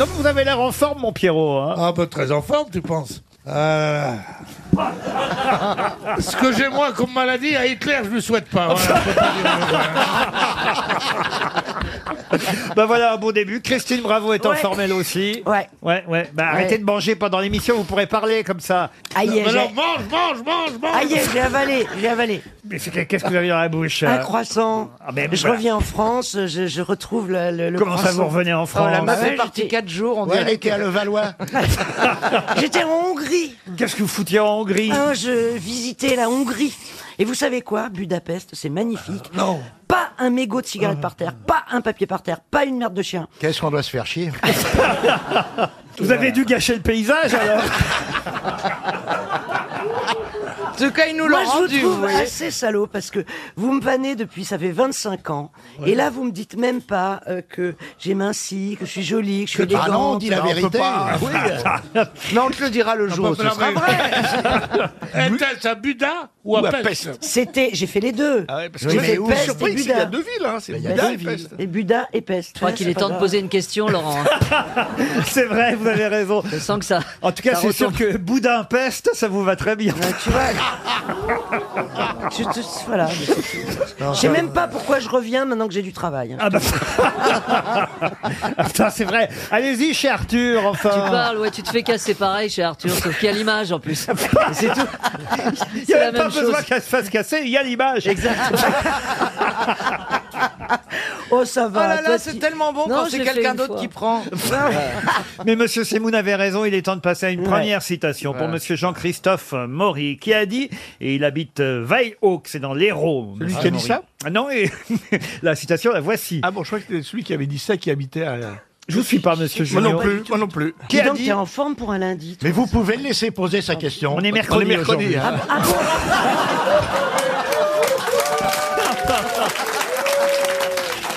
Non, mais vous avez l'air en forme, mon Pierrot. hein. Ah, bah, très en forme, tu penses Euh, Ce que j'ai moi comme maladie à Hitler, je ne le souhaite pas. voilà, je peux pas dire, euh, voilà. Bah voilà un bon début. Christine Bravo est en Ouais. forme elle aussi. Ouais. Ouais, ouais. Bah arrêtez de manger pendant l'émission, vous pourrez parler comme ça. Aïe, Mais j'ai- alors, mange, mange, mange, mange aïe, j'ai avalé, j'ai avalé. Mais c'est que- qu'est-ce que vous avez dans la bouche euh Un croissant. Ah, mais je voilà. reviens en France, je, je retrouve le, le, le Comment ça, croissant. vous revenez en France Oh, la Ah meuf ouais, est partie 4 jours, on Bah, Ouais, elle était à Levallois. J'étais en Hongrie. Qu'est-ce que vous foutiez en Hongrie Ah, je visitais la Hongrie. Et vous savez quoi Budapest, c'est magnifique. Ah, Non. Pas un mégot de cigarette par terre, pas un papier par terre, pas une merde de chien. Qu'est-ce qu'on doit se faire chier Vous avez dû gâcher le paysage alors. En tout cas, ils nous Moi, je l'ont vous rendu. vous trouve voyez. assez salaud parce que vous me vannez depuis, ça fait 25 ans. Et là, vous me dites même pas euh, que j'ai minci, que je suis jolie, que je suis Ah élégante. non, on dit la on peut vérité. pas. Oui. Mais on te le dira le jour. pas ce la sera vraie. vrai. Était-ce à Buda ou à, Pest, C'était, j'ai fait les deux. parce que que Oui, mais j'ai où Pest et surpris qu'il y a Buda. deux villes, hein, c'est Bah, Buda et oui. Pest. et Buda et Pest. Je crois qu'il est temps de poser une question, Laurent. C'est vrai, vous avez raison. Je sens que ça. En tout cas, ça c'est sûr retourne. que boudin peste, ça vous va très bien. Tu vois. je, je- voilà. Je sais même pas pourquoi je reviens maintenant que j'ai du travail. Ah Ah bah Attends, c'est vrai. Allez-y, chez Arthur, Tu enfin. parles, ouais, tu te fais casser pareil chez Arthur, sauf qu'il y a l'image en plus. Et C'est tout. Il n'y C'est a la même pas même chose. besoin qu'elle se fasse casser, il y a l'image. Oh, ça Oh va. là toi, là, c'est tu- tellement bon Non, quand je c'est l'ai fait quelqu'un une d'autre fois. qui prend. Mais Monsieur Semoun avait raison, il est temps de passer à une Ouais. première citation pour Monsieur Jean-Christophe Maury, qui a dit, et il habite euh, Vaille-Hauck, c'est dans l'Hérault. Celui qui a dit ça Non, et la citation, la voici. Ah bon, je crois que c'était celui qui avait dit ça qui habitait à. je vous suis pas, Monsieur Moi Junior. non plus, moi non plus. Qui Dis a donc, dit t'es en forme pour un lundi. toi. Mais vous pouvez le laisser poser sa question. On est mercredi. On est mercredi, aujourd'hui. Ah, hein. Ah,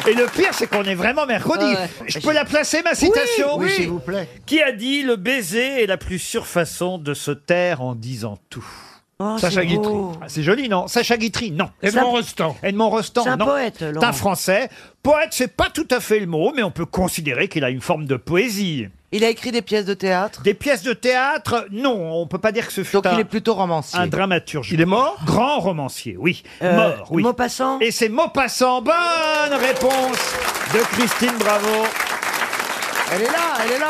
Et le pire, c'est qu'on est vraiment mercredi. Ah ouais. Je peux la placer, ma citation Oui, s'il vous plaît. Qui a dit le baiser est la plus sûre façon de se taire en disant tout Oh, Sacha c'est Guitry. beau. Ah, C'est joli, non Sacha Guitry, non. Edmond Rostand. Edmond Rostand, C'est un non. poète, C'est Laurent. un français. Poète, c'est pas tout à fait le mot, mais on peut considérer qu'il a une forme de poésie. Il a écrit des pièces de théâtre. Des pièces de théâtre, non, on peut pas dire que ce fut Donc un, il est plutôt romancier. un dramaturge. Il est mort Grand romancier, oui. Euh, mort, oui. Maupassant Et c'est Maupassant. Bonne réponse de Christine Bravo. Elle est là, elle est là.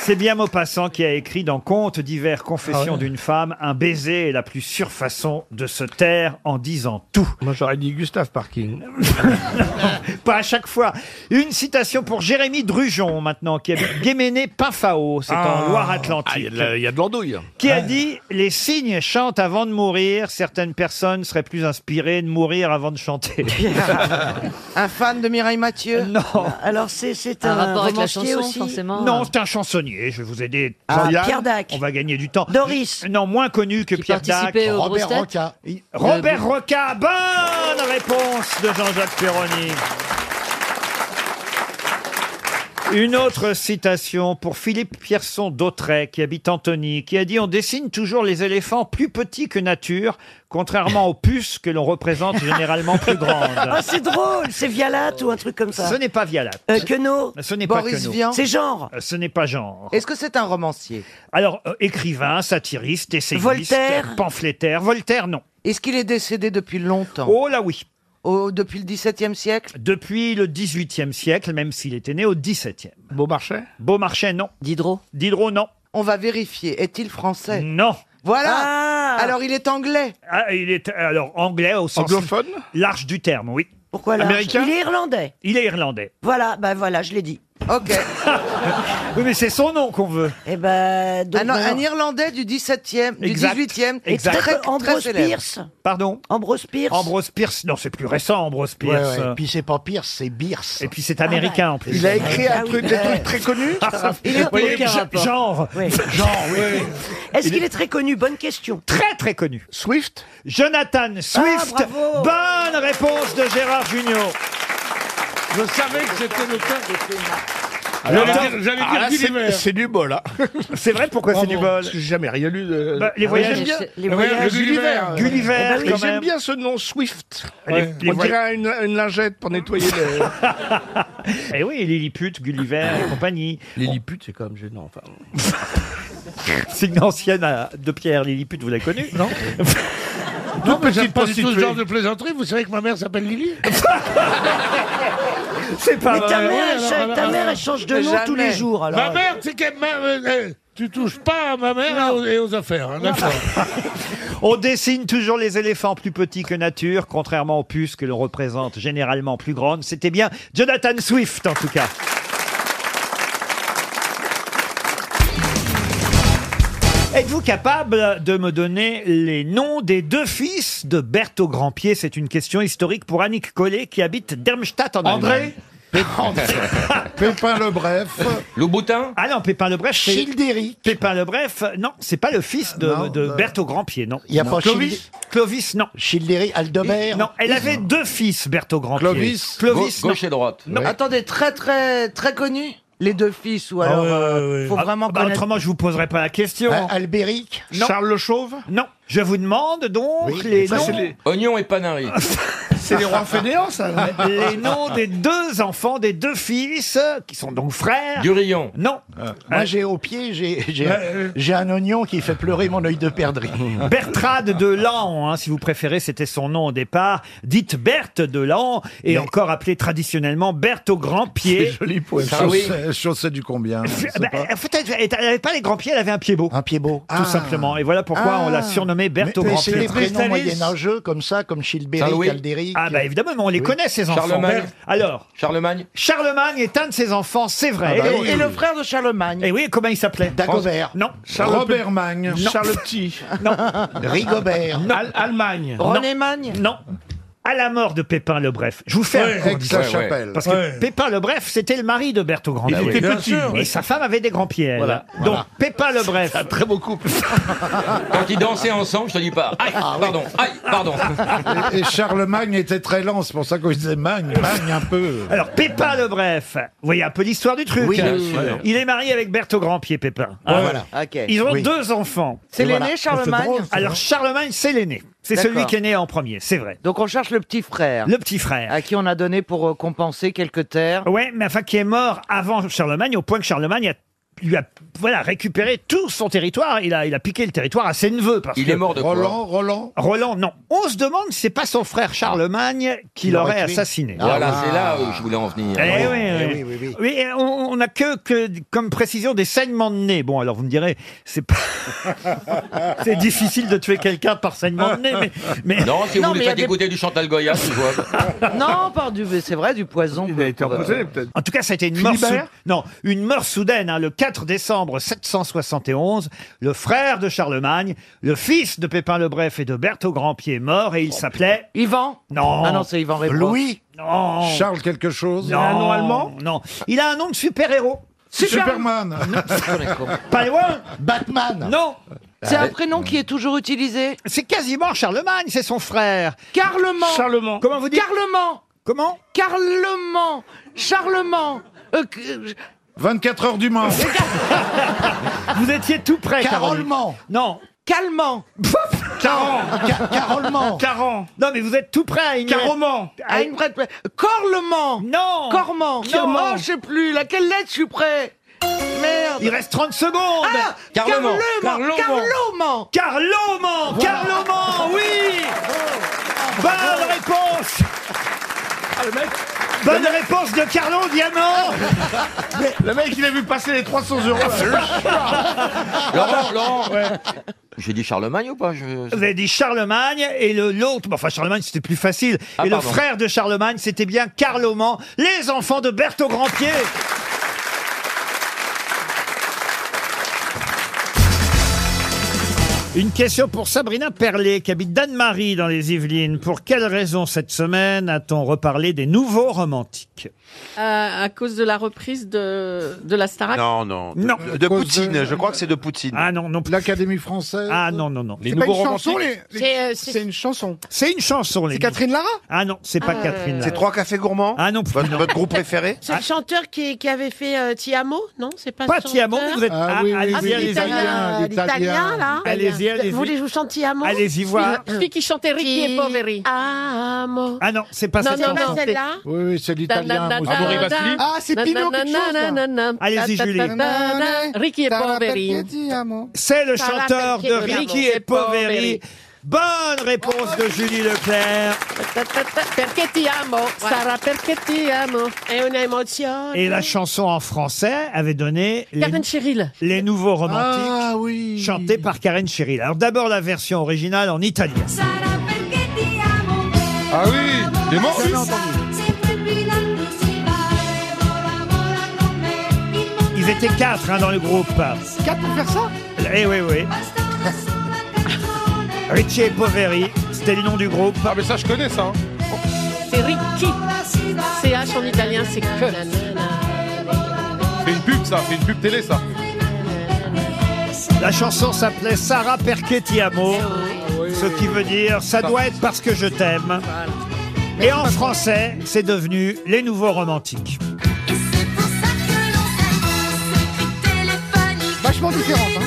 C'est bien Maupassant qui a écrit dans Contes divers, Ah Confessions d'une femme, un baiser est la plus sûre façon de se taire en disant tout. Moi j'aurais dit Gustave Parking. Pas à chaque fois. Une citation pour Jérémy Drujon maintenant, qui habite Guéméné Pinfao, c'est en Ah, il y Loire-Atlantique, a de la- il y a de l'andouille. qui a dit Les cygnes chantent avant de mourir, certaines personnes seraient plus inspirées de mourir avant de chanter. Un fan de Mireille Mathieu. Euh, non, Alors, c'est, c'est Un un, rapport avec la romancier chanson, aussi. forcément. non, c'est un chansonnier, je vais vous aider. Ah, Jean-Yann, Pierre Dac. On va gagner du temps. Doris. Non, moins connu que Qui Pierre Dac. participait aux grosses Robert têtes. Roca. Robert Roca, bonne réponse de Jean-Jacques Perroni. Une autre citation pour Philippe Pierson d'Autrey, qui habite Antony, qui a dit On dessine toujours les éléphants plus petits que nature, contrairement aux puces que l'on représente généralement plus Ah, grandes. c'est drôle, c'est Vialat ou un truc comme ça. Ce n'est pas Vialat. Euh, Queneau, Ce n'est pas Boris que Vian. c'est genre. Euh, Ce n'est pas genre. Est-ce que c'est un romancier Alors, euh, écrivain, satiriste, essayiste, Voltaire. pamphlétaire. Voltaire, non. Est-ce qu'il est décédé depuis longtemps Oh là oui. Au- Depuis le XVIIe siècle Depuis le XVIIIe siècle, même s'il était né au XVIIe. Beaumarchais Beaumarchais, non. Diderot. Diderot, non. On va vérifier. Est-il français Non. Voilà Ah Alors il est anglais. Ah, il est alors anglais au sens Anglophone large du terme, oui. Pourquoi là Américain Il est irlandais. Il est irlandais. Voilà, bah voilà, je l'ai dit. Ok. Oui, mais c'est son nom qu'on veut. Et ben, donc, Un, un maintenant- Irlandais du 17e, du Exact. 18e, Et Exact. peut-être très, très Ambrose célèbre. Pierce. Pardon. Ambrose Pierce. Ambrose Pierce. Non, c'est plus récent, Ambrose Ouais, ouais. Pierce. Puis c'est pas Pierce, c'est Bierce. Et puis c'est américain en plus. Ah, Il a écrit Ah un oui. truc, des trucs très connus Il est- Aucun rapport. genre Oui. Jean, oui. Est-ce qu'il est très connu Bonne question. Ah, très très connu. Swift Jonathan Swift. bravo. Bonne réponse de Gérard Junior. Je savais que c'était le cas. Alors là- J'allais dire- j'allais ah, dire là, Guy c'est- Limer. C'est du hein. bol, là. C'est vrai pourquoi c'est du bol Parce que J'ai jamais rien lu de... Bah, Les Ah, voyages, j'aime bien. Les Ouais, voyages. Eh ben, le Gulliver. Gulliver. Gulliver, Mais quand j'aime même. bien ce nom, Swift. Les- les On dirait une, une lingette pour nettoyer le... Et Eh oui, Lilliput, Gulliver et compagnie. Lilliput, c'est quand même gênant. Enfin, C'est une ancienne à- de Pierre Lilliput, vous l'avez connue Non. Non, mais j'aime pas du tout ce prostituée. genre de plaisanterie. Vous savez que ma mère s'appelle Lily C'est pas Mais ta vrai. ouais, mère, elle, alors, cha- alors, ta alors, mère, elle change de nom jamais. tous les jours. Alors, Ma mère, c'est qu'elle m'a... euh, euh, Tu touches pas à ma mère et aux, et aux affaires, hein, d'accord. On dessine toujours les éléphants plus petits que nature, contrairement aux puces que l'on représente généralement plus grandes. C'était bien Jonathan Swift, en tout cas. Êtes-vous capable de me donner les noms des deux fils de Berthaud Grandpied C'est une question historique pour Annick Collet qui habite Dermstadt en Allemagne. André Pépin le Bref, Louboutin Ah non, Pépin le Bref, c'est... Childéric. Pépin le Bref, non, c'est pas le fils de, Non, de bah- Berthaud Grandpied, non. Il n'y a pas Clovis Clovis Clovis, non. Childéric, Aldebert. Non, elle avait deux fils, Berthaud Grandpied. Clovis. Clovis, Gau- non. Gauche et droite. Non, Attendez, très très très connu Les deux fils, ou alors. ouais, euh, ouais, ouais. Faut Ah, vraiment bah, connaître. autrement, je vous poserai pas la question. Al- Ah, Albéric. Non. Charles le Chauve Non. Je vous demande donc Oui, les, Ça, noms, c'est les, Oignon et Panari. c'est les rois fainéants, ça. hein. les noms des deux enfants, des deux fils, euh, qui sont donc frères. Durillon. Non. Moi, j'ai au pied, j'ai- j'ai j'ai un oignon qui fait pleurer mon œil de perdrix. Bertrade de Laon, hein, si vous préférez, c'était son nom au départ. Dites Berthe de Laon, et encore appelée traditionnellement Berthe aux grands pieds. Joli poème. Ah oui. Chaussée du combien Bah, en fait, elle n'avait pas les grands pieds, elle avait un pied beau. Un pied beau. Tout simplement. Et voilà pourquoi on l'a surnommée Ah. Mais, Berthe aux mais grands c'est les pieds. prénoms Cristalis. moyenâgeux comme ça, comme Childéric, Saint-Louis. Aldéric. Ah bah évidemment, mais on les connaît ces enfants. Charlemagne. Alors, Charlemagne. Charlemagne est un de ses enfants, c'est vrai. Et, Et- le- Ah bah et le frère de Charlemagne. Et oui, comment il s'appelait Dagobert. Non, Charles Robert Magne. Non. Charles Petit. Rigobert. Al- Allemagne. René Magne. non. À la mort de Pépin le Bref. Je vous fais un cours, la chapelle. parce que ouais. Pépin le Bref, c'était le mari de Berthaud Grand. Ah Il était petit. Et sa femme avait des grands pieds. elle. Voilà. Donc Pépin le Bref. Très beau couple. Quand ils dansaient ensemble, je te dis pas. Aïe, pardon, aïe, pardon. Ah Et Charlemagne était très lent, c'est pour ça qu'on disait Magne, Magne un peu. Alors Pépin le Bref, vous voyez un peu l'histoire du truc. Oui, Ah, hein. bien sûr. Il est marié avec Berthaud Grandpied, Pépin. hein. Voilà. Ok. Ils ont Oui. deux enfants. C'est Et l'aîné voilà. Ah, Charlemagne. C'est drôle. Alors Charlemagne, c'est l'aîné. C'est D'accord. celui qui est né en premier, c'est vrai. Donc on cherche le petit frère. Le petit frère. À qui on a donné pour euh, compenser quelques terres. Ouais, mais enfin qui est mort avant Charlemagne, au point que Charlemagne a, lui a voilà, récupéré tout son territoire. Il a, il a piqué le territoire à ses neveux. Parce Il que est mort de quoi Roland. Roland, non. On se demande si c'est pas son frère Charlemagne qui Il l'aurait aurait tué. assassiné. Ah. Voilà, c'est là où je voulais en venir. Eh oui, Eh oui, oui, oui, oui. Oui, et on n'a que, que comme précision des saignements de nez. Bon, alors vous me direz, c'est pas, c'est difficile de tuer quelqu'un par saignement de nez, mais, mais- Non, si Non, vous voulez mais y a faire des- écouter du Chantal Goya, je vois. Non, par du, c'est vrai, du poison. euh, Il a été empoisonné, peut-être. En tout cas, c'était une mort, sou- Philibert non, une mort soudaine. hein, le 4 décembre 771, le frère de Charlemagne, le fils de Pépin le Bref et de Berthaud Grandpied est mort et il s'appelait... Yvan Non. Ah non, c'est Yvan Rebros. Louis. Non, Charles quelque chose. non, Non, il a un nom de super-héros. Superman. Pas loin Batman. Ah, Non, C'est un prénom qui est toujours utilisé. c'est quasiment Charlemagne, c'est son frère. Carlement. Charlemagne. Comment vous dites Carlement. Comment Carlement. Charlement. Euh, que- 24 heures du Mans. Vous étiez tout près, Caroline. Carolement. Non, calmant. Caran. Ca- Carolement. Caran. non, mais vous êtes tout près. à une- Caroman. À une prête. Corlement. Non Corment. Cormant. Oh, je sais plus. Laquelle lettre je suis prêt Merde. Il reste 30 secondes Ah Carlement. Carlement. Carlement. bah Carloman Carloman, oui Bonne réponse Bonne réponse de Carlo Diamant Ah, Le mec, il a vu passer les 300 euros. Laurent, Laurent. J'ai dit Charlemagne ou pas je... Vous avez dit Charlemagne et le l'autre, bon, enfin Charlemagne c'était plus facile, Ah, et le pardon. frère de Charlemagne c'était bien Carloman, les enfants de Berthaud Grandpied Une question pour Sabrina Perlet, qui habite Danemarie dans les Yvelines. Pour quelle raison cette semaine a-t-on reparlé des nouveaux romantiques Euh, À, à cause de la reprise de, de la Starac Non, non. De, Non. de- de Poutine, je crois que c'est de Poutine. Ah non, non. L'Académie française Ah non, non, non. Les nouveaux C'est, euh, c'est- une chanson. C'est une chanson, les C'est nouveaux- Catherine Lara Ah non, c'est pas Ah, Catherine Lara. C'est Trois cafés gourmands Ah non. Ah, Votre, votre groupe préféré Ah. C'est le chanteur qui, qui avait fait euh, Tiamo, non C'est pas, Pas ce Tiamo, chanteur vous êtes- Ah ah, oui, oui, allez-y, Ah, c'est allez-y. l'italien, L'italien, l'italien, là. Allez-y, allez-y. Vous voulez que je vous chante Tiamo Allez-y voir. Celui qui chantait Ricky et Poveri. Amo. Ah non, c'est pas Non, cette non, chanson. non, celle-là Oui, oui, c'est Ah, c'est Pino quelque chose, là. Allez-y, Julie. Ricky et Poveri. C'est le Ça chanteur va, de Ricky Ricky et et Poveri. Poveri. Bonne réponse de Julie Leclerc. Perché ti amo, Sarah, perché ti amo. È un'emozione. Et la chanson en français avait donné les, Karen Cheryl. les nouveaux romantiques Ah chantés par Karen Cheryl. Alors d'abord la version originale en italien. Ah oui, des morts. Ils étaient quatre hein, dans le groupe. Quatre pour faire ça Eh oui, oui. Richie et Poveri, c'était le nom du groupe. Ah mais ça je connais ça. C'est Ricky. CH en italien, c'est que. C'est une pub ça, c'est une pub télé ça. La chanson s'appelait Sarah Perchettiamo, Ah ce qui veut dire Ça doit être parce que je t'aime. Et en français, c'est devenu Les Nouveaux Romantiques. Vachement différent, hein.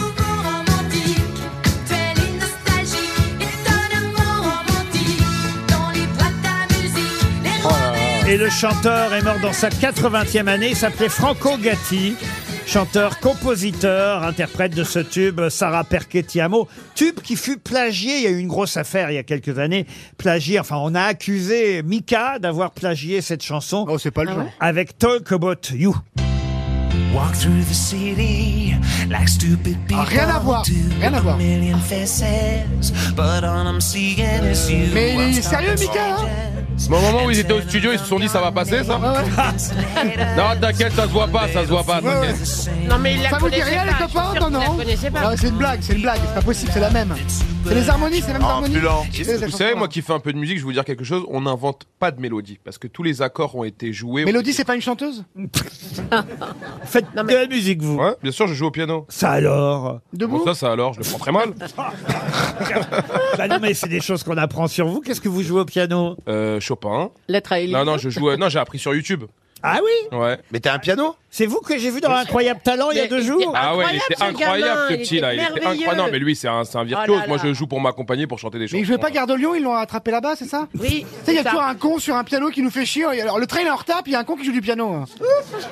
Oh Et le chanteur est mort dans sa 80e année, il s'appelait Franco Gatti. Chanteur, compositeur, interprète de ce tube, Sarah Perchettiamo. Tube qui fut plagié, il y a eu une grosse affaire il y a quelques années. Plagié, enfin, on a accusé Mika d'avoir plagié cette chanson. Oh, c'est pas le Avec Talk About You. Walk through the city like stupid people. Ah, rien à voir, do rien à voir. a million faces, but all I'm seeing is you. Mais il est I'm sérieux, stuck Mika, hein Mais au moment où ils étaient au studio, ils se sont dit ça va passer ça. Non t'inquiète, ça se voit pas, ça se voit pas. t'inquiète. Non, mais il la Ça vous dit connaissait rien, pas, les je suis copains sûre Non, qu'il la non. connaissait pas. Ah, C'est une blague, c'est une blague, c'est pas possible, c'est la même. C'est les harmonies, c'est les mêmes Ah, harmonies. plus lent. C'est Vous la Vous chanson, savez, là. moi qui fais un peu de musique, je vais vous dire quelque chose, on n'invente pas de mélodie, parce que tous les accords ont été joués. Mélodie, c'est pas une chanteuse Faites de la musique, vous Ouais, bien sûr, je joue au piano. Ça alors Bon, ça, ça alors, je le prends très mal. Bah non, mais c'est des choses qu'on apprend sur vous. Qu'est-ce que vous jouez au piano Euh, Chopin. Lettre à Élie. Non, non, je joue. euh, non, j'ai appris sur YouTube. Ah oui Ouais. Mais t'as un piano C'est vous que j'ai vu dans Incroyable Talent il y a Mais deux il jours était Ah ouais, il Incroyable, était ce incroyable gamin, ce il petit était là. Il était incroyable. Non, mais lui, c'est un, c'est Oh un virtuose. là Moi, là. je joue pour m'accompagner, pour chanter des chansons. Mais il jouait pas Gardelion, ils l'ont attrapé là-bas, c'est ça Oui. Tu sais, il y a c'est toujours ça. un con sur un piano qui nous fait chier. Et Alors, le train est en retard, puis il y a un con qui joue du piano.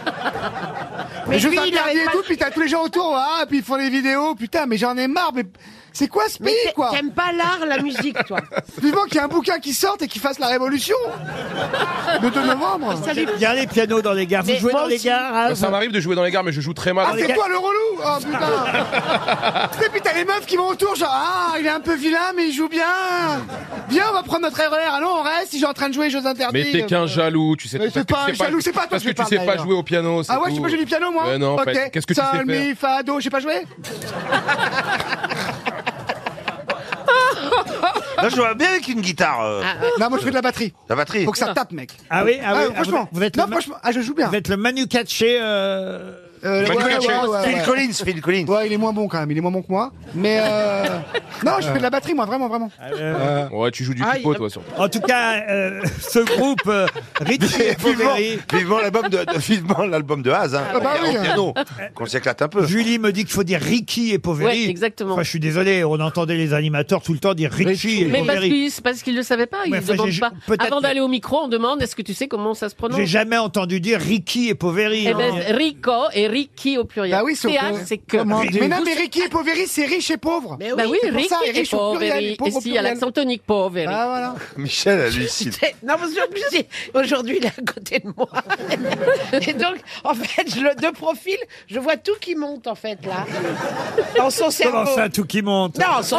Mais mais je lui, un il avait dernier et pas- tout, puis t'as tous les gens autour, ah, puis ils font les vidéos, putain, mais j'en ai marre, mais c'est quoi ce Mais pays, t'a- quoi T'aimes pas l'art, la musique, toi. Vivant qu'il y ait un bouquin qui sorte et qui fasse la révolution Le 2 novembre Ça lui- Il y a les pianos dans les gares. Vous Mais jouez moi dans les aussi. gares hein, Ça vous- m'arrive de jouer dans les Ah. gares, mais je joue très Ah, mal. c'est toi le relou Oh putain Tu sais, puis t'as les meufs qui vont autour, genre, ah, il est un peu vilain, mais il joue bien Viens, on va prendre notre RER, allons, on reste, si j'ai en train de jouer, choses interdites Mais t'es qu'un jaloux, tu sais. Mais c'est parce que pas tu un sais jaloux, c'est pas toi Parce que que je tu sais parle, pas d'ailleurs. jouer au piano. c'est Ah ouais, tout. je peux jouer du piano, moi Mais non, en Ok. fait, qu'est-ce que tu sais Sol, faire mi, fa, do, je sais pas jouer Là, je vois bien avec une guitare. euh, Non, moi je fais de la batterie. La batterie. Faut que ça tape, mec. Ah oui, ah oui, Ah, ah, franchement. Vous, vous êtes non, le, ma- franchement, ah, je joue bien. vous êtes le Manu Katché, euh, Euh, Manu Katché. ouais, Phil ouais. Collins, Phil Collins. Ouais, il est moins bon quand même, il est moins bon que moi. Mais euh... non, je fais de la batterie, moi, vraiment, vraiment. Ah, euh, Ouais, tu joues du Ah, pipeau, il- toi, surtout. En tout cas, euh, ce groupe euh, Richie et Vivement, Poveri. vivement l'album de, de- vivement l'album de Haz. Hein. Ah bah Au oui. piano, Qu'on s'éclate un peu. Julie me dit qu'il faut dire Ricky et Poveri. Ouais, exactement. Enfin, je suis désolé, on entendait les animateurs tout le temps dire Richie et Mais parce Poveri. qu'il- c'est parce qu'il ne le savait pas, il Ouais, ne enfin, demande j'ai- pas. peut-être- Avant d'aller au micro, on demande est-ce que tu sais comment ça se J'ai prononce jamais entendu dire Ricky et Poveri. Eh hein. ben, Rico et Ricky au pluriel. Bah oui, c'est au TH, pluriel. c'est que. Comment Ricky. Mais non, mais Ricky et Poveri, c'est riche et pauvre. Mais Bah oui, c'est pour Ricky ça, il est et riche au pluriel, il est Poveri. pauvre Et au s'il y a pluriel. l'accent tonique, Poveri. Ah voilà. Michel à Lucille. C'est- Non, vous êtes obligé. Aujourd'hui, il est à côté de moi. Et donc, en fait, je le, de profil, je vois tout qui monte, en fait, là. Dans son cerveau. Comment ça, tout qui monte non, son-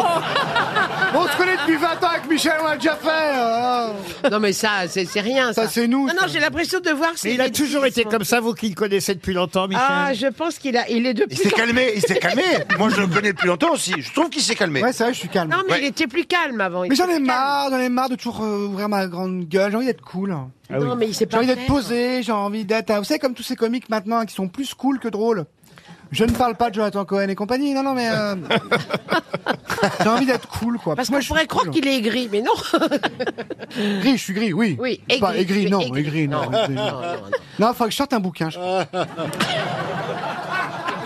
On se connaît depuis 20 ans avec Michel, on l'a déjà fait. euh, non, mais ça, c'est c'est rien. Ça, Ça, c'est nous. Non, non, j'ai l'impression de voir. Mais ses il a bêtises. toujours été comme ça, vous qui le connaissez depuis longtemps, Michel. Ah, je pense qu'il a, il est de plus Il s'est en- calmé, il s'est calmé. Moi, je le connais depuis longtemps aussi. Je trouve qu'il s'est calmé. Ouais, c'est vrai, je suis calme. Non, mais il était plus calme avant. il Mais j'en était ai plus marre, j'en ai marre de toujours euh, ouvrir ma grande gueule. J'ai envie d'être cool. Ah oui. Non, mais il sait J'ai pas hein. envie d'être faire. posé, j'ai envie d'être. Vous savez, comme tous ces comiques maintenant hein, qui sont plus cool que drôles. Je ne parle pas de Jonathan Cohen et compagnie. Non, non, mais. euh, j'ai envie d'être cool, quoi. Parce moi, qu'on je suis pourrait croire cool. qu'il est aigri, mais non. Gris, je suis gris, oui. Oui, Je suis pas aigri, aigri, oui, non, aigri. aigri, non. Non, aigri, non, non, non, Non, faut que je sorte un bouquin. je crois.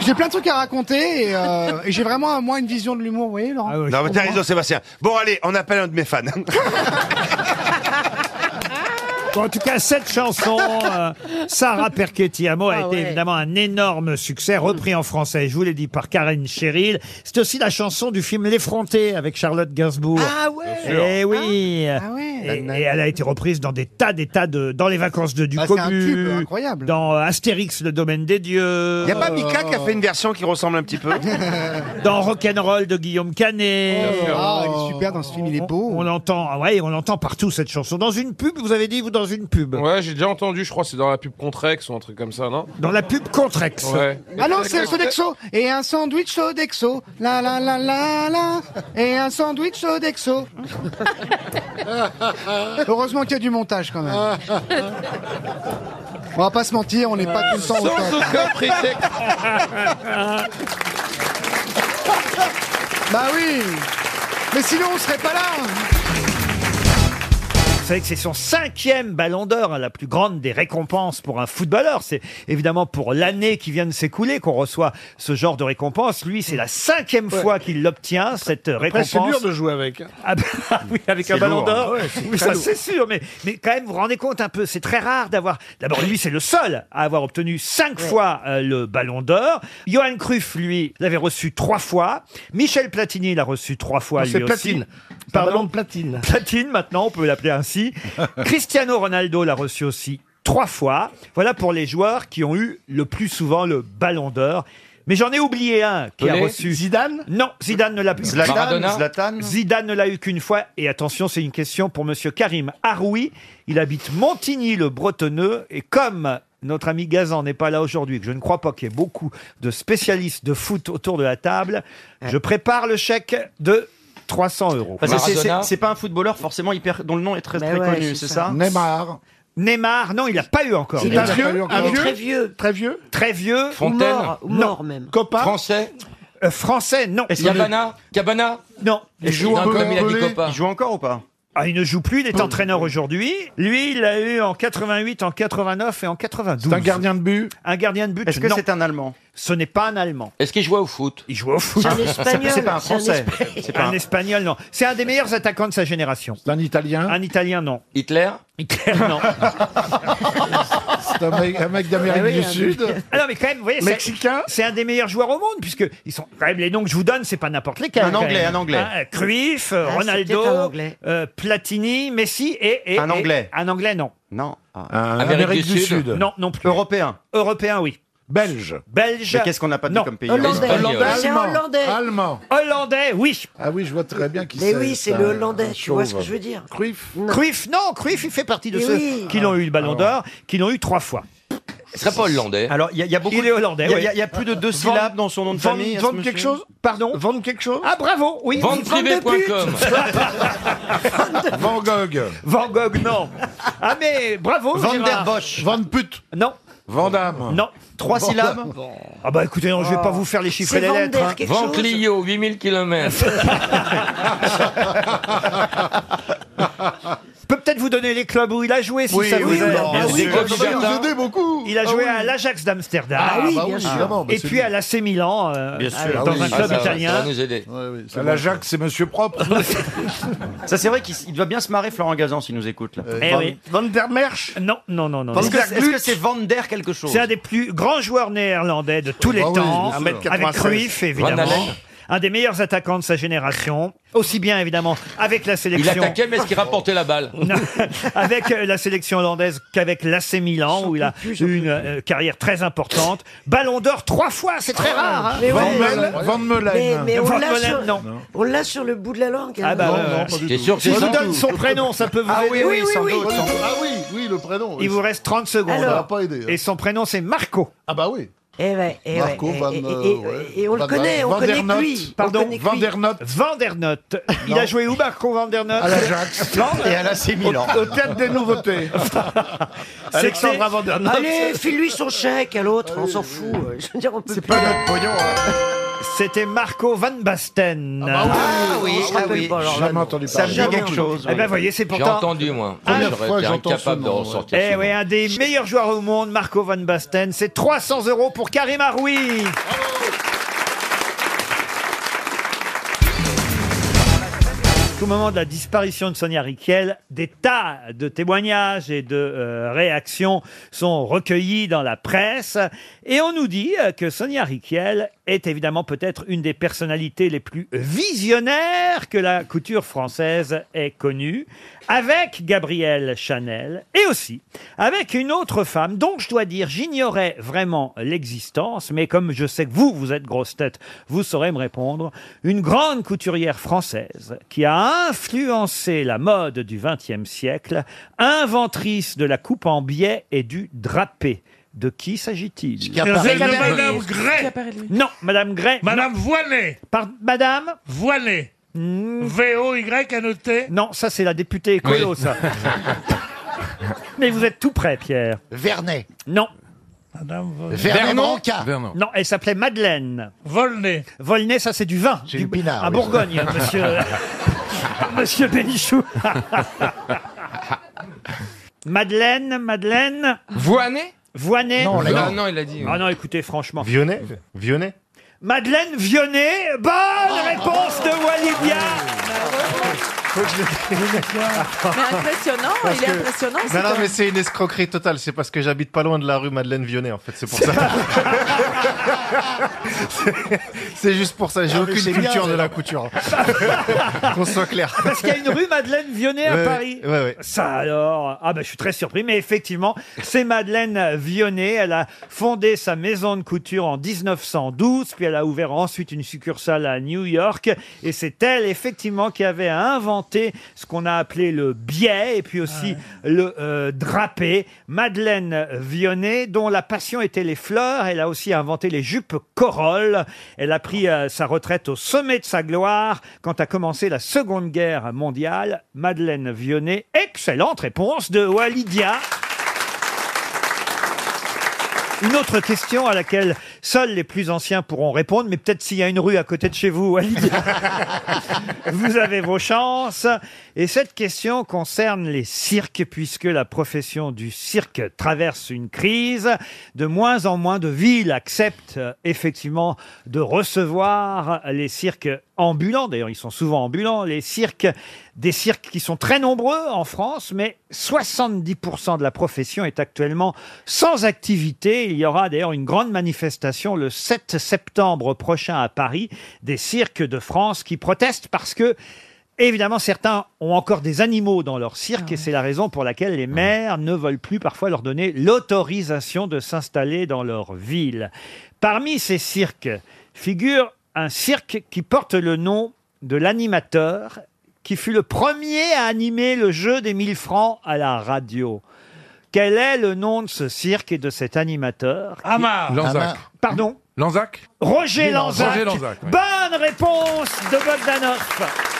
J'ai plein de trucs à raconter et, euh, et j'ai vraiment, moi, une vision de l'humour, vous voyez, Laurent Ah Ah Non, mais t'as raison, Sébastien. Bon, allez, on appelle un de mes fans. En tout cas, cette chanson, euh, Sarah Perchettiamo, a Ah été ouais. évidemment un énorme succès, repris en français, je vous l'ai dit, par Karen Cheryl. C'est aussi la chanson du film L'Effronté avec Charlotte Gainsbourg. Ah ouais Eh oui Ah ouais. et, et elle a été reprise dans des tas, des tas de... Dans les vacances de Ah, c'est un Ducobu, tube incroyable. dans euh, Astérix, le domaine des dieux, Il a pas Mika qui a fait une version qui ressemble un petit peu dans Rock'n'Roll de Guillaume Canet. Ah, il est super dans ce film, il est beau. On l'entend, ah ouais, on l'entend partout cette chanson. Dans une pub, vous avez dit, vous, dans une pub Ouais, j'ai déjà entendu, je crois, c'est dans la pub Contrex ou un truc comme ça, non Dans la pub Contrex. Ouais. Ah non, c'est un Sodexo et un sandwich Sodexo. La la la la la et un sandwich Sodexo. Heureusement qu'il y a du montage quand même. On va pas se mentir, on n'est pas tout le temps au top. Sans aucun prétexte. Bah oui. Mais sinon on serait pas là. hein. Vous savez que c'est son cinquième ballon d'or, hein, la plus grande des récompenses pour un footballeur. C'est évidemment pour l'année qui vient de s'écouler qu'on reçoit ce genre de récompense. Lui, c'est la cinquième fois qu'il l'obtient, cette Après, récompense. c'est dur de jouer avec. Ah bah oui, avec un C'est ballon lourd, d'or. hein. Ouais, c'est très oui, ça lourd. c'est sûr, mais, mais quand même, vous vous rendez compte un peu, c'est très rare d'avoir. D'abord, lui, c'est le seul à avoir obtenu cinq fois euh, le ballon d'or. Johan Cruyff, lui, l'avait reçu trois fois. Michel Platini l'a reçu trois fois. Non, lui c'est aussi. Platine. C'est un Pardon ballon de platine. Platine, maintenant, on peut l'appeler ainsi. Cristiano Ronaldo l'a reçu aussi trois fois. Voilà pour les joueurs qui ont eu le plus souvent le ballon d'or. Mais j'en ai oublié un qui a Pelé reçu. Zidane Non, Zidane ne l'a plus. Zlatan Maradona Zlatan Zidane ne l'a eu qu'une fois. Et attention, c'est une question pour Monsieur Karim Haroui. Il habite Montigny-le-Bretonneux. Et comme notre ami Gazan n'est pas là aujourd'hui, que je ne crois pas qu'il y ait beaucoup de spécialistes de foot autour de la table, je prépare le chèque de 300 euros. Parce que c'est- Maradona. c'est- c'est pas un footballeur forcément hyper, dont le nom est très, Mais très ouais, connu, c'est c'est ça. ça, Neymar. Neymar, non, il n'a pas eu encore. C'est un vieux, un Il est vieux, très vieux. très vieux. Très vieux. Ou Fontaine mort, ou Non. mort même. Copain. Français Euh, français, non. Cabana Cabana Non. Il joue, Non, encore, comme il a dit il Copa. joue encore ou pas Ah, il ne joue plus, il est entraîneur aujourd'hui. Lui, il l'a eu en 88, en 89 et en 92. C'est un gardien de but. Un gardien de but, Est-ce que non. c'est un Allemand Ce n'est pas un Allemand. Est-ce qu'il jouait au foot Il joue au foot. C'est un C'est espagnol. c'est pas un c'est Français. Espagnol. C'est pas Un un- Espagnol, non. C'est un des meilleurs attaquants de sa génération. C'est un Italien. Un Italien, non. Hitler Hitler, non. C'est un mec, un mec d'Amérique du Sud. Ah non, mais quand même, vous voyez, c'est- Mexicain. c'est un des meilleurs joueurs au monde, puisque ils sont quand même les noms que je vous donne, c'est pas n'importe lesquels. Un quand Anglais, même. un Anglais. Hein, Cruyff, euh, Ah, c'était Ronaldo, un Anglais. euh, Platini, Messi et, et- Un et- Anglais. un Anglais, non. Non. Ah. Un Euh, Amérique du Sud. Non, non plus. Européen. Européen, oui. Belge. Belge. Mais qu'est-ce qu'on n'a pas dit Non. comme pays Hollandais. Espagnol. euh, C'est un hollandais. Allemand. Hollandais, oui. Ah oui, je vois très bien qui c'est. Mais oui, c'est un- le hollandais. un Tu vois ce que chauve. je veux dire Cruyff. Cruyff, non, Cruyff, il fait partie de Mais ceux Eh oui. qui l'ont eu le ballon d'or, qui l'ont eu trois fois. Ce serait pas hollandais. Alors, il y, a- il y a beaucoup. Il est hollandais, Il y a- oui. il y, a- il y a plus de deux syllabes dans son nom de Vendre famille. à ce vendre quelque monsieur. chose Pardon Vendre quelque chose Ah bravo, oui. Venteprivé.com. Van Gogh. Van Gogh, non. Ah mais bravo. Van der Gérard. Bosch. Van Put. Non, Van Damme. non. Trois syllabes. Ah bah écoutez, non, je vais pas vous faire les chiffres et Oh. C'est les lettres. Vander hein. quelque Vente chose. Clio, 8000 km. Je peux peut-être vous donner les clubs où il a joué si Oui, ça vous oui, aide. non, Bien ah sûr. oui, Des ça va Jardins. nous aider beaucoup. Il a joué Ah oui. à l'Ajax d'amsterdam. Ah oui, bien sûr. évidemment, bah, Et c'est puis lui. à l'AC Milan, euh, Bien sûr, euh, ah dans oui. un Ah, club ça, va, ça italien. va nous aider. À la Jacques, c'est monsieur propre. Ça, c'est vrai qu'il s- il doit bien se marrer, Florent Gazan, s'il nous écoute. là. Euh, Eh Van, oui. Van der Merch Non, non, non, non. Est-ce non. que est-ce que c'est Van der quelque chose C'est un des plus grands joueurs néerlandais de tous les Ah oui, temps, bien sûr. avec 1m96. Cruyff Van évidemment. Halen. Un des meilleurs attaquants de sa génération, aussi bien évidemment avec la Il sélection. attaquait, mais est-ce qu'il rapportait la balle avec euh, la sélection hollandaise qu'avec l'AC Milan, où il a eu une euh, carrière très importante. Ballon d'or trois fois, c'est très rare. hein. Ah, Mais Van ouais. Mel- Van Mais, Meulen. mais on Van l'a Meulen, sur, non. on l'a sur le bout de la langue. Ah bah, hein. ouais, ouais. T'es sûr que Je c'est vous ça donne son prénom, ça peut vous Ah oui, aider. oui, sans doute. Ah oui, oui, le prénom. Il vous reste 30 secondes. Alors. Ça va pas aider, hein. Et son prénom, c'est Marco. Ah bah oui. Eh ouais, eh Marco ouais, Van, et- et- euh, et- ouais. eh, et on le Van- connaît, on Van der connaît que Noot. lui. Pardon, on connaît que Van lui. der Noot. Van der Noot. Il a joué où, Marco Van der Noot À l'Ajax. Non, Et à l'AC Milan. Au, au théâtre des nouveautés. Alexandra Van der Noot. Allez, file-lui son chèque à l'autre, on s'en fout. euh, Je veux dire, on peut C'est pas notre pognon. hein. C'était Marco Van Basten. Ah bah oui. Ah oui, ah oui. Jamais entendu Ça me parler. dit quelque chose. Eh ben, voyez, c'est J'ai pourtant- entendu, moi. Ah, J'aurais fois que été j'entends ce incapable de nom, ressortir. Eh ce ouais, un des meilleurs joueurs au monde, Marco Van Basten. C'est 300 euros pour Karim Aroui. Au moment de la disparition de Sonia Riquel, des tas de témoignages et de euh, réactions sont recueillis dans la presse. Et on nous dit euh, que Sonia Riquel est évidemment peut-être une des personnalités les plus visionnaires que la couture française ait connue, avec Gabrielle Chanel et aussi avec une autre femme dont je dois dire j'ignorais vraiment l'existence, mais comme je sais que vous, vous êtes grosse tête, vous saurez me répondre, une grande couturière française qui a influencé la mode du XXe siècle, inventrice de la coupe en biais et du drapé. De qui s'agit-il C'est de Madame Gray. Non, Madame Gray. Madame Voilet. Madame Voilet. V-O-Y à noter. Hmm. Non, ça c'est la députée écolo, Oui. ça. Mais vous êtes tout prêt, Pierre. Vernet. Non. Vernet Branca. Vernon. Non, elle s'appelait Madeleine. Volney. Volney, ça c'est du vin. C'est du du pinard, À oui. Bourgogne, hein, monsieur. monsieur Bénichou. Madeleine, Madeleine. Voinet Voinet. Non, on l'a Ah dit. non, il l'a dit. Ah non, écoutez, franchement. Vionnet Vionnet Madeleine Vionnet. Bonne réponse de Walidia. Mais impressionnant, Parce il est que- impressionnant. c'est Non, non, comme- mais c'est une escroquerie totale. C'est parce que j'habite pas loin de la rue Madeleine Vionnet, en fait. C'est pour ça. C'est- c'est juste pour ça. J'ai Ah, mais aucune c'est bien, culture de mais- la couture. Qu'on soit clair. Ah, Euh, Parce qu'il y a une rue Madeleine Vionnet à Ouais, Paris. ouais, ouais. Ça alors Ah ben je suis très surpris, mais effectivement, c'est Madeleine Vionnet. Elle a fondé sa maison de couture en 1912, puis elle a ouvert ensuite une succursale à New York. Et c'est elle effectivement qui avait inventé ce qu'on a appelé le biais et puis aussi le euh, drapé. Madeleine Vionnet, dont la passion était les fleurs, elle a aussi inventé les jupes Corolle. Elle a pris euh, sa retraite au sommet de sa gloire quand a commencé la Seconde Guerre mondiale. Madeleine Vionnet, excellente réponse de Walidia. Une autre question à laquelle seuls les plus anciens pourront répondre, mais peut-être s'il y a une rue à côté de chez vous, Walidia, vous avez vos chances. Et cette question concerne les cirques, puisque la profession du cirque traverse une crise. De moins en moins de villes acceptent euh, effectivement de recevoir les cirques ambulants. D'ailleurs, ils sont souvent ambulants. Les cirques, des cirques qui sont très nombreux en France, mais 70% de la profession est actuellement sans activité. Il y aura d'ailleurs une grande manifestation le 7 septembre prochain à Paris des cirques de France qui protestent parce que Évidemment, certains ont encore des animaux dans leur cirque et c'est la raison pour laquelle les maires ne veulent plus parfois leur donner l'autorisation de s'installer dans leur ville. Parmi ces cirques figure un cirque qui porte le nom de l'animateur qui fut le premier à animer le jeu des 1000 francs à la radio. Quel est le nom de ce cirque et de cet animateur qui- Hamar. Lanzac. Hamar. Pardon Lanzac Roger Roger Lanzac. Lanzac, oui. Bonne réponse de Bogdanov.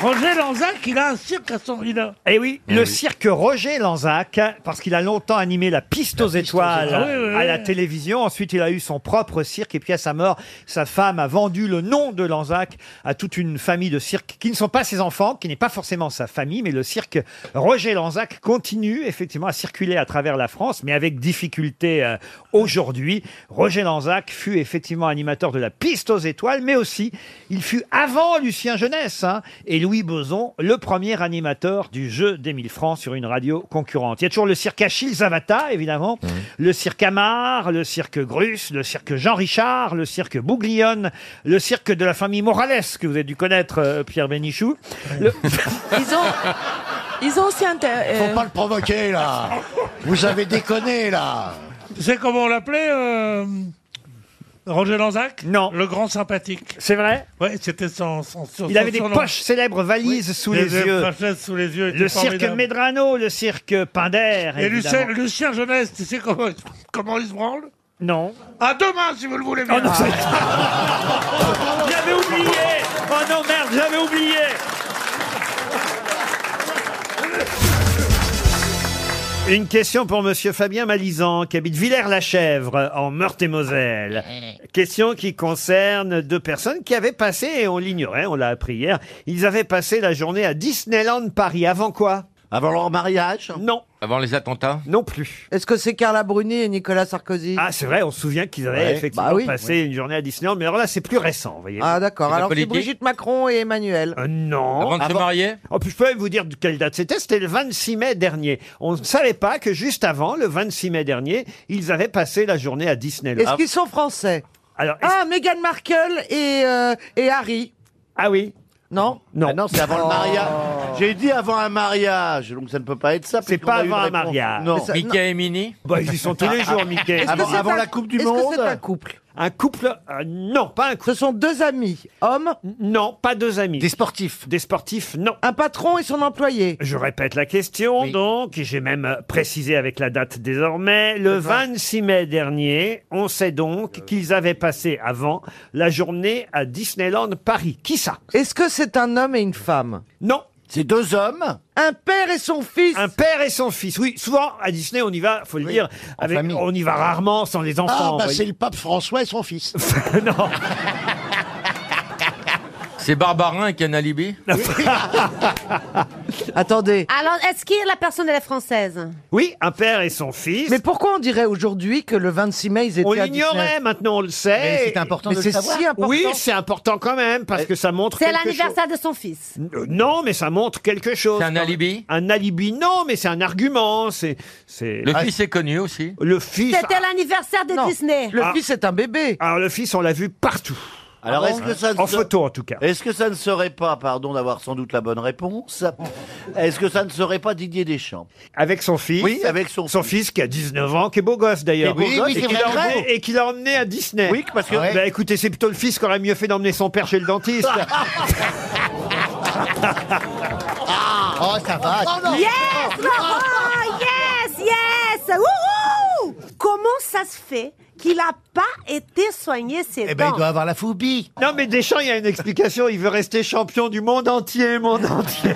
Roger Lanzac, il a un cirque à son. Il a... Eh oui, le cirque Roger Lanzac, parce qu'il a longtemps animé la piste aux étoiles étoiles. Ah oui, oui, à oui. la télévision. Ensuite, il a eu son propre cirque. Et puis, à sa mort, sa femme a vendu le nom de Lanzac à toute une famille de cirques qui ne sont pas ses enfants, qui n'est pas forcément sa famille. Mais le cirque Roger Lanzac continue effectivement à circuler à travers la France, mais avec difficulté euh, aujourd'hui. Roger Lanzac fut effectivement animateur de la piste aux étoiles, mais aussi, il fut avant Lucien Jeunesse hein, et Louis Boson, le premier animateur du jeu des 1000 francs sur une radio concurrente. Il y a toujours le cirque Achille Zavata, évidemment, le cirque Amar, le cirque Grus, le cirque Jean-Richard, le cirque Bouglione, le cirque de la famille Morales, que vous avez dû connaître, euh, Pierre Bénichou. Le- Ils ont, ils ont aussi inter... Faut pas le provoquer là. Vous avez déconné là. C'est comment on l'appelait euh, Roger Lanzac Non. Le grand sympathique. C'est vrai Ouais, c'était son, son, euh, son- Il avait son des surnom. poches célèbres valises Oui. sous Des- les, des yeux. pochettes sous les yeux. Le étaient cirque formidables. Medrano, le cirque Pinder. Et Lucien, évidemment. Lucien Jeunesse, tu sais comment, comment il se branle Non. Oh, À demain, si vous le voulez bien. J'avais oublié Oh non, merde, j'avais oublié Une question pour Monsieur Fabien Malizan, qui habite Villers-la-Chèvre, en Meurthe-et-Moselle. Question qui concerne deux personnes qui avaient passé, et on l'ignorait, on l'a appris hier, ils avaient passé la journée à Disneyland Paris. Avant quoi Avant leur mariage Non. Avant les attentats Non plus. Est-ce que c'est Carla Bruni et Nicolas Sarkozy Ah, c'est vrai, on se souvient qu'ils avaient Ouais. effectivement Bah oui. passé une journée à Disneyland, mais alors là, c'est plus récent, vous voyez. Ah d'accord, alors c'est Brigitte Macron et Emmanuel. Euh, non. Avant de se Avant- marier oh, puis Je peux même vous dire de quelle date c'était. C'était le 26 mai dernier. On ne savait pas que juste avant, le 26 mai dernier, ils avaient passé la journée à Disneyland. Est-ce qu'ils sont français Alors, Ah, Meghan Markle et, euh, et Harry. Ah oui Non Oh. Non. Ah non, c'est avant le mariage. J'ai dit avant un mariage, donc ça ne peut pas être ça. C'est puisqu'on pas a eu une avant un réponse. mariage. Non. Mickey Mickey et Minnie Ah. Bah, ils y sont tous les jours, Mickey. Est-ce que Avant, c'est avant un- la Coupe du est-ce que Monde c'est un couple Un couple euh, Non, pas un couple. Ce sont deux amis, hommes Non, pas deux amis. Des sportifs Des sportifs, non. Un patron et son employé. Je répète la question, donc, et j'ai même euh, précisé avec la date désormais. Le 26 mai dernier, on sait donc qu'ils avaient passé avant la journée à Disneyland Paris. Qui ça Est-ce que c'est un homme et une femme Non. C'est deux hommes Un père et son fils Un père et son fils, oui. Souvent, à Disney, on y va, faut le dire, avec, on y va rarement sans les enfants. Ah, bah voyez. c'est le pape François et son fils. non. C'est Barbarin qui a un alibi Attendez. Alors, est-ce que la personne elle est française Oui, un père et son fils. Mais pourquoi on dirait aujourd'hui que le 26 mai, ils étaient On à l'ignorait, Disney maintenant on le sait. Mais c'est important Mais de le c'est savoir. si important. Oui, c'est important quand même, Euh, parce que ça montre C'est quelque l'anniversaire de son fils. chose. Euh, Non, mais ça montre quelque chose. C'est un alibi Un alibi, non, mais c'est un argument. C'est, c'est... Ah. Le fils est connu aussi. Le fils... C'était l'anniversaire de Disney. Ah. est un bébé. Alors le fils, on l'a vu partout. Alors Ah bon est-ce que ça ne En se- photo, en tout cas. Est-ce que ça ne serait pas, pardon d'avoir sans doute la bonne réponse, est-ce que ça ne serait pas Didier Deschamps Avec son fils. Oui, avec son, Son fils qui a 19 ans, qui est beau gosse d'ailleurs. Qui est beau Oui, gosse oui, et c'est qui l'a vrai. emmené- et qui l'a emmené à Disney. Oui, parce Ah que- Bah écoutez, c'est plutôt le fils qui aurait mieux fait d'emmener son père chez le dentiste. Ah, Oh, ça va. Yes, Oh. Laurent Oh, Yes, yes Wouhou Comment ça se fait qu'il n'a pas été soigné ses Eh dents ben, avoir la phobie. Non, mais Deschamps, il y a une explication. Il veut rester champion du monde entier, monde entier.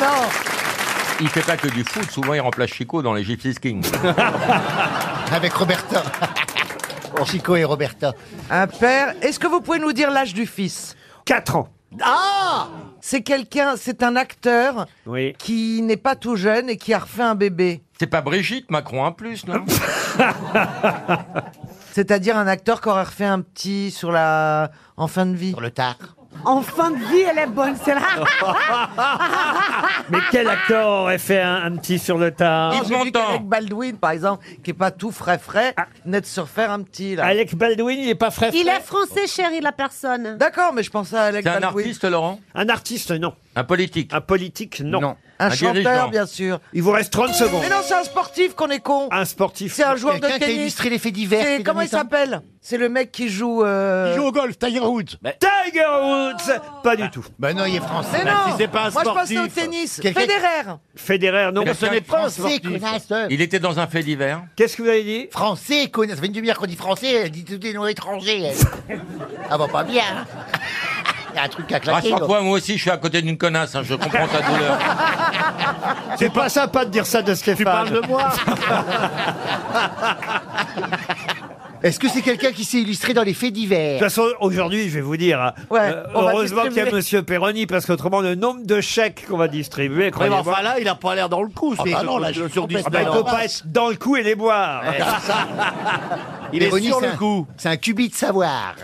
Non. Il fait pas que du foot, souvent il remplace Chico dans les Gypsies Kings. Avec Roberta. Chico et Roberta. Un père. Est-ce que vous pouvez nous dire l'âge du fils 4 ans. Ah C'est quelqu'un, c'est un acteur Oui. qui n'est pas tout jeune et qui a refait un bébé. C'est pas Brigitte Macron en plus, non C'est-à-dire un acteur qui aurait refait un petit sur la... en fin de vie. Sur le tard. En fin de vie, elle est bonne, c'est là. Mais quel acteur aurait fait un, un petit sur le tard Alec Baldwin, par exemple, qui est pas tout frais frais, venait de se refaire un petit là. Ah. Alec Baldwin, il est pas frais Il est français, chérie, la personne. D'accord, mais je pensais à Alec C'est un Baldwin. artiste, Laurent Un artiste, non. Un politique Un politique, non. Un chanteur, bien sûr. Il vous reste 30 secondes. Mais non, c'est un sportif qu'on est con. Un sportif. C'est un joueur de Quelqu'un qui a tennis. illustré les faits divers C'est- ces Comment il derniers temps. s'appelle C'est le mec qui joue. euh, au golf, Tiger Woods. Tiger Woods Pas du tout. Bah non, il est français. Mais non Ah, Moi, je pensais au tennis. Quelqu'un- Federer Fédéraire, non. Quelqu'un Ce n'est pas un français, sportif. connasse. Il était dans un fait divers. Qu'est-ce que vous avez dit Français, connasse. Ça fait une demi-heure qu'on dit français, elle dit tous des noms étrangers. elle. ah bah pas bien. Il y a un truc à Ah, claquer. Rassure-toi, moi aussi je suis à côté d'une connasse, hein, je comprends ta douleur. C'est pas sympa de dire ça de Stéphane. Tu parles de moi Est-ce que c'est quelqu'un qui s'est illustré dans les faits De divers toute façon, aujourd'hui, je vais vous dire, hein, Ouais, euh, on va heureusement qu'il y a distribuer. Monsieur Perroni, parce qu'autrement, le nombre de chèques qu'on va distribuer, Oui, mais croyez-moi, enfin là, il a pas l'air dans le coup. Ah c'est- bah non, là, sur je suis Disney, complètement- Ah bah, il peut non. pas être dans le coup et les boire. Ouais, c'est ça. Il est Véronique, sur c'est le un- coup. C'est un cubit de savoir.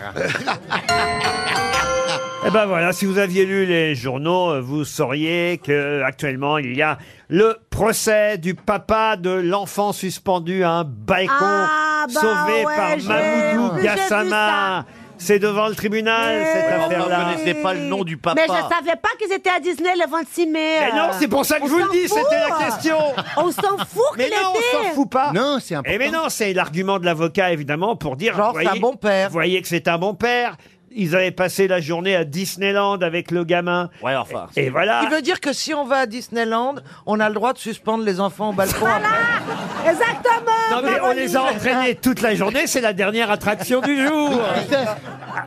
Eh ben voilà, si vous aviez lu les journaux, euh, vous sauriez que euh, actuellement il y a le procès du papa de l'enfant suspendu à un balcon Ah, bah sauvé ouais, par j'ai- Mamoudou j'ai vu Gassama. C'est devant le tribunal, cette Enfin, vous affaire-là. ne connaissez pas le nom du papa. Mais je savais pas qu'ils étaient à Disney le 26 mai. Mais non, c'est pour ça que On je vous le s'en dis, fout. c'était la question. On s'en fout Mais qu'il non, on était. s'en fout pas. Non, c'est important. Et mais non, c'est l'argument de l'avocat, évidemment, pour dire. Genre, c'est un bon père. Vous voyez que c'est un bon père. Ils avaient passé la journée à Disneyland avec le gamin. Ouais, enfin. Et, et Ah. voilà. Qui veut dire que si on va à Disneyland, on a le droit de suspendre les enfants au balcon après. Non, Exactement. mais on les a entraînés toute la journée, c'est la dernière attraction du jour.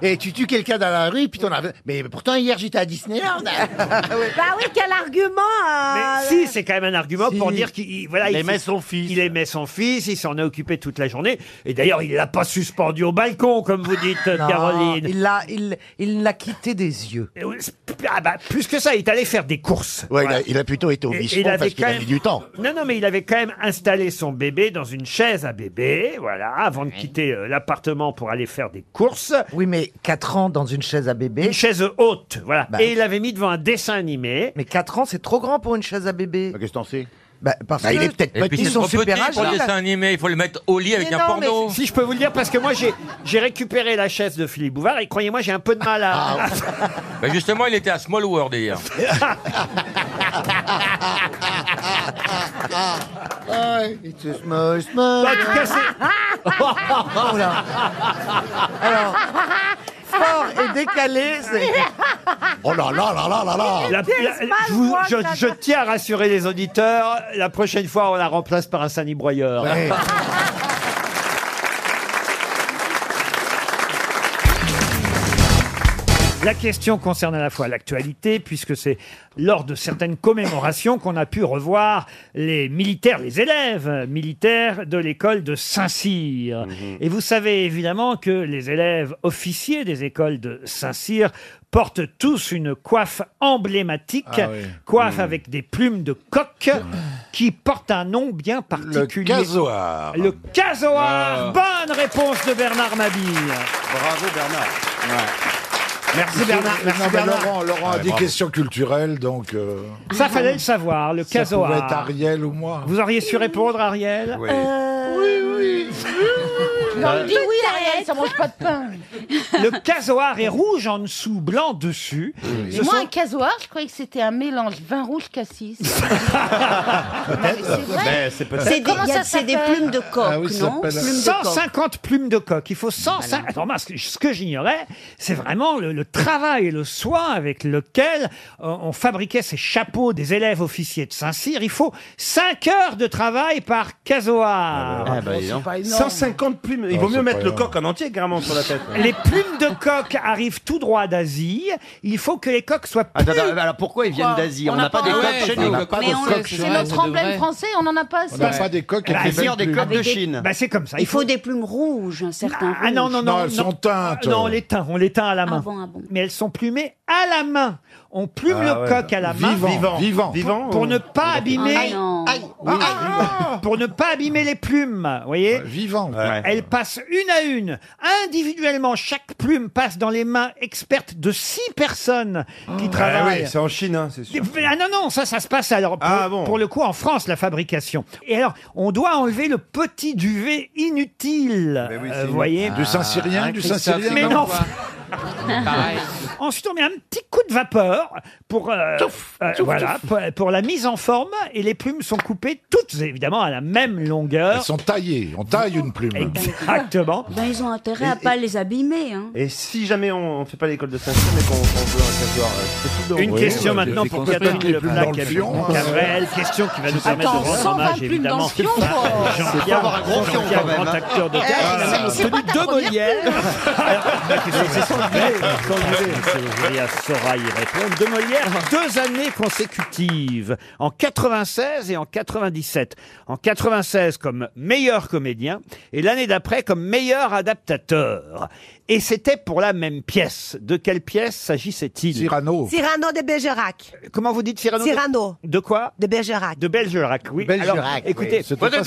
Et tu tues quelqu'un dans la rue, puis t'en as- Mais pourtant, hier, j'étais à Disneyland. Bah oui, quel argument. Ah, euh, Si, c'est quand même un argument pour dire qu'il il- voilà, Il s'est- aimait son fils. Il aimait son fils, il s'en est occupé toute la journée. Et d'ailleurs, il l'a pas suspendu au balcon, comme vous dites, Non, Caroline. Il l'a, il, il l'a quitté des yeux. Et oui, c'est- Ah bah, plus que ça, il est allé faire des courses. Ouais, il a- il a plutôt été au Et- bichon il avait parce qu'il quand a même- mis du temps. Non, non, mais il avait quand même installé son bébé dans une chaise à bébé, voilà, avant de quitter euh, l'appartement pour aller faire des courses. Oui, mais 4 ans dans une chaise à bébé. Une chaise haute, voilà. Ah Bah. Et il l'avait mis devant un dessin animé. Mais 4 ans, c'est trop grand pour une chaise à bébé. Qu'est-ce que t'en sais Bah, parce Bah, que il est peut-être Et puis ils c'est sont trop petit super pour le agiles. dessin animé, il faut le mettre au lit avec Mais un non, mais porno. Si je peux vous le dire, parce que moi j'ai j'ai récupéré la chaise de Philippe Bouvard et croyez-moi j'ai un peu de mal à. Bah, justement, il était à Small World hier. It's a small, small. Bah, En tout cas, c'est- Oh là. Alors, fort et décalé, c'est. Oh là là là là là là La- Yes, la- man, je, vous- what je- the- je tiens à rassurer les auditeurs. La prochaine fois, on la remplace par un sanibroyeur. La question concerne à la fois l'actualité, puisque c'est lors de certaines commémorations qu'on a pu revoir les militaires, les élèves militaires de l'école de Saint-Cyr. Mhm. Et vous savez évidemment que les élèves officiers des écoles de Saint-Cyr portent tous une coiffe emblématique, Ah oui. coiffe avec des plumes de coq, qui porte un nom bien particulier. casoar. Le Ah. casoar. Bonne réponse de Bernard Mabille. Bravo Bernard. Merci, Bernard. Merci, mais Bernard. Laurent, Laurent Ah a ouais, dit bravo. question culturelle, donc. euh, Ça fallait le savoir, le ça casoar. pouvait être Ariel ou moi. Vous auriez su répondre, Ariel Euh, Oui. Oui, Euh, Non, dis oui, Ariel, ça mange pas de pain. Le casoar est rouge en dessous, blanc dessus. Ce Mais moi, sont- un casoir, je croyais que c'était un mélange vin rouge cassis. Ben, Mais c'est peut-être. C'est des- Comment il y a- ça c'est des s'appelle plumes de coq, Ah oui, ça non s'appelle- Plumes de coq. 150 plumes de coq. Il faut 150. Attends, moi, ce que- ce que j'ignorais, c'est vraiment le, le travail et le soin avec lequel euh, on fabriquait ces chapeaux des élèves officiers de Saint-Cyr. Il faut 5 heures de travail par casoar. Ah bah, dis donc. 150 plumes. Il vaut mieux mettre le coq en entier carrément sur la tête. Les plumes de coq arrivent tout droit d'Asie. Il faut que les coqs soient plus... Attends, attends, alors pourquoi ils viennent d'Asie On n'a pas des coqs coqs chez nous. Mais on- c'est notre emblème français, on n'en a pas assez. Bah, Bah, si, si, on a des coqs de Chine. Bah, c'est comme ça. Il faut des plumes rouges, un certain Ah non, non, non. rouge. non. Ah, Non, on les teint, on les teint à la main. bon, ah Mais elles sont plumées à la main. On plume Ah le ouais. coq à la main. Vivant. Vivant. Vivant. Pour, Vivant, pour ou- ne pas abîmer. Ah non. Oui, ah. pour ne pas abîmer les plumes, vous voyez Vivant. Elles passent une à une. Individuellement, chaque plume passe dans les mains expertes de six personnes qui Ah. travaillent. c'est en Chine, hein, c'est sûr. Ah non, non, ça, ça se passe alors pour, Ah bon. pour le coup en France, la fabrication. Et alors, on doit enlever le petit duvet inutile. oui, euh, c'est- vous voyez Du Saint-Cyrien, Ah, du Christophe, Saint-Cyrien, Mais non, non quoi. Pareil. Ensuite, on met un petit coup de vapeur pour, euh, euh, voilà, Pour, pour la mise en forme et les plumes sont coupées toutes évidemment à la même longueur. Elles sont taillées. On taille une plume. Exactement. Ben, ils ont intérêt à pas les abîmer. Hein. Et si Eh jamais on ne fait pas l'école de Saint-Cyr mais qu'on qu'on veut un casoir, euh, c'est possible de- Une Oui, question on va maintenant les pour construire. Catherine Dans Le Plac, le Gabriel, fion, hein. question qui va nous Attends, permettre de rendre 120 hommage plumes dans évidemment le fion, quoi. à C'est pas avoir un gros fion, Jean-Pierre, quand même, grand hein. acteur de Eh, théâtre, c'est- il a c'est pas obtenu deux Molières. Alors, la question, c'est sans duvet, sans duvet, monsieur Julia Sora y répond. Deux Molières, deux années consécutives, en 96 et en 97. En 96 comme meilleur comédien et l'année d'après comme meilleur adaptateur. Et c'était pour la même pièce. De quelle pièce s'agissait-il Cyrano. Cyrano de Bergerac. Comment vous dites Cyrano de- Cyrano. De quoi De Bergerac. De Bergerac, oui. Alors, écoutez, Cyrano. euh,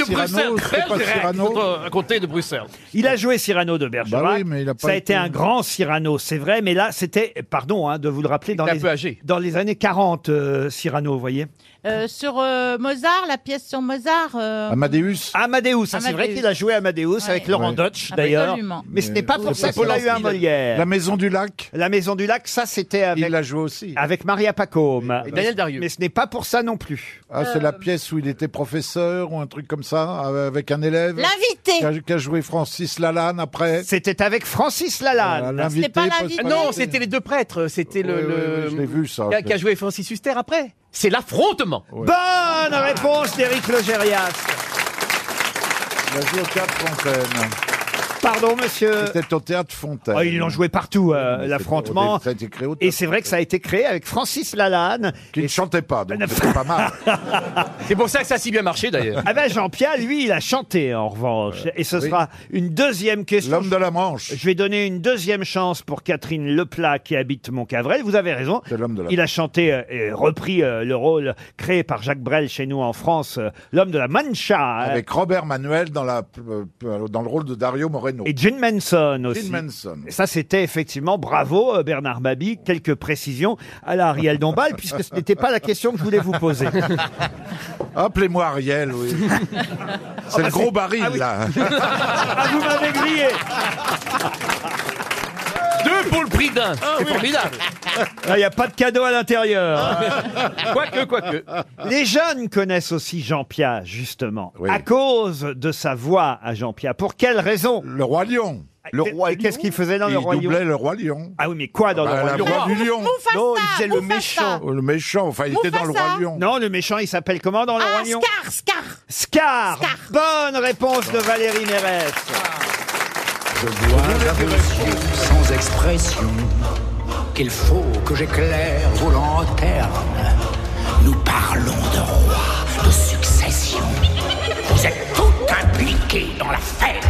à côté de Bruxelles. il a joué Cyrano de Bergerac. Bah oui, mais il a pas Ça a été été- un grand Cyrano, c'est vrai, mais là, c'était, pardon hein, de vous le rappeler, dans les, dans les années 40, euh, Cyrano, vous voyez euh, sur euh, Mozart, la pièce sur Mozart. euh, Ah, Amadeus Amadeus, ah, c'est vrai Amadeus. qu'il a joué Amadeus avec Laurent Ouais. Ah, Dutch d'ailleurs. Absolument. Mais ce n'est pas pour C'est ça pas qu'on a ça. eu un Molière. La Maison du Lac La Maison du Lac, ça c'était avec. Il la joué aussi. Avec Maria Pacôme. Et Daniel Darius. Mais ce n'est pas pour ça non plus. Ah, c'est la pièce où il était professeur ou un truc comme ça, euh, avec un élève. L'invité. Qu'a qu'a joué Francis Lalanne après. C'était avec Francis Lalanne. Voilà, l'invité, C'était pas post- l'invité. Non, c'était les deux prêtres. C'était le. Oui, oui, le- oui, je l'ai vu, ça. Qui a, qui a joué Francis Huster après. C'est l'affrontement. Bonne réponse d'Éric Logérias. Il a joué au Théâtre Fontaine. Pardon, monsieur. C'était au Théâtre Fontaine. Oh, ils l'ont joué partout, euh, Mais c'était au l'affrontement. dé- ça a été créé au Et Théâtre c'est vrai que ça a été créé avec Francis Lalanne. Ah, Qui ne chantait pas, donc c'était pas mal. C'est pour ça que ça a si bien marché d'ailleurs. Ah ben Jean-Pierre, lui, il a chanté en revanche. Et ce oui. sera une deuxième question. L'homme de la Manche. Je vais donner une deuxième chance pour Catherine Leplat qui habite Montcavrel. Vous avez raison. Il a chanté euh, et repris euh, le rôle créé par Jacques Brel chez nous en France, euh, l'homme de la Mancha. Avec Robert Manuel dans, la, euh, dans le rôle de Dario Moreno. Et Gene Manson aussi. Gene Manson. Et ça, c'était effectivement bravo euh, Bernard Mabi. Quelques précisions à la Ariel Dombal, puisque ce n'était pas la question que je voulais vous poser. Appelez-moi Ariel, oui. Ah C'est bah le gros baril, là. Ah, vous m'avez grillé Deux pour le prix d'un. Ah c'est formidable. Ah, Il n'y a pas de cadeau à l'intérieur. quoique, quoique. Bah, Ah. Les jeunes connaissent aussi Jean-Pierre, justement, à cause de sa voix à Jean-Pierre. Pour quelle raison Le roi lion. Le roi Qu'est-ce qu'il faisait dans Il le roi lion doublait le roi lion. Ah oui, mais quoi dans Bah, le la roi voix lion du lion. Non, il faisait le méchant. Oh, Le méchant, enfin, il était dans le roi lion. Non, le méchant, il s'appelle comment dans le Ah, roi lion Ah, Scar, Scar. Scar. Bonne réponse de Valérie Mérès. Je dois avouer sans expression qu'il faut que j'éclaire vos lanternes. Nous parlons de roi, de succession. Vous êtes tout impliqués dans la fête.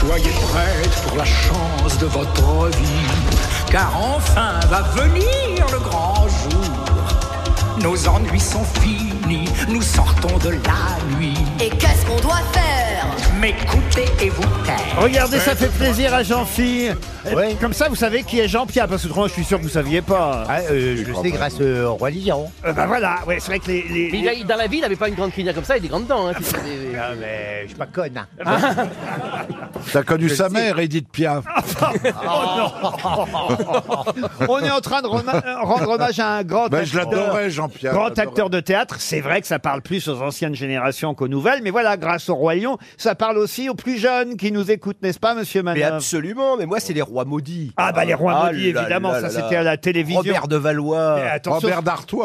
Soyez prêts pour la chance de votre vie, car enfin va venir le grand jour. Nos ennuis sont finis, nous sortons de la nuit. Et qu'est-ce qu'on doit faire M'écoutez et vous taire. Regardez, ça fait plaisir à Jean-Fille. Comme ça, vous savez qui est Jean-Pierre, parce que autrement, je suis sûr que vous saviez pas. Ah, euh, Je sais grâce au roi Lion. Euh, bah voilà, ouais, c'est vrai que les. les- Ah, Mais il a- il- dans la vie, il n'avait pas une grande crinière comme ça, il a des Ah. grandes dents. Hein, Non, mais je suis pas conne. hein. T'as connu sa mère, Edith Piaf. Oh, On est en train de rema- euh, rendre hommage à un grand Ben, je acteur. l'adorais, Jean-Pierre, Grand j'adorais. acteur de théâtre. C'est vrai que ça parle plus aux anciennes générations qu'aux nouvelles, mais voilà, grâce au Roi Lion, ça parle aussi aux plus jeunes qui nous écoutent, n'est-ce pas, monsieur Manon Mais absolument, mais moi c'est les rois maudits. Ah bah les rois Ah maudits là évidemment, là ça là c'était là. à la télévision. Robert de Valois, Mais attention,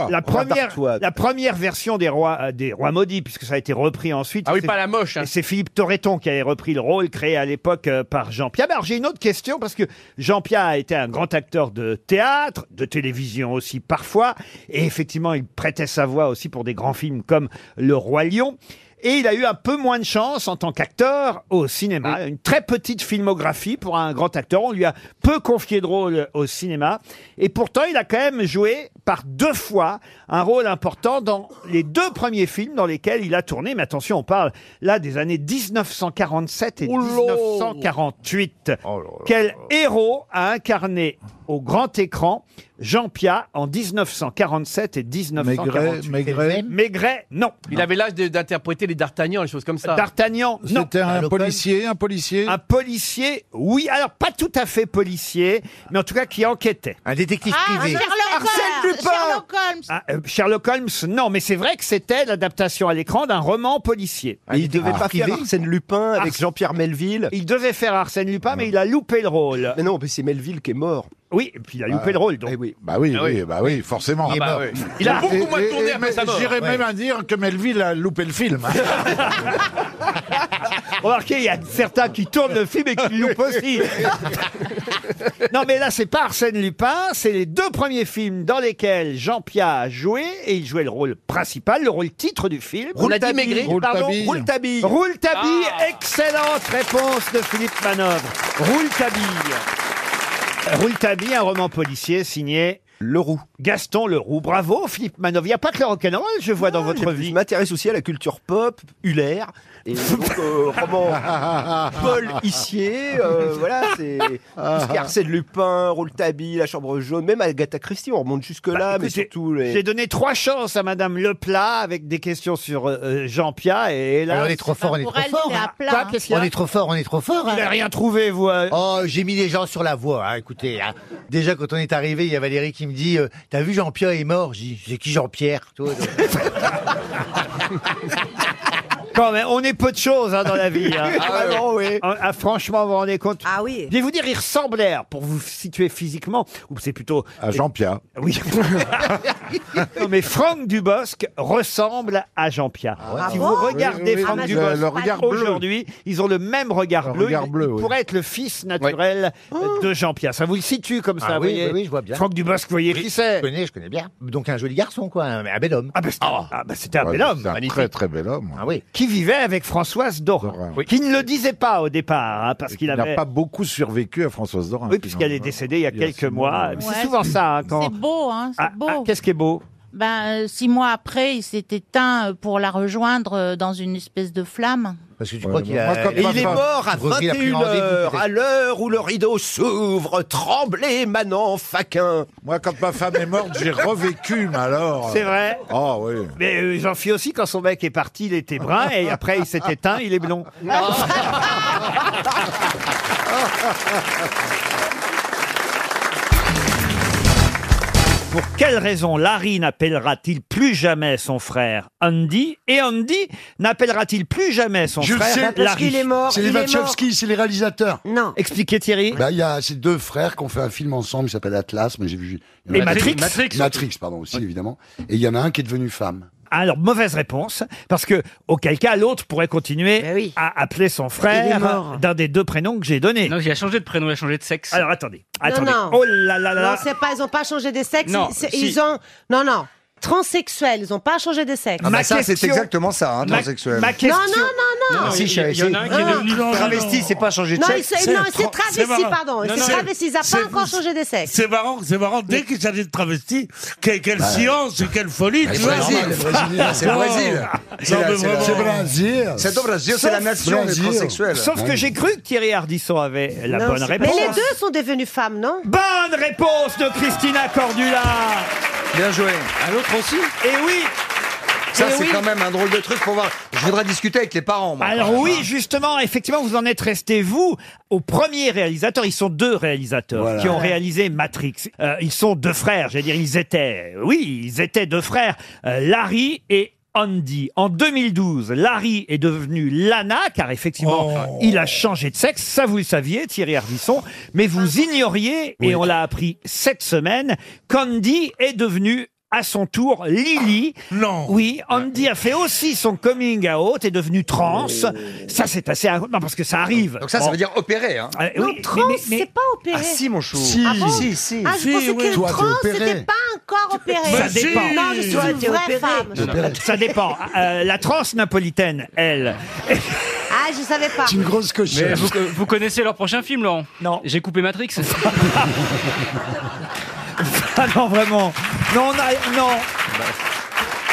La première, la première version des rois, euh, des rois maudits, puisque ça a été repris ensuite. Ah oui, c'est- pas la moche, hein. et C'est Philippe Torreton qui avait repris le rôle créé à l'époque euh, par Jean-Pierre. Mais Alors j'ai une autre question parce que Jean-Pierre a été un grand acteur de théâtre, de télévision aussi parfois, et effectivement il prêtait sa voix aussi pour des grands films comme Le Roi Lion. Et il a eu un peu moins de chance en tant qu'acteur au cinéma. Une très petite filmographie pour un grand acteur. On lui a peu confié de rôle euh, au cinéma. Et pourtant, il a quand même joué par deux fois un rôle important dans les deux premiers films dans lesquels il a tourné. Mais attention, on parle là des années 1947 et 1948. Quel héros a incarné au grand écran Jean Piat en 1947 et 1948 Maigret. Maigret, non. Il avait l'âge de- d'interpréter les D'Artagnan, les choses comme ça. D'Artagnan, non. C'était Bah, un Allô, policier, un policier. Un policier, oui. Alors pas tout à fait policier, mais en tout cas qui enquêtait. Un détective Ah, Sherlock Holmes. Sherlock Holmes. Ah, euh, Sherlock Holmes, non, mais c'est vrai que c'était l'adaptation à l'écran d'un roman policier. il devait pas faire Arsène Lupin Ah. avec Jean-Pierre Melville. Il devait faire Arsène Lupin, Ah, mais il a loupé le rôle. Mais non, mais c'est Melville qui est mort. Oui, et puis il a loupé le rôle, donc. oui. Bah oui, Ah oui, bah oui, forcément. Il est mort. Il a Et- beaucoup moins et- tourné et- après sa mais mort. J'irais Ouais. même à dire que Melville a loupé le film. Remarquez, il y a certains qui tournent le film et qui loupent aussi. non, mais là, c'est pas Arsène Lupin, c'est les deux premiers films dans lesquels Jean-Pierre a joué, et il jouait le rôle principal, le rôle titre du film. On a dit Rouletabille. Maigret. Pardon Rouletabille. Rouletabille. Rouletabille. Rouletabille, excellente réponse de Philippe Manœuvre. Rouletabille. Rouletabille, un roman policier signé Leroux. Gaston Leroux. Bravo, Philippe Manov. Il n'y a pas que le rock'n'roll, je vois dans votre vie. Je m'intéresse aussi à la culture pop, Huller. Et donc, euh, roman Paul Issier, euh, voilà, c'est tout Arsène Lupin, Rouletabille, La Chambre Jaune, même Agatha Christie, on remonte Bah, jusque-là, mais surtout les... J'ai donné trois chances à Madame Leplat avec des questions sur euh, Jean Pia et là. Alors, on est Bah, trop fort, on est trop fort. hein. Quoi, qu'est-ce qu'il y a On est trop fort, on est trop fort. hein. Vous n'avez rien trouvé, vous. hein. Oh, j'ai mis les gens sur la voie, hein, écoutez. hein. Déjà, quand on est arrivé, il y a Valérie qui me dit euh, T'as vu, Jean-Pierre est mort J'ai dit C'est qui Jean-Pierre toi Quand même, on est peu de choses hein, dans la vie. hein. Ah ouais. Vraiment, oui. Ah, ah, franchement, vous vous rendez compte Ah oui. Je vais vous dire, ils ressemblèrent, pour vous situer physiquement, ou c'est plutôt... À Jean-Pierre. Oui. non, mais Franck Dubosc ressemble à Jean-Pierre. ouais. Ah si vous bon regardez Oui, oui, Franck oui. Dubosc Le- le regard bleu. aujourd'hui, ils ont le même regard bleu. regard Il- bleu, il oui. pourrait être le fils naturel de Jean-Pierre. Ça vous le situe comme ça, Ah vous oui, voyez oui, oui, je vois bien. Franck Dubosc, vous voyez qui c'est Je connais, je connais bien. Donc, un joli garçon, quoi, un, un bel homme. Oh. Ah, bah, c'était un bel homme. Un très très bel homme. Ah oui. Qui vivait avec Françoise Dorin. Qui ne le disait pas au départ, hein, parce Il qu'il n'a avait... pas beaucoup survécu à Françoise Dorin. Oui, puisqu'elle est décédée il y a Il y a quelques six mois. mois. C'est Ouais, souvent ça, hein, quand... C'est beau, hein, c'est Ah, beau. ah, Qu'est-ce qui est beau Ben, euh, six mois après, il s'est éteint euh, pour la rejoindre euh, dans une espèce de flamme. Parce que tu crois qu'il a- moi, comme Et ma il est femme. mort à Je crois qu'il a pris 21h, rendez-vous, à l'heure où le rideau s'ouvre, tremblez, manant, faquin. Moi, quand ma femme est morte, j'ai revécu, mais alors. C'est euh, vrai Ah oui. Mais euh, j'en fis aussi, quand son mec est parti, il était brun, et après il s'est éteint, il est blond. Ah. Pour quelle raison Larry n'appellera-t-il plus jamais son frère Andy Et Andy n'appellera-t-il plus jamais son Je le frère sais, Larry parce qu'il est mort, C'est les il est Wachowski, c'est les réalisateurs. Non. Expliquez Thierry. Bah, il y a ces deux frères qui ont fait un film ensemble qui s'appelle Atlas, mais j'ai vu. il y en Et a- Matrix. Matrix. Matrix, pardon, aussi, évidemment. Et il y en a un qui est devenu femme. Alors, mauvaise réponse, parce que, auquel cas, l'autre pourrait continuer à appeler son frère mort. d'un des deux prénoms que j'ai donné. Non, il a changé de prénom, il a changé de sexe. Alors, attendez. Attendez. Non, non. Oh là là là là. Non, c'est pas, ils n'ont pas changé de sexe. Non, ils- c'est- si. Ils ont. Non, non. Transsexuels, ils n'ont pas changé de sexe. Ah bah ça, c'est exactement ça, hein, Ma- transsexuel. ma question- Non, non, non, non. Ah, si, chérie, si. Travesti, c'est pas changer de Non, sexe. ils se- non, c'est tra- travesti, marrant. pardon. Non, C'est non, travesti, ils n'ont c'est- pas encore changé de sexe. C'est marrant, c'est marrant. Dès qu'il s'agit de travesti, quelle, quelle science et quelle folie, Bah, tu c'est vois. normal, le Brésil, Ah, c'est le Oh. Brésil. C'est Non, la- mais c'est la- vraiment. c'est Brésil. C'est au Brésil, c'est la nation des transsexuels. Sauf que Oui. j'ai cru que Thierry Ardisson avait la Non, bonne c'est- réponse. Mais les deux sont devenus femmes, non Bonne réponse de Christina Cordula Bien joué. Un autre aussi Et oui Ça, Eh c'est oui. quand même un drôle de truc pour voir. Je voudrais discuter avec les parents. moi, quand Alors même, oui, hein. justement, effectivement, vous en êtes resté, vous, au premier réalisateur. Ils sont deux réalisateurs Voilà. qui ont réalisé Matrix. Euh, ils sont deux frères, j'allais dire, ils étaient, euh, oui, ils étaient deux frères, euh, Larry et... Andy, en 2012, Larry est devenu Lana, car effectivement, il a changé de sexe, ça vous le saviez, Thierry Ardisson, mais vous ignoriez, et on l'a appris cette semaine, qu'Andy est devenu à son tour Lily. Non. Oui, Andy a fait aussi son coming out, est devenu trans. Ça, c'est assez... Non, parce que ça arrive. Donc ça, ça Bon. veut dire opérer. Hein. Ah, Non, oui, trans, c'est pas opéré. Ah si, mon chou. Si. Ah bon si, si. Ah, je pensais que Toi, t'es trans, opéré. c'était pas encore opéré. Ça dépend. Non, je suis Toi, une t'es vraie femme. Non, non, Ça dépend. Euh, la trans napolitaine, elle. Ah, je savais pas. Mais vous, euh, vous connaissez leur prochain film, Laurent Non. J'ai coupé Matrix. Ah non, vraiment. Non, on a- non.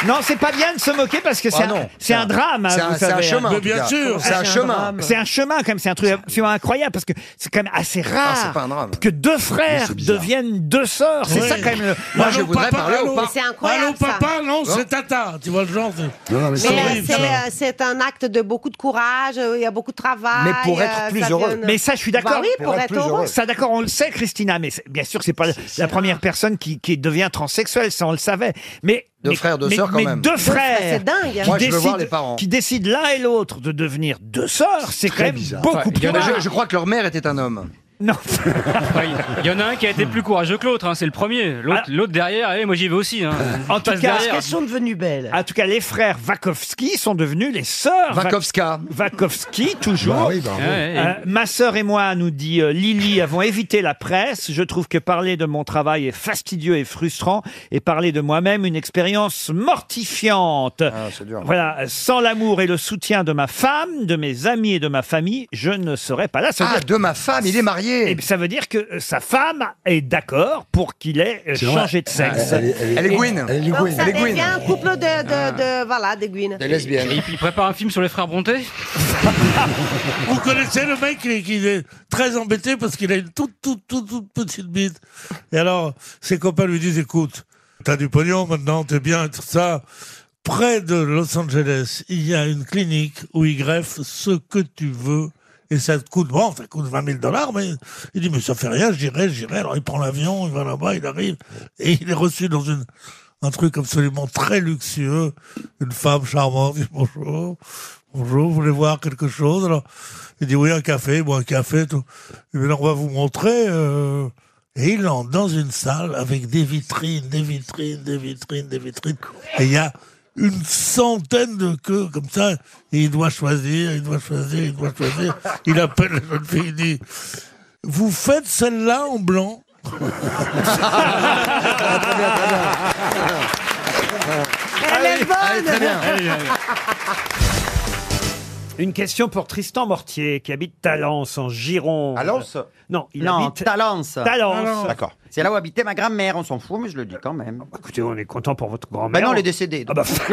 Non, c'est pas bien de se moquer parce que c'est Ah un, non. c'est un drame. hein, C'est un- vous c'est un savez, chemin, hein. en Mais bien tout cas. sûr. C'est un chemin. drame. C'est un chemin quand même. C'est un truc absolument incroyable parce que c'est quand même assez rare Ah, c'est pas un drame. que deux frères deviennent deux sœurs. C'est Ouais. ça quand même. Le... Moi, je voudrais parler au Mais c'est incroyable, Allô papa, ça. non, c'est Tata. Tu vois le genre de... Mais c'est euh, horrible, c'est, ça. euh, c'est un acte de beaucoup de courage, euh, il y a beaucoup de travail. euh, ça vient- Mais ça, je suis Bah d'accord. oui, pour, être, heureux. Ça, d'accord, on le sait, Christina. Mais c'est- bien sûr, c'est pas la première personne qui, qui devient transsexuelle. Ça, on le savait. Mais Deux mais- frères, deux mais- sœurs, quand mais même. Deux Deux frères. frères, c'est dingue, hein. qui Moi, je veux voir décident- les parents. Qui décident l'un et l'autre de devenir deux sœurs. C'est quand même beaucoup Enfin, il plus y en a- rare. je, je crois que leur mère était un homme. Non. Ouais, Il y en a un qui a été plus courageux que l'autre, hein, c'est le premier. L'autre l'autre derrière, allez, moi j'y vais aussi. Hein. En Je tout passe cas, derrière. devenues belles. En tout cas, les frères Vakovski sont devenus les sœurs. Vakovska. Vakovski, toujours. Bah oui, bah oui. Ouais, ouais. Euh, ma sœur et moi, nous dit euh, Lily, avons évité la presse. Je trouve que parler de mon travail est fastidieux et frustrant et parler de moi-même une expérience mortifiante. Ah, Voilà, sans l'amour et le soutien de ma femme, de mes amis et de ma famille, je ne serais pas là. Ça veut Ah, dire- de ma femme, il est marié marié. Et ça veut dire que euh, sa femme est d'accord pour qu'il ait euh, C'est vrai. changé de sexe. Elle est- elle est- Elle est gouine. elle est Donc ça devient un couple de, Ah. de, de- voilà, de Gwyn. Et puis il prépare un film sur les frères Bronté Vous connaissez le mec qui, qui est très embêté parce qu'il a une toute, toute, toute, toute petite bite. Et alors, ses copains lui disent, écoute, t'as du pognon maintenant, t'es bien et tout ça. Près de Los Angeles, il y a une clinique où ils greffent ce que tu veux. Et ça te coûte, bon, ça coûte 20 000 dollars, mais il dit, mais ça fait rien, j'irai, j'irai. Alors il prend l'avion, il va là-bas, il arrive, et il est reçu dans une, un truc absolument très luxueux. Une femme charmante dit bonjour, bonjour, vous voulez voir quelque chose Alors, il dit oui, un café, bon, un café, tout. Il dit, non, on va vous montrer. euh. Et il entre dans une salle avec des vitrines, des vitrines, des vitrines, des vitrines. Et il y a une centaine de queues comme ça. Et il doit choisir, il doit choisir, il doit choisir. Il appelle la jeune fille, il dit, vous faites celle-là en blanc Elle est bonne Une question pour Tristan Mortier, qui habite Talence, en Gironde. Talence Non, il non, habite... Talence. Talence. Ah D'accord. C'est là où habitait ma grand-mère, on s'en fout, mais je le dis quand même. Bah, Écoutez, on est content pour votre Bah grand-mère. non, elle est décédée. Ah bah,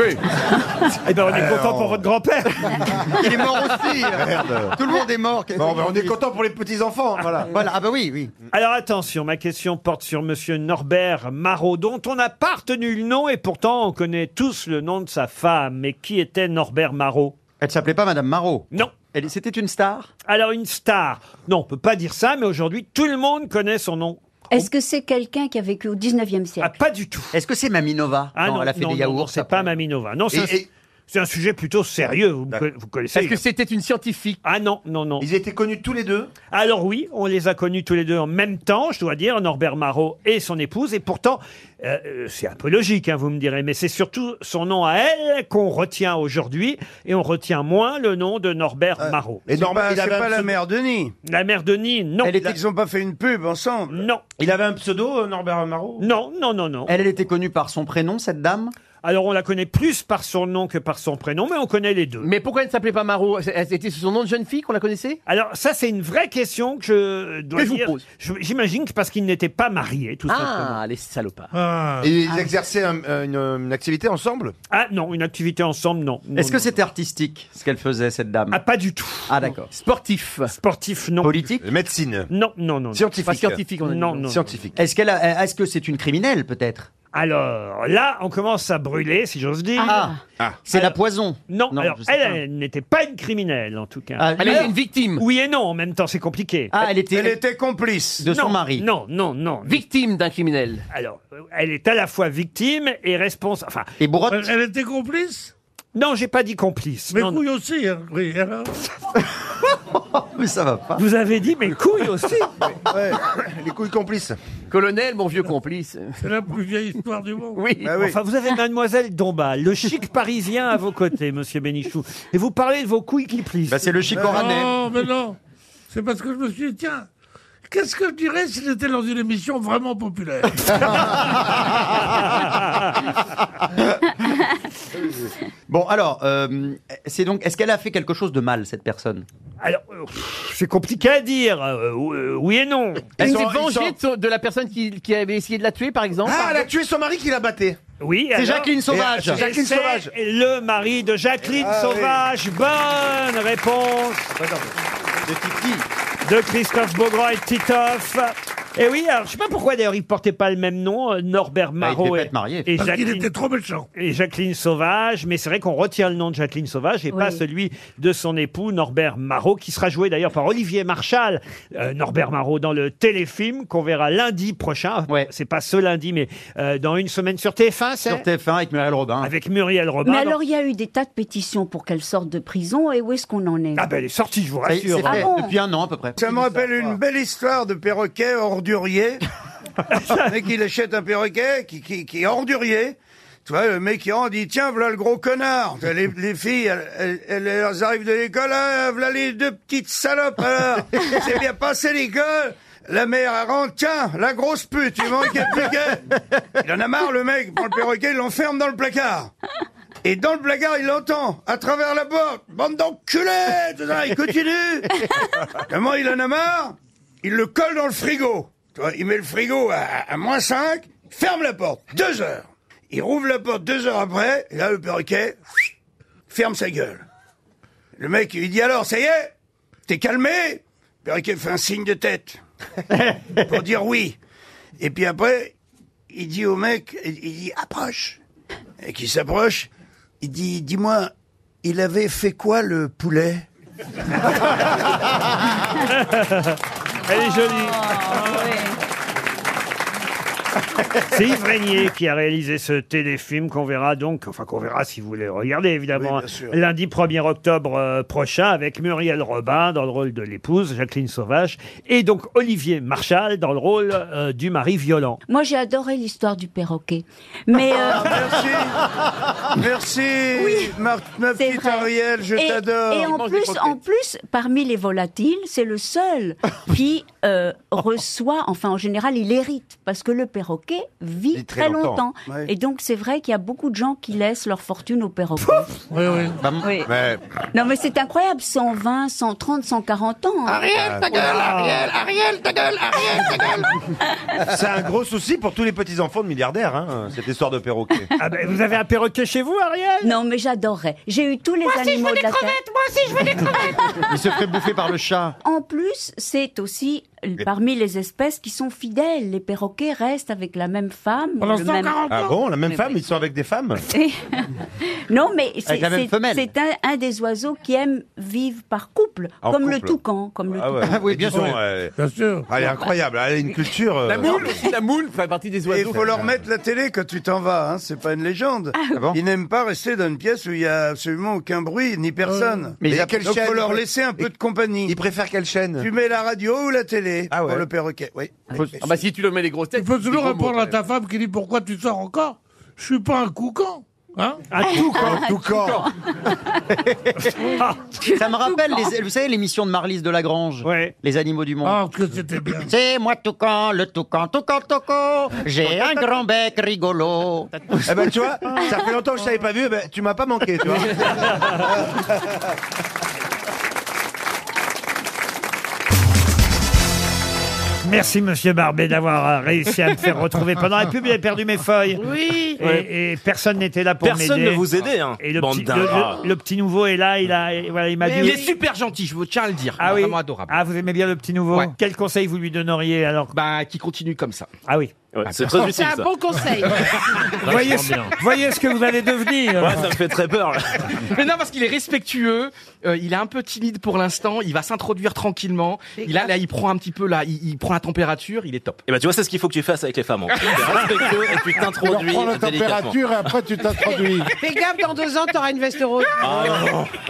Eh ben, on est content pour votre grand-père. Il est mort aussi. Merde. Tout le monde est mort. Bon, ben, bah, on est content pour les petits-enfants. Voilà. voilà. Ah bah oui, oui. Euh, Alors attention, ma question porte sur monsieur Norbert Marot, dont on n'a pas retenu le nom et pourtant on connaît tous le nom de sa femme. Mais qui était Norbert Marot Elle s'appelait pas Madame Marot Non. C'était une star Alors une star, non, on peut pas dire ça, mais aujourd'hui tout le monde connaît son nom. Est-ce que c'est quelqu'un qui a vécu au 19e siècle Ah, Pas du tout. Est-ce que c'est Maminova Ah Non, non, elle a fait non, des non, yaourts. non, C'est pas Maminova. Non, c'est Et- un, et- c'est un sujet plutôt sérieux. Vous, co- vous connaissez. Est-ce que c'était une scientifique Ah non, non, non. Ils étaient connus tous les deux Alors oui, on les a connus tous les deux en même temps, je dois dire, Norbert Marot et son épouse. Et pourtant, euh, euh, c'est un peu logique, hein, vous me direz, mais c'est surtout son nom à elle qu'on retient aujourd'hui et on retient moins le nom de Norbert Euh, Marot. Et Norbert, il avait pas la mère Denis. La mère Denis, non. Elle était- Ils n'ont pas fait une pub ensemble. Non. Il avait un pseudo, euh, Norbert Marot Non, non, non, non. Elle, elle était connue par son prénom, cette dame Alors on la connaît plus par son nom que par son prénom, mais on connaît les deux. Mais pourquoi elle ne s'appelait pas Maro C'était sous son nom de jeune fille qu'on la connaissait Alors ça, c'est une vraie question que je dois Que je vous dire. pose. Je- J'imagine que parce qu'ils n'étaient pas mariés, tout simplement. Ah, les salopards. Ah. Et ils exerçaient un- une, euh, une activité ensemble Ah non, une activité ensemble, non. Non, Est-ce que non. c'était artistique, ce qu'elle faisait, cette dame Ah, pas du tout. Ah, d'accord. Sportif. Sportif, non. Politique Médecine Non, non, non. Scientifique. Pas scientifique, on a dit. Non, non. Scientifique. Est-ce qu'elle a- est-ce que c'est une criminelle, peut-être Alors, là, on commence à brûler, si j'ose dire. Ah. C'est la Alors- poison. Non, Non, alors je sais elle, pas. elle n'était pas une criminelle, en tout cas. Ah, Elle était une victime. Oui et non, en même temps, c'est compliqué. Ah, elle était- Elle était complice. de son mari. Non, non, non. Victime d'un criminel. Alors, euh, elle est à la fois victime et responsable. Enfin, et bourrotte. Elle, elle était complice Non, j'ai pas dit complice. Mais Non, non. couille aussi, hein. oui, alors. Mais ça va pas. Vous avez dit mes couilles aussi. Ouais, les couilles complices. Colonel, mon vieux complice. C'est la plus vieille histoire du monde. Oui. Ah oui. Bah Enfin, vous avez Mademoiselle Dombal, le chic parisien à vos côtés, monsieur Bénichou. Et vous parlez de vos couilles qui plissent. Bah, c'est le chic Non, mais non. C'est parce que je me suis dit, tiens, qu'est-ce que je dirais si j'étais dans une émission vraiment populaire Ah Bon, alors, euh, c'est donc, est-ce qu'elle a fait quelque chose de mal, cette personne Alors, euh, pff, c'est compliqué à dire. euh, euh, oui et non. Elle s'est vengée de, son- de la personne qui, qui avait essayé de la tuer, par exemple Ah, elle a tué son mari qui l'a batté. Oui, C'est alors- Jacqueline Sauvage. Et- C'est Jacqueline et c'est Sauvage. Le mari de Jacqueline Ah, oui. Sauvage. Bonne réponse. De Christophe Beaugrand et de Titoff. Et oui, alors je sais pas pourquoi d'ailleurs ils portaient pas le même nom, euh, Norbert Bah, ils Marot devaient et, être mariés. et Parce qu'il Jacqueline- était trop méchant. et Jacqueline Sauvage, mais c'est vrai qu'on retient le nom de Jacqueline Sauvage et pas celui de son époux Norbert Marot, qui sera joué d'ailleurs par Olivier Marchal, euh, Norbert Marot, dans le téléfilm qu'on verra lundi prochain. C'est pas ce lundi, mais euh, dans une semaine sur TF1, c'est Sur TF1 avec Muriel Robin. avec Muriel Robin. Mais dans- alors, il y a eu des tas de pétitions pour qu'elle sorte de prison, et où est-ce qu'on en est Ah Ah ben elle est sortie, je vous Ça y est, rassure. c'est fait depuis un an à peu près. hein. Ça me rappelle une belle histoire de perroquet ordurier. le mec, il achète un perroquet qui, qui, qui est ordurier. Tu vois, le mec, il rentre, il dit, tiens, voilà le gros connard. Tu vois, Les, les filles, elles, elles- elles- elles arrivent de l'école, ah, voilà les deux petites salopes, alors. C'est bien passé l'école. La mère, elle rentre, tiens, la grosse pute, il manque un piquet. Il en a marre, le mec, il prend le perroquet, il l'enferme dans le placard. Et dans le placard, il l'entend, à travers la porte, bande d'enculés, tout ça, il continue. Comment il en a marre il le colle dans le frigo. Tu vois, il met le frigo à, à- à moins 5, ferme la porte, deux heures. Il rouvre la porte deux heures après, et là, le perroquet ferme sa gueule. Le mec, il lui dit alors, ça y est, t'es calmé Le perroquet fait un signe de tête pour dire oui. Et puis après, il dit au mec, il il dit approche. Et qui s'approche, il dit, dis-moi, il avait fait quoi le poulet Ah Elle est jolie. C'est Yves Régnier qui a réalisé ce téléfilm qu'on verra donc, enfin qu'on verra si vous voulez le regarder évidemment, Oui, bien sûr. lundi 1er octobre euh, prochain avec Muriel Robin dans le rôle de l'épouse, Jacqueline Sauvage, et donc Olivier Marchal dans le rôle euh, du mari violent. Moi, j'ai adoré l'histoire du perroquet. Mais. Ah, euh, Merci, ma, ma c'est petite vrai. Ariel, je Et- t'adore. Et en plus, en plus, parmi les volatiles, c'est le seul qui euh, reçoit, enfin en général, il hérite, parce que le perroquet vit très, très longtemps. longtemps. Ouais. Et donc, c'est vrai qu'il y a beaucoup de gens qui laissent leur fortune au perroquet. Oui, oui. Oui. Mais... non, mais c'est incroyable, 120, 130, 140 ans. hein. Ah. Ariel, ta gueule, Ariel, Ariel, ta gueule, Ariel, ta gueule. C'est un gros souci pour tous les petits enfants de milliardaires, hein, cette histoire de perroquet. Ah ben, vous avez un perroquet chez vous, Ariel Non, mais j'adorerais. J'ai eu tous les animaux de la terre. moi aussi je veux des crevettes. Il se ferait bouffer par le chat. En plus, c'est aussi euh, parmi les espèces qui sont fidèles. Les perroquets restent avec la même femme. le même- Ah bon, la même Mais femme, oui. ils sont avec des femmes Et- non, mais c'est Avec la même c'est- femelle. c'est un, un des oiseaux qui aime vivre par couple, En comme le couple. toucan, comme le Ah ouais. toucan. Mais dis donc, euh, Elle est incroyable, elle a une culture. euh, la moule fait partie des oiseaux. Il faut leur mettre la télé quand tu t'en vas, hein, c'est pas une légende. Ah Ils n'aiment pas rester dans une pièce où il y a absolument aucun bruit ni personne. Mais il y a quelle Donc chaîne faut leur laisser un peu de compagnie. Ils préfèrent quelle chaîne Tu mets la radio ou la télé Ah ouais. pour le perroquet. Oui. Ah bah si tu le mets les grosses têtes. Tu peux toujours c'est gros répondre mots, à ta femme qui dit pourquoi tu sors encore Je suis pas un coucan. Hein un toucan. Ah. Ça me rappelle, les, vous savez, l'émission de Marlise de Lagrange, Les animaux du monde. Ah, que c'était bien. C'est moi toucan, le toucan, toucan, toucan. J'ai un grand bec Oh. rigolo. Eh ben tu vois, ça fait longtemps que je t'avais pas vu, eh ben, tu m'as pas manqué, tu vois. Merci Monsieur Barbet d'avoir euh, réussi à me faire retrouver. Pendant la pub, j'ai perdu mes feuilles. Oui. Et, Ouais. et personne n'était là pour m'aider. Personne ne vous aidait, hein, Et le bande petit, le, d'ingrats. le- le petit nouveau est là. Il a, et voilà, il m'a dit. Il est super gentil, je vous tiens à le dire. Ah oui. Vraiment adorable. Ah, vous aimez bien le petit nouveau. Quel conseil vous lui donneriez alors Bah, qui continue comme ça. Ah oui. c'est très utile, C'est un ça. bon conseil. voyez, Vachement bien. voyez ce que vous allez devenir. me fait très peur. Mais non, parce qu'il est respectueux, euh, il est un peu timide pour l'instant, il va s'introduire tranquillement. Il a, là, il prend un petit peu là, il, il prend la température, il est top. Et bah tu vois, c'est ce qu'il faut que tu fasses avec les femmes. hein. Tu es respectueux et tu Tu leur t'introduis prends la délicatement. température et après tu t'introduis. Fais gaffe, dans deux ans, t'auras une veste rose. Ah,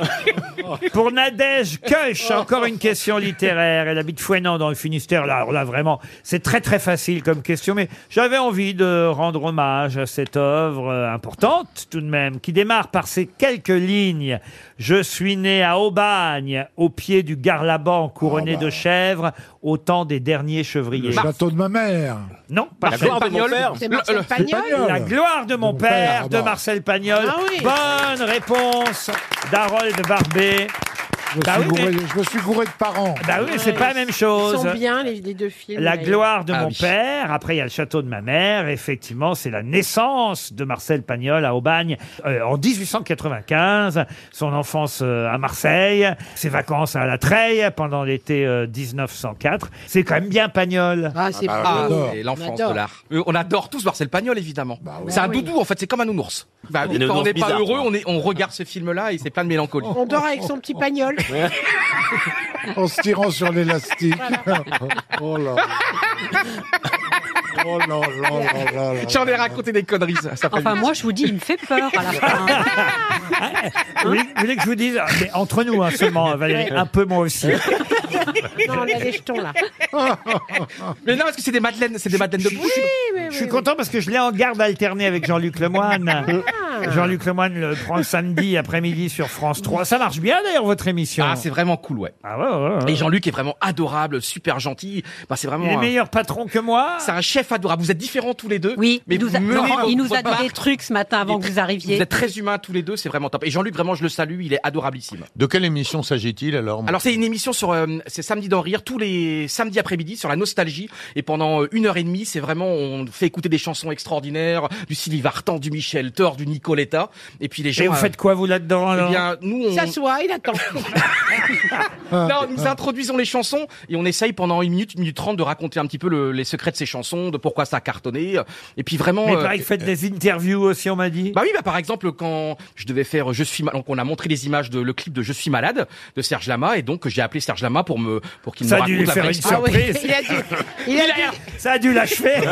Ah, Pour Nadège Keuch, encore une question littéraire. Elle habite Fouenan dans le Finistère. Là, alors là vraiment, c'est très très facile comme question, mais j'avais envie de rendre hommage à cette œuvre euh, importante tout de même, qui démarre par ces quelques lignes. Je suis né à Aubagne, au pied du Garlaban couronné de chèvres, au temps des derniers Ah bah. Le chevriers. Bah. château de ma mère. Non, pas La gloire de mon Pagnol. père. C'est Marcel Le- le- Pagnol. La gloire de mon De mon père, père, de pardon. Marcel Pagnol. Ah oui. Bonne réponse d'Harold Barbet. Je, Bah suis oui, gouré, mais- je me suis gouré de parents. Bah oui, mais c'est pas la même chose. Ils sont bien, les, les deux films. La d'ailleurs. gloire Ah de mon père, après il y a le château de ma mère, effectivement c'est la naissance de Marcel Pagnol à Aubagne euh, en 1895, son enfance euh, à Marseille, ses vacances à la Treille pendant l'été euh, 1904. C'est quand même bien Pagnol. Ah c'est pas Ah, et l'enfance de l'art. Euh, On adore tous Marcel Pagnol, évidemment. C'est un doudou, en fait, c'est comme un nounours. Bah oui, Des quand on nounours n'est pas bizarres, heureux, quoi. on, est, on regarde ce film-là et c'est plein de mélancolie. On dort avec son petit pagnol. En se tirant sur l'élastique. oh là. Oh là là là là là. J'en ai raconté des conneries. Ça, ça fait Enfin, vite. moi, je vous dis, il me fait peur à la fin. Vous voulez, vous voulez que je vous dise, mais entre nous hein, seulement Valérie, un peu moi aussi. Non, on a les jetons là. mais non, parce que c'est des madeleines, c'est des madeleines de bouche. Je suis content parce que je l'ai en garde alternée avec Jean-Luc Lemoine. Jean-Luc Lemoyne le prend le samedi après-midi sur France 3. Ça marche bien d'ailleurs votre émission. Ah, c'est vraiment cool, ouais. Ah ouais, ouais, ouais. Et Jean-Luc est vraiment adorable, super gentil. Bah, c'est vraiment. Il est un- meilleur patron que moi. C'est un chef adorable. Vous êtes différents tous les deux. Oui, mais il nous a, vous menez Laurent, votre- il nous a dit votre des marque. trucs ce matin avant que vous arriviez. Vous êtes très humains tous les deux, c'est vraiment top. Et Jean-Luc, vraiment, je le salue, il est adorablissime. De quelle émission s'agit-il alors Alors c'est une émission sur euh, c'est samedi d'en rire tous les samedis après-midi sur la nostalgie et pendant euh, une heure et demie c'est vraiment on fait écouter des chansons extraordinaires du Sylvie Vartan, du Michel Thor, du Nicoletta et puis les gens. Et vous euh, faites quoi vous là-dedans alors eh bien nous on S'assoit, il attend. non, nous introduisons les chansons et on essaye pendant une minute, une minute trente de raconter un petit peu le- les secrets de ces chansons, de pourquoi ça a cartonné. euh, Et puis vraiment. Mais pareil, faites des interviews aussi, on m'a dit. Bah oui, bah par exemple quand je devais faire Je suis mal, donc on a montré les images de le clip de Je suis malade de Serge Lama et donc j'ai appelé Serge Lama pour me pour qu'il me Ça a raconte dû lui la faire vraie une histoire. surprise. Il a dit. Ah Il a- Ça a dû l'achever.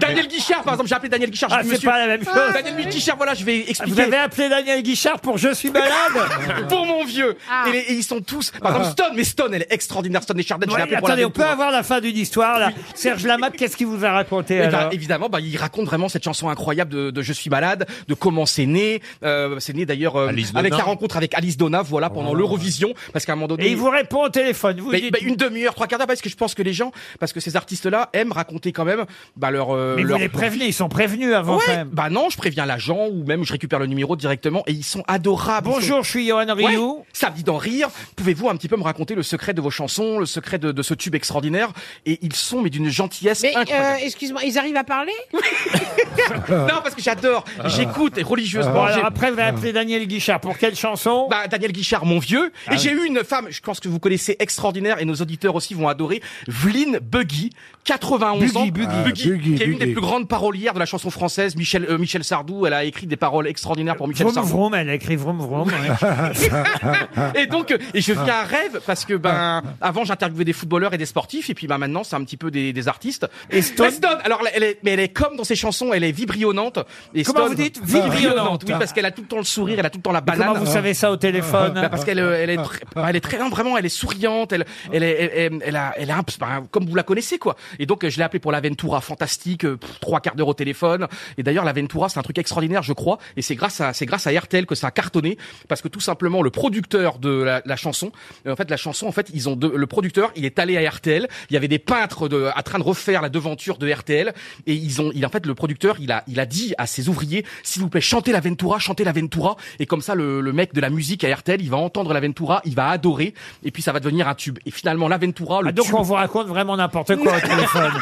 Daniel Guichard, par exemple, j'ai appelé Daniel Guichard. j'ai Ah, dit, c'est monsieur- pas la même chose. Daniel Guichard, voilà, je vais expliquer. Vous avez appelé Daniel Guichard pour Je suis malade Pour mon vieux. Et, les- et ils sont tous. Par exemple, Stone, mais Stone, elle est extraordinaire. Stone et Chardin, je l'ai Ah. Ouais, appelé pour la Attendez, on découvrir. peut avoir la fin d'une histoire là. Serge Lamatte, qu'est-ce qu'il vous a raconté Eh ben, alors évidemment, bah, il raconte vraiment cette chanson incroyable de, de Je suis malade, de comment c'est né. Euh, c'est né d'ailleurs euh, Alice avec Donna. la rencontre avec Alice Donna, voilà, pendant l'Eurovision, parce qu'à un moment donné. Et il vous répond au téléphone. Vous bah, dites- bah, une demi-heure, trois quarts d'heure, parce que je pense que les gens, parce que ces artistes-là aiment raconter quand même bah, leur. euh, Mais vous leur- les prévenez, ils sont prévenus avant Ouais, quand même. Bah non, je préviens l'agent ou même je récupère le numéro directement et ils sont adorables. ils Bonjour, sont- je suis Johan Ouais, Rioux. samedi d'en rire. Pouvez-vous un petit peu me raconter le secret de vos chansons, le secret de, de ce tube extraordinaire Et ils sont mais d'une gentillesse Mais euh, incroyable. excuse-moi, ils arrivent à parler non, parce que j'adore. J'écoute et religieusement. Bon, alors j'ai- après, vous avez appelé Daniel Guichard. Pour quelle chanson Bah, Daniel Guichard, mon vieux. Ah et j'ai oui. eu une femme, je pense que vous connaissez, extraordinaire, et nos auditeurs aussi vont adorer, Vline Buggy, 91 Buggy, ans. Buggy. Ah, Buggy, qui est une des Buggy. plus grandes parolières de la chanson française. Michel, euh, Michel Sardou, elle a écrit des paroles extraordinaires pour Michel Vroom Sardou. vroom, elle a écrit vroom vroom. ouais. Et donc, euh, et je viens à rêve parce que ben avant j'interviewais des footballeurs et des sportifs et puis ben maintenant c'est un petit peu des, des artistes. Et Stone Mais alors elle est, mais elle est comme dans ses chansons, elle est vibrillonnante. Et Comment Stone- vous dites Vibrillonnante. Vibrillonnante, oui, parce qu'elle a tout le temps le sourire, elle a tout le temps la banane. comment vous savez ça au téléphone Bah, Parce qu'elle, euh, elle est, tr- elle est très, non, vraiment, elle est souriante, elle, elle est, elle, elle- elle a, elle a un- bah, comme vous la connaissez quoi. Et donc euh, je l'ai appelée pour la Ventura fantastique, euh, pff, trois quarts d'heure au téléphone. Et d'ailleurs la Ventura c'est un truc extraordinaire, je crois. Et c'est grâce à, c'est grâce à RTL que ça a cartonné parce que tout simplement le producteur de la, la chanson, euh, en fait la chanson, en fait ils ont deux- le producteur, il est allé à RTL. Il y avait des peintres de, à train de refaire la devanture de RTL et ils ont, il en fait le producteur, il a, il a dit à ses ouvriers, s'il vous plaît chantez la Ventura, chantez la Ventura. Et comme ça le, le mec de la musique à RTL, il va entendre la Ventura, il va adorer et puis ça va devenir un tube. Et finalement la Ventura, le Ah, donc tube- on vous raconte vraiment n'importe quoi au téléphone.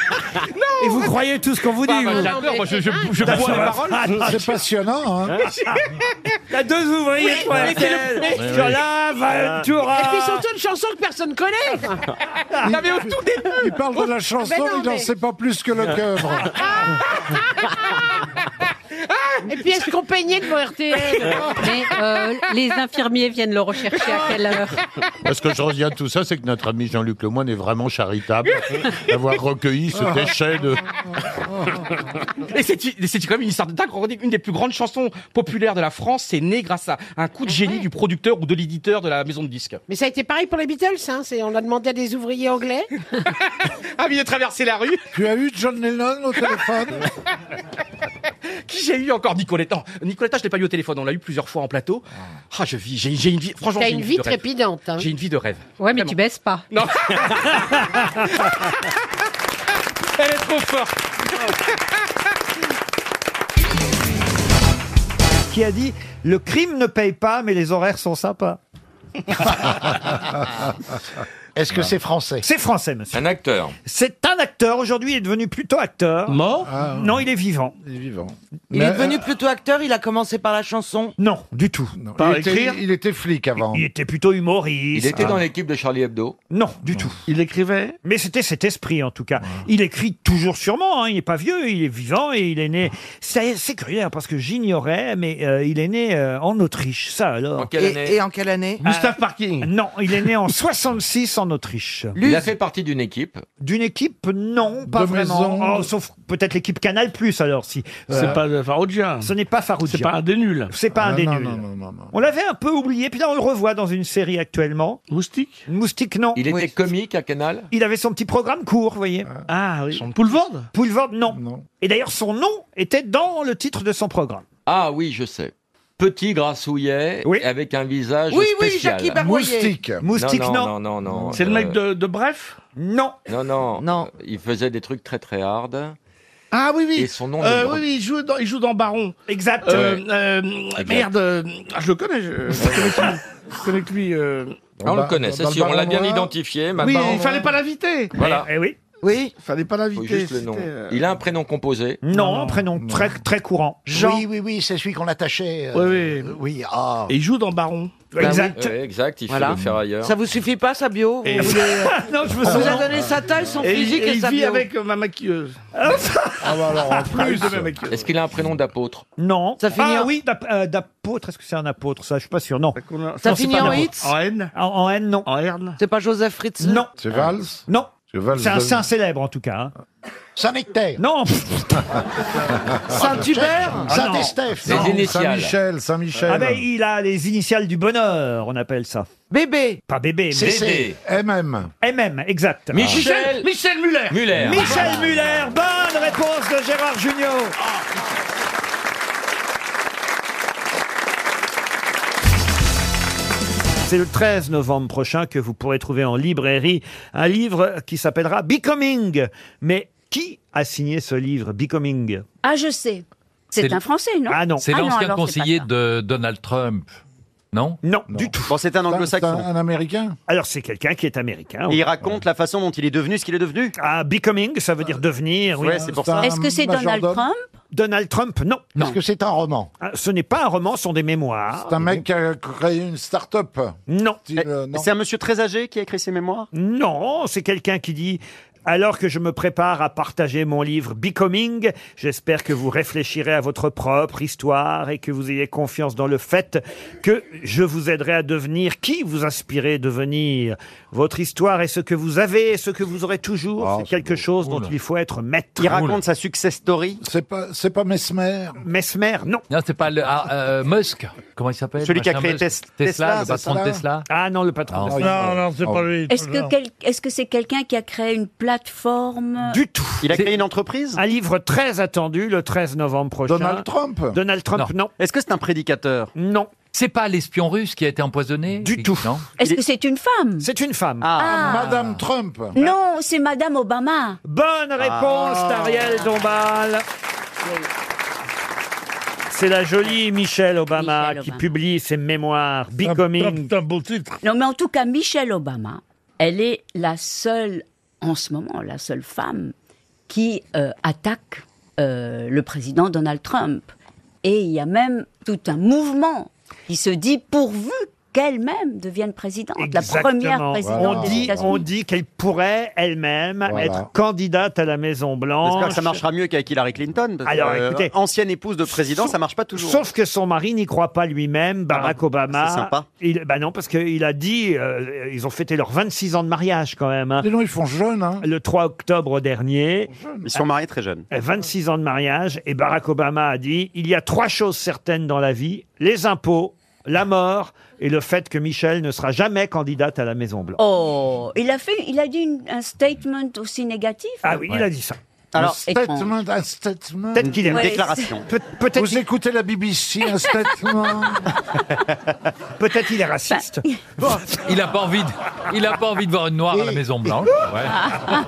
Et vous croyez tout ce qu'on vous dit Ah, bah, vous j'adore, moi, je- je- je Ça, bois ça les va paroles. bah, Ah, pas. C'est passionnant, hein Il y a deux ouvriers Oui, pour mais c'est le- RTL. mais- Viola, Ventura. Et puis surtout une chanson que personne connaît Non, Ah, mais au tout début Il parle de la chanson, Ben non, il n'en mais- sait pas plus que le cœur. Ah, Et puis est-ce qu'on peignait devant RTL Mais euh, les infirmiers viennent le rechercher à quelle heure Ce que je retiens de tout ça, c'est que notre ami Jean-Luc Lemoyne est vraiment charitable d'avoir recueilli ce déchet de. Et c'est et c'est quand même une histoire de dingue. Regardez, Une des plus grandes chansons populaires de la France, c'est né grâce à un coup de génie du producteur ou de l'éditeur de la maison de disques. Mais ça a été pareil pour les Beatles, hein. c'est- on a demandé à des ouvriers anglais. Ah, mais il a traversé la rue. Tu as eu John Lennon au téléphone Qui j'ai eu encore Nicoletta. Non, Nicoletta, je l'ai pas eu au téléphone. On l'a eu plusieurs fois en plateau. Ah, je vis. J'ai j'ai une vie. Franchement, T'as j'ai une vie de rêve. trépidante. hein. J'ai une vie de rêve. Ouais, mais tu baisses pas. Non. Elle est trop forte. qui a dit le crime ne paye pas, mais les horaires sont sympas. Ah. Est-ce que c'est français C'est français, monsieur. Un acteur. C'est un acteur. Aujourd'hui, il est devenu plutôt acteur. Mort Non, il est vivant. Il est vivant. Il est euh, devenu plutôt acteur, il a commencé par la chanson. euh, Non, du tout. il, était, il était flic avant. Il était plutôt humoriste. Ah. Il était dans l'équipe de Charlie Hebdo. Non, du tout. Il écrivait Mais c'était cet esprit, en tout cas. Il écrit toujours sûrement, hein, il n'est pas vieux, il est vivant et il est né... C'est c'est curieux, hein, parce que j'ignorais, mais euh, il est né euh, en Autriche, ça alors. et, et en quelle année Parking Euh, Non, il est né en 66 en Autriche. Il a fait partie d'une équipe. D'une équipe, non, pas De vraiment. maison. Oh, sauf peut-être l'équipe Canal Plus alors si. C'est pas Faroudjian. Ce n'est pas Faroudjian. euh, C'est pas un des nuls. Ah, C'est pas un des nuls. On l'avait un peu oublié, puis là on le revoit dans une série actuellement. Moustique. Moustique, non. Il était comique à Canal. Il avait son petit programme court, vous voyez. Ah oui. Poulvord Poulvord, non. Et d'ailleurs, son nom était dans le titre de son programme. Ah oui, je sais. Petit grassouillet avec un visage Oui, oui, spécial. Jackie Barboyer. Moustique. Moustique, Non, non, non. non. non, C'est le mec euh, de, de Bref Non. Non, non. euh, Il faisait des trucs très, très hard. Ah oui, oui. Et son nom Euh, ne me- oui, oui, il joue, dans, il joue dans Baron. Exact. Euh, Ouais. euh, Exact. merde, euh, ah, je le connais. Je, je connais que lui. Je connais que lui. euh. Ah, on le connaît, c'est sûr, on l'a hein. bien identifié. Oui, maintenant. il fallait pas l'inviter. Voilà. Eh oui. Oui, il fallait pas Faut l'inviter. juste le nom. c'était, euh, Il a un prénom composé. Non, un prénom très, très courant. Jean. Oui, oui, oui, c'est celui qu'on attachait. Oui, euh, oui. Oui, ah. Et il joue dans Baron. Bah oui, ouais, exact, il fait le ferrailleur. Ça vous suffit pas, sa bio Et- Vous voulez- Non, je me On vous souviens- a donné sa taille, son Et il- physique et et, il sa vit bio. avec euh, ma maquilleuse. Ah bah alors, en plus. Est-ce qu'il a un prénom d'apôtre Non. Ça finit ah en- oui, d'ap- euh, d'apôtre. Est-ce que c'est un apôtre Ça, je suis pas sûr. Non. Ça Non, c'est finit pas en un apôtre. hits En N en, en N, non. En N C'est pas Joseph Fritz Non. C'est Valls Non. C'est Valls. C'est un de- saint célèbre, en tout cas. Saint-Nectaire Non Saint-Hubert Ah, non. Saint-Estèphe Les Non, initiales. Saint-Michel, Saint-Michel. Ah ben, il a les initiales du bonheur, on appelle ça. Bébé Pas bébé, mais... CC. MM. MM, exact. Michel- Michel Muller. Muller. Ah. Michel Muller, bonne réponse de Gérard Junior. C'est le 13 novembre prochain que vous pourrez trouver en librairie un livre qui s'appellera Becoming. Mais qui a signé ce livre, Becoming Ah, je sais. C'est C'est- un Français, non Ah non. C'est non, l'ancien alors c'est pas conseiller ça. de Donald Trump, non Non, du tout. Bon, c'est un Américain Alors, c'est quelqu'un qui est américain. Et il raconte la façon dont il est devenu ce qu'il est devenu Ah, becoming, ça veut dire devenir. Oui. Ouais, c'est pour ça. Est-ce que c'est Donald Trump Donald Trump, non. Est-ce que c'est un roman Ce n'est pas un roman, ce sont des mémoires. C'est un mec qui a créé une start-up. Non. non. Eh, C'est un monsieur très âgé qui a écrit ses mémoires Non, c'est quelqu'un qui dit alors que je me prépare à partager mon livre Becoming, j'espère que vous réfléchirez à votre propre histoire et que vous ayez confiance dans le fait que je vous aiderai à devenir qui vous aspirez devenir. Votre histoire est ce que vous avez et ce que vous aurez toujours. Ah, c'est quelque chose dont il faut être maître. Il raconte sa success story C'est pas, c'est pas Mesmer. Mesmer, non. Non, c'est pas le, ah, euh, Musk. Comment il s'appelle Celui qui a machin créé Musk Tesla, Tes- Tesla, le patron de c'est ça Tesla. Ah non, le patron de Tesla. Non, non, c'est Oh. Oh. pas lui. Est-ce que quel- est-ce que c'est quelqu'un qui a créé une plateforme Du tout. Il a créé une entreprise Un livre très attendu le 13 novembre prochain. Donald Trump Donald Trump, non. Est-ce que c'est un prédicateur Non. C'est pas l'espion russe qui a été empoisonné Du tout. Non. Est-ce que c'est une femme C'est une femme. Ah. Madame Trump. Non, c'est Madame Obama. Bonne réponse Ah. Ah. d'Ariel Dombal. C'est la jolie Michelle Obama qui publie ses mémoires Becoming. Non, mais en tout cas, Michelle Obama, elle est la seule, en ce moment, la seule femme qui euh, attaque euh, le président Donald Trump. Et il y a même tout un mouvement qui se dit pourvu qu'elle-même devienne présidente, la première Exactement. présidente. On des dit, États-Unis. on dit qu'elle pourrait elle-même Voilà. être candidate à la Maison J'espère Blanche. que ça marchera mieux qu'avec Hillary Clinton. parce que, Alors, euh, écoutez, ancienne épouse de président, ça marche pas toujours. Ah, Sauf que son mari n'y croit pas lui-même, Barack Obama. c'est sympa. Il, bah non, parce qu'il a dit, euh, ils ont fêté leurs 26 ans de mariage quand même. hein. Non, ils font jeune, hein. Le 3 octobre dernier. Ils sont mariés très jeunes. 26 ans de mariage et Barack Obama a dit il y a trois choses certaines dans la vie les impôts, la mort et le fait que Michel ne sera jamais candidate à la Maison Blanche. Oh, il a fait, il a dit une- un statement aussi négatif. Ah oui, il a dit ça. Alors, Étrange. statement, un statement. Peut-être qu'il est- Une Ouais, déclaration. Peut- peut-être Vous écoutez la BBC, un statement. Peut-être il est raciste. Il a pas envie de, il a pas envie de voir une noire à la Maison Blanche.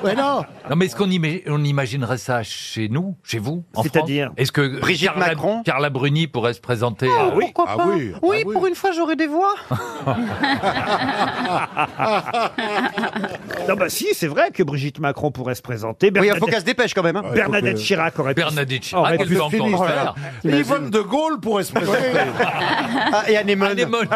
Ouais. non. mais est-ce qu'on ima- on imaginerait ça chez nous, chez vous, en C'est-à-dire France Est-ce que Brigitte Carla, Macron Carla Bruni pourrait se présenter Ah, Ah euh, Ah, Pourquoi pas oui. pour une fois, j'aurai des voix. non, bah si, c'est vrai que Brigitte Macron pourrait se présenter. Oui, il faut qu'elle se dépêche quand même. hein. Bernadette Chirac aurait pu- Bernadette aurait Chirac, elle pu- peut Ah, encore le faire. Yvonne de Gaulle pourrait se présenter. Ah, et Anémone. Anémone,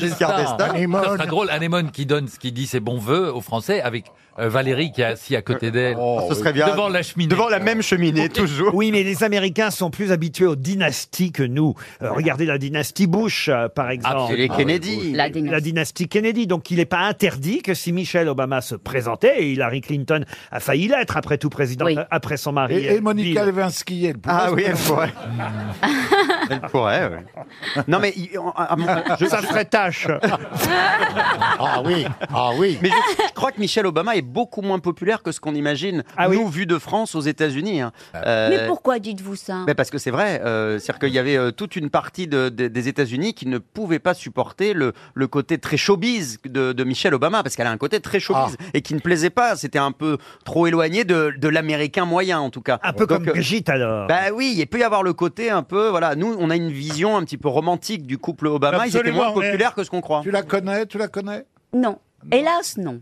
Giscard Giscard d'Estaing. Ça sera drôle, Anémone qui donne ce qui dit ses bons voeux aux Français avec euh, Valérie qui est assise à côté d'elle. Ah, Ce serait bien. Devant la cheminée. Devant la même cheminée, toujours. Oui, mais les Américains sont plus habitués aux dynasties que nous. Euh, regardez la dynastie Bush, euh, Ah, par exemple. C'est les Kennedy. La dynastie. la dynastie Kennedy. Donc il n'est pas interdit que si Michelle Obama se présentait, et Hillary Clinton a failli l'être après tout président, Oui. euh, après son mari. Et, et euh, Monica Bill. Lewinsky, elle pourrait. Ah se oui, elle présenter. pourrait. elle pourrait, oui. Non, mais il- en- en- je- Ça je- ferait tâche. Ah oui, ah oui. Mais je, je crois que Michelle Obama est beaucoup moins populaire que ce qu'on imagine, Ah nous, vu de France aux États-Unis. hein. Euh, Mais pourquoi dites-vous ça ben parce que c'est vrai, euh, c'est-à-dire qu'il y avait euh, toute une partie de- de- des États-Unis qui ne pouvait pas supporter le, le côté très showbiz de, de Michelle Obama, parce qu'elle a un côté très showbiz et qui ne plaisait pas. C'était un peu trop éloigné de, de l'américain moyen, en tout cas. Un peu Donc, comme euh, Brigitte alors. bah oui, il peut y avoir le côté un peu, voilà, nous on a une vision un petit peu romantique du couple Obama, ils étaient Absolument, moins mais- populaires que ce qu'on croit. Tu la connais Tu la connais Oh. Non. Hélas, non.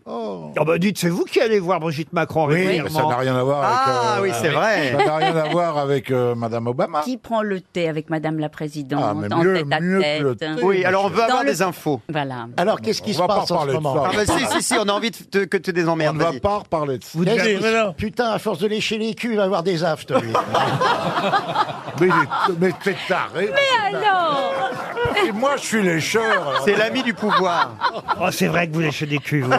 Ah bah dites, c'est vous qui allez voir Brigitte Macron Oui, mais régulièrement. ça n'a rien à voir avec. euh, Ah, oui, c'est vrai. Ça n'a rien à voir avec euh, Madame Obama. Qui prend le thé avec Madame la Présidente Ah, mais en mieux- tête à mieux que le tête thé, Oui, alors on veut Dans avoir le- des infos. Voilà. Alors qu'est-ce qui On se va pas passe en parler ce de moment ça. Ah bah si, si, si, on a envie de te- que tu des emmerdes. On ne va pas reparler de ça. Vous devez- Mais non. Putain, à force de lécher les culs, il va avoir des aftes. lui. Mais, il est- mais t'es taré. Mais alors Et moi, je suis lécheur. C'est l'ami du pouvoir. Oh, c'est vrai que vous léchez des culs, vous.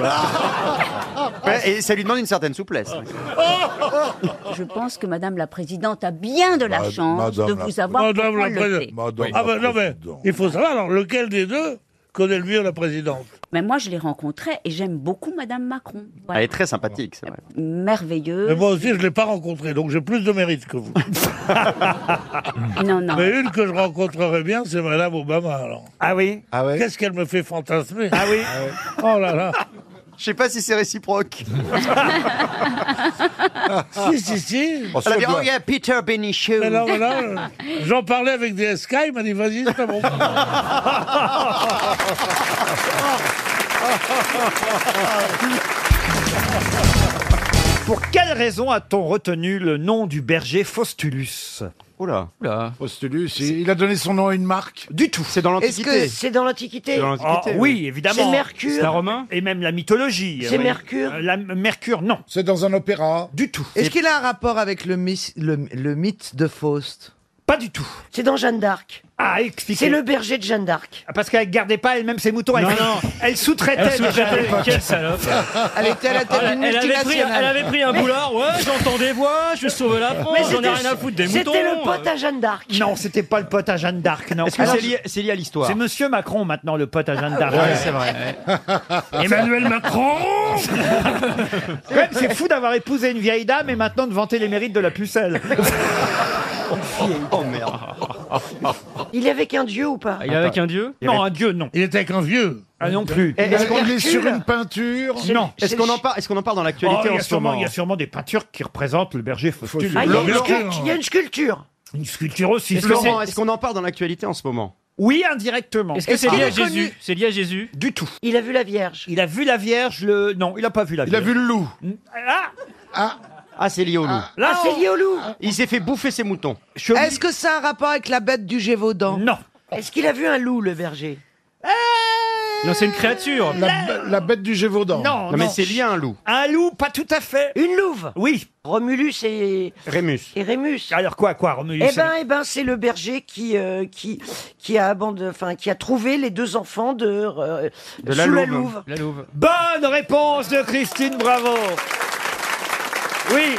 Ouais, et ça lui demande une certaine souplesse. Ah, Je pense que Madame la Présidente a bien de la Madame chance de la- vous avoir Madame pour la prendre le présidente. thé. Bah, Oui. Ah ben non, mais il faut savoir, alors, lequel des deux connaît le mieux la présidente Mais moi, je l'ai rencontrée et j'aime beaucoup Madame Macron. Elle Voilà. est très sympathique, c'est vrai. Merveilleuse. Mais moi aussi, je ne l'ai pas rencontrée, donc j'ai plus de mérite que vous. Non, non. Mais une que je rencontrerais bien, c'est Madame Obama, alors. Ah oui ah ouais. Qu'est-ce qu'elle me fait fantasmer Ah oui Oh là là Je sais pas si c'est réciproque. Si, si, si Oh, ça Elle a dit, doit- Oh, yeah, Peter Benichou Mais non, mais non, J'en parlais avec des SK, il m'a dit Vas-y, c'est pas bon. Pour quelle raison a-t-on retenu le nom du berger Faustulus Oula. Postulus, il il a donné son nom à une marque Du tout. C'est dans Est-ce que c'est dans l'Antiquité Ah, oui, évidemment. C'est Mercure. Et même la mythologie. C'est oui. Mercure Euh, la- Mercure, non. C'est dans un opéra Du tout. Est-ce qu'il a un rapport avec le, mys- le, le mythe de Faust Pas du tout. C'est dans Jeanne d'Arc. Ah, expliquez. C'est le berger de Jeanne d'Arc. Ah, Parce qu'elle gardait pas elle-même ses moutons. elle, elle sous-traitait. Elle sous-traitait, déjà. quelle salope. Elle était à la tête Elle- d'une Ah, elle avait, pris, multinationale. elle avait pris un Mais- boulard, ouais, j'entends des voix, je sauve la France, Mais j'en ai c'était- rien à foutre des moutons. c'était le pote euh. à Jeanne d'Arc. Non, c'était pas le pote à Jeanne d'Arc, non. Est-ce que Alors, c'est lié, c'est lié à l'histoire C'est Monsieur Macron maintenant le pote à Jeanne d'Arc. Ah Ouais, c'est vrai. Ah, Emmanuel Macron Quand même, C'est fou d'avoir épousé une vieille dame et maintenant de vanter les mérites de la pucelle. Oh merde. Il est avec un dieu ou Ah, pas Ah, dieu Non, un dieu, non. Il était avec un vieux Ah non plus. Et est-ce qu'on- peinture Non. Est-ce qu'on en parle Est-ce qu'on en parle dans l'actualité Oh, il y en a ce sûrement- moment Il y a sûrement des peintures qui représentent le berger Faustulus. Ah, il, y a une sculpture- il y a une sculpture. Une sculpture aussi. Est-ce Florent, qu'on- est-ce qu'on en parle dans l'actualité en ce moment Oui, indirectement. Est-ce que c'est lié à Jésus C'est lié à Jésus Du tout. Il a vu la Vierge. Il a vu la Vierge, le... Non, il a pas vu la Il a Vierge. vu le loup. Ah Ah, Ah, c'est lié au loup. Là, Ah, c'est lié au loup. Il s'est fait bouffer ses moutons. Est-ce que ça a un rapport avec la bête du Gévaudan Non. Est-ce qu'il a vu un loup, le berger Non, c'est une créature. La, la bête du Gévaudan. Oh, Non, non. lié à un loup. Un loup, pas tout à fait. Une louve Oui. Romulus et, Rémus. et Rémus. Alors quoi, quoi, Romulus Eh ben, eh ben, c'est le berger qui euh, qui qui a abandonné, enfin qui a trouvé les deux enfants de, euh, De sous la la louve. louve. La louve. Bonne réponse de Christine Bravo. Oui.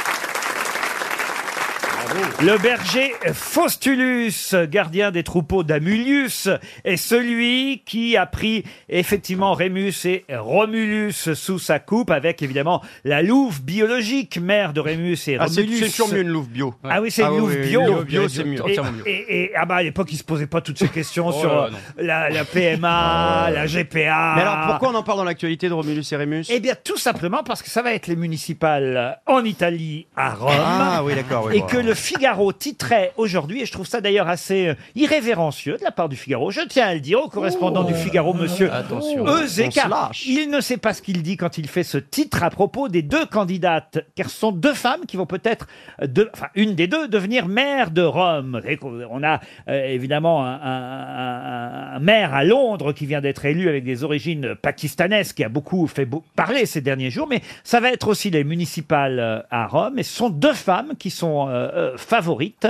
Le berger Faustulus, gardien des troupeaux d'Amulius, est celui qui a pris effectivement Rémus et Romulus sous sa coupe, avec évidemment la louve biologique, mère de Rémus et Ah, c'est Romulus. c'est sûrement mieux une louve bio. Ah oui, c'est Ah une oui, louve oui, bio. une louve bio, c'est mieux. Et, Entièrement bio. et- et- ah bah à l'époque, ils se posaient pas toutes ces questions Oh sur là là, euh, la, la Oh PMA, la GPA. Mais alors pourquoi on en parle dans l'actualité de Romulus et Rémus Eh bien, tout simplement parce que ça va être les municipales en Italie, à Rome. Ah oui, d'accord, oui, et bon. que le Figaro titrait aujourd'hui, et je trouve ça d'ailleurs assez euh, irrévérencieux de la part du Figaro, je tiens à le dire au correspondant du Figaro, monsieur Attention. Euseka. On se lâche. Il ne sait pas ce qu'il dit quand il fait ce titre à propos des deux candidates, car ce sont deux femmes qui vont peut-être, euh, de- enfin une des deux, devenir maire de Rome. Vous savez qu'on- On a euh, évidemment un, un- un- un maire à Londres qui vient d'être élu avec des origines pakistanaises, qui a beaucoup fait beau- parler ces derniers jours, mais ça va être aussi les municipales euh, à Rome, et ce sont deux femmes qui sont euh, euh, favorites.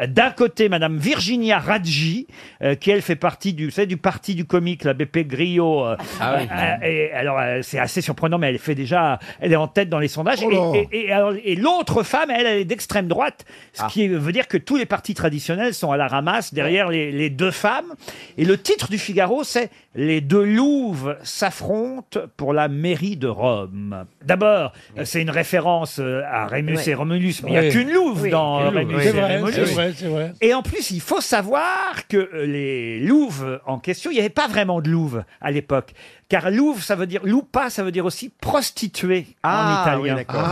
Euh, D'un côté, Madame Virginia Raggi, euh, qui elle fait partie du, vous savez, du parti du comique, la BP Griot. euh, Ah oui. euh, et alors, euh, c'est assez surprenant, mais elle fait déjà, elle est en tête dans les sondages. Oh là. et et- et alors- et l'autre femme, elle, elle est d'extrême droite, Ah. ce qui veut dire que tous les partis traditionnels sont à la ramasse derrière les, les deux femmes. Et le titre du Figaro, c'est les deux Louves s'affrontent pour la mairie de Rome. D'abord, c'est une référence euh, à Rémus Ouais. et Romulus, mais il n'y a Oui. qu'une Louve Oui. dans Une Louve, Rémus oui. et C'est vrai, Rémulus. c'est vrai, c'est vrai. Et en plus, il faut savoir que euh, les louves en question, il n'y avait pas vraiment de louve à l'époque. Car louve, ça veut dire, loupa, ça veut dire aussi prostituée Ah, en italien. oui, d'accord.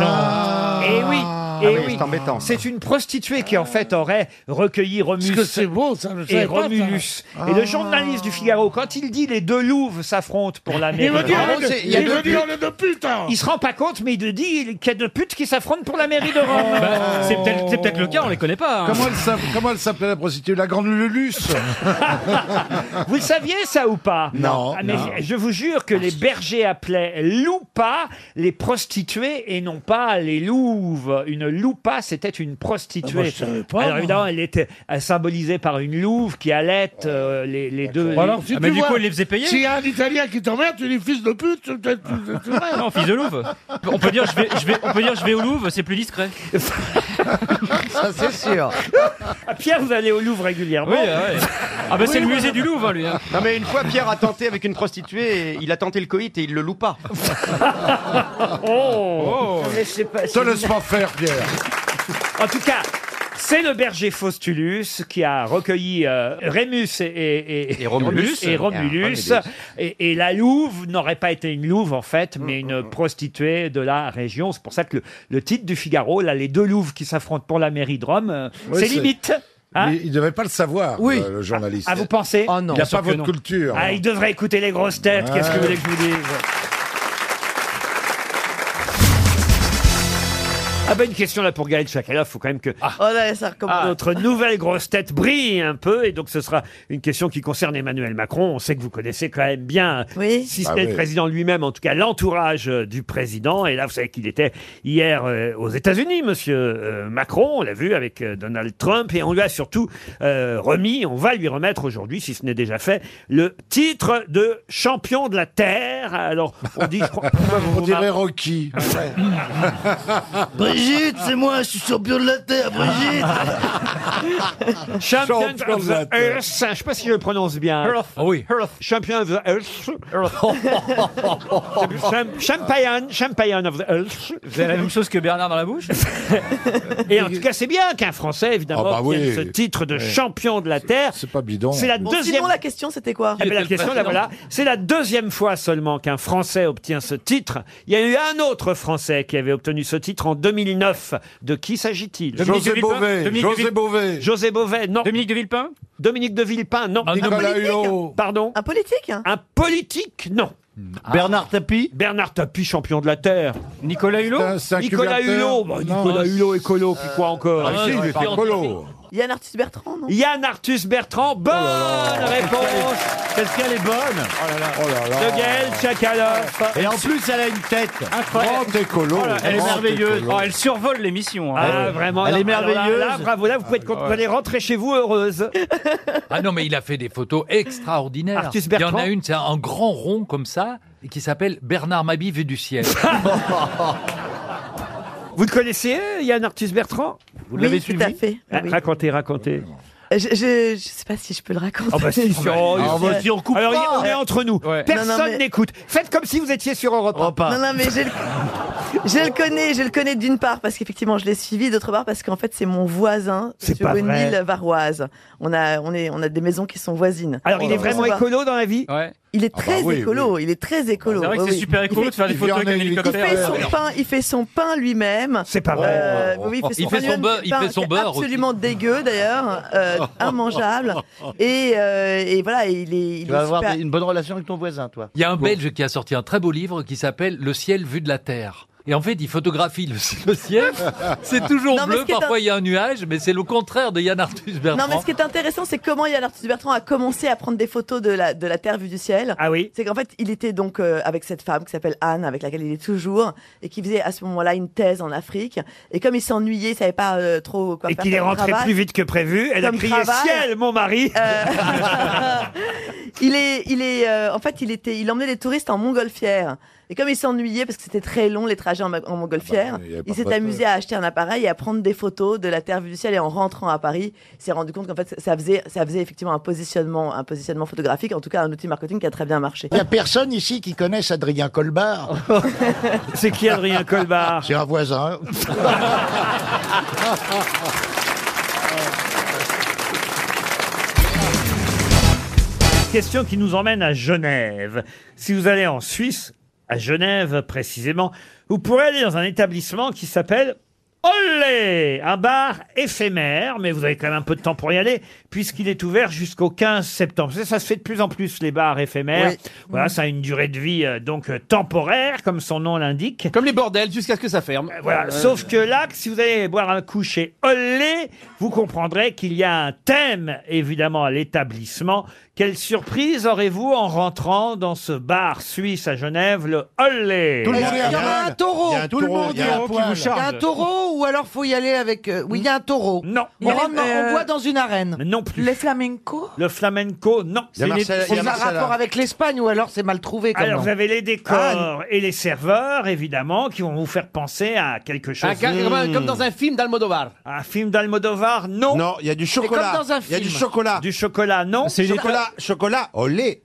et oui, Ah eh oui, oui. c'est embêtant. C'est une prostituée qui en fait aurait recueilli Romulus que c'est beau, ça, je et savais pas, ça. Romulus. Et le journaliste du Figaro, quand il dit les deux louves s'affrontent pour Ah, la mairie, Il veut de dire, Rome, les deux- il y a il deux veut dire putes. les deux putes, hein. Il se rend pas compte, mais il le dit qu'il y a deux putes qui s'affrontent pour la mairie de Rome. Bah, c'est peut-être- c'est peut-être le cas, on les connaît pas, hein. Comment elle comment elle s'appelait la prostituée La grande Lulus Vous le saviez ça ou pas Non. Ah, mais Non. Je, je vous jure que les bergers appelaient loupa les prostituées et non pas les louves. Une loupa, c'était une prostituée. Ah, moi, je savais pas, Alors moi. évidemment, elle était euh, symbolisée par une louve qui allait euh, les, les deux. Ou alors, les- si tu vois- S'il y a un Italien qui t'emmerde, tu dis fils de pute, tu- tu- tu- tu- tu- Non, fils de Louve. On peut dire je vais, je vais, on peut dire je vais au Louvre, c'est plus discret. Ça, c'est sûr. Ah, Pierre, vous allez au Louvre régulièrement. Oui, ah euh, ouais. Ah bah, c'est le musée du Louvre, lui. hein. Non mais une fois Pierre a tenté avec une prostituée, et il a tenté le coït et il le loue pas. Oh, Non, mais c'est pas- Te laisse pas faire, Pierre. En tout cas, c'est le berger Faustulus qui a recueilli euh, Rémus et, et- et- Romulus. Et, Romulus. Et un Et- et la louve n'aurait pas été une louve en fait, mais une prostituée de la région. C'est pour ça que le, le titre du Figaro, là, les deux louves qui s'affrontent pour la mairie de Rome, euh, Oui, c'est c'est- limite. Hein Mais il devait pas le savoir, euh, Oui. le, le journaliste. Ah, vous pensez Il n'a pas votre culture. Ah, il devrait écouter les grosses têtes. Qu'est-ce que vous voulez que je vous dise Ah bah une question là pour Gaël Chakalov, faut quand même que Ah. notre nouvelle grosse tête brille un peu et donc ce sera une question qui concerne Emmanuel Macron. On sait que vous connaissez quand même bien, si ce Ah n'est le oui. président lui-même, en tout cas l'entourage euh, du président. Et là, vous savez qu'il était hier euh, aux États-Unis, Monsieur euh, Macron. On l'a vu avec euh, Donald Trump et on lui a surtout euh, remis, on va lui remettre aujourd'hui, si ce n'est déjà fait, le titre de champion de la terre. Alors on dit, je crois, On dirait Rocky. Brigitte, c'est moi, je suis champion de la terre, Brigitte Champion Champion of de la the terre. Earth. Je sais pas si je le prononce bien. Ah oui. Champion of the Earth. Cham- Champagne, Champagne of the Earth. Vous avez la même chose que Bernard dans la bouche Et en tout cas, c'est bien qu'un Français, évidemment, Ah bah oui. tienne ce titre de Ouais. champion de la Terre. C'est pas bidon. la Bon, deuxième. Sinon, la question, c'était quoi Eh ben, la question, là, voilà. C'est la deuxième fois seulement qu'un Français obtient ce titre. Il y a eu un autre Français qui avait obtenu ce titre en 2009. De qui s'agit-il Dominique José de Villepin Bové, Dominique José de Ville- Beauvais. José Beauvais, non. Dominique de Villepin Dominique de Villepin, non. Un Nicolas politique Hulot. Pardon Un politique hein. Un politique, non. Ah. Bernard Tapie Bernard Tapie, champion de la Terre. Nicolas Hulot c'est un Nicolas cumulateur. Hulot, bah, Non. Nicolas Hulot écolo, puis quoi encore Ah, si, il était colo. Yann Arthus Oh, Bertrand, non Yann Arthus Bertrand, bonne Oh réponse Oh Qu'est-ce qu'elle est bonne De Gaël Tchakaloff Oh Et en plus, elle a une tête Grand écolo. Elle est Grand merveilleuse. écolo. Oh, elle survole l'émission. hein. Ah, vraiment. Elle est alors, alors là, merveilleuse. Là, bravo, là, vous pouvez être Ah contente, vous allez rentrer chez vous heureuse. Ah non, mais il a fait des photos extraordinaires. Artus il y en Bertrand a une, c'est un grand rond comme ça, et qui s'appelle Bernard Mabi vu du ciel. Vous le connaissez, Yann Arthus Bertrand Vous l'avez Oui, tout suivi à fait, Ah, oui. Racontez, racontez. je, je, je sais pas si je peux le raconter. Oh bah si, si, oh, si. Alors, pas, on est ouais. entre nous. Personne Non, non, mais- n'écoute. Faites comme si vous étiez sur Europe 1. Non, non, mais je le, je le connais, je le connais d'une part parce qu'effectivement je l'ai suivi, d'autre part parce qu'en fait c'est mon voisin C'est sur pas une vrai. île varoise. On a, on, est, on a des maisons qui sont voisines. Alors, il est Je sais vraiment pas. Ah bah écolo dans la vie Il Ah est bah très oui, écolo, il est très écolo. C'est vrai que oui, c'est oui. super écolo Il de faire des il- photos avec un hélicoptère. Il fait son pain, il fait son pain lui-même. C'est pas vrai. Oh. oui, il fait son, Il pain fait son lui-même, beurre- il pain fait son qui est beurre aussi. Absolument dégueu d'ailleurs, euh, immangeable. Et, euh, et voilà, il est. Il Tu vas est avoir super- des- Une bonne relation avec ton voisin, toi. Il y a un Belge qui a sorti un très beau livre qui s'appelle Le ciel vu de la terre. Et en fait, il photographie le, le ciel. C'est toujours Non, mais bleu, ce qui est parfois un- il y a un nuage, mais c'est le contraire de Yann Arthus Bertrand. Non, mais ce qui est intéressant, c'est comment Yann Arthus Bertrand a commencé à prendre des photos de la, de la Terre vue du ciel. Ah oui. C'est qu'en fait, il était donc euh, avec cette femme qui s'appelle Anne, avec laquelle il est toujours, et qui faisait à ce moment-là une thèse en Afrique. Et comme il s'ennuyait, il savait pas euh, trop quoi Et faire. qu'il est comme rentré travail- plus vite que prévu. Elle a Comme crié travail. Ciel, mon mari euh, Il est, il est, euh, en fait, il était, il emmenait les touristes en montgolfière. Et comme il s'ennuyait parce que c'était très long les trajets en, ma- en montgolfière, Bah, il y avait pas il de s'est bateau. amusé à acheter un appareil et à prendre des photos de la Terre vue du ciel. Et en rentrant à Paris, il s'est rendu compte qu'en fait ça faisait, ça faisait effectivement un positionnement, un positionnement photographique, en tout cas un outil marketing qui a très bien marché. Il n'y a personne ici qui connaisse Adrien Colbert. C'est qui Adrien Colbert C'est un voisin. Question qui nous emmène à Genève. Si vous allez en Suisse, à Genève précisément, vous pourrez aller dans un établissement qui s'appelle Olé Un bar éphémère, mais vous avez quand même un peu de temps pour y aller, puisqu'il est ouvert jusqu'au 15 septembre. Vous savez, Ça, se fait de plus en plus, les bars éphémères. Oui. Voilà, ça a une durée de vie euh, donc euh, temporaire, comme son nom l'indique. Comme les bordels, jusqu'à ce que ça ferme. Voilà, Euh, sauf que là, si vous allez boire un coup chez Olé, vous comprendrez qu'il y a un thème, évidemment, à l'établissement. Quelle surprise aurez-vous en rentrant dans ce bar suisse à Genève, le Olé Est-ce qu'il y aura un taureau Tout le monde Il y a un, taureau ou alors faut y aller avec. euh, oui, il y a euh, un taureau. Non. euh, On, rentre dans- on boit dans une arène. Non plus. Les flamenco Le flamenco, non. C'est une- c'est un hein. rapport avec l'Espagne ou alors c'est mal trouvé. Comme Alors, nom. vous avez les Ah, décors et les serveurs, évidemment, qui vont vous faire penser à quelque chose. Un ca- Hmm. comme- comme dans un film d'Almodovar. Un film d'Almodovar, non. Non, il y a du chocolat. comme dans un Il y a du film. chocolat. Du chocolat, non. C'est une Chocolat, éta- chocolat, au lait.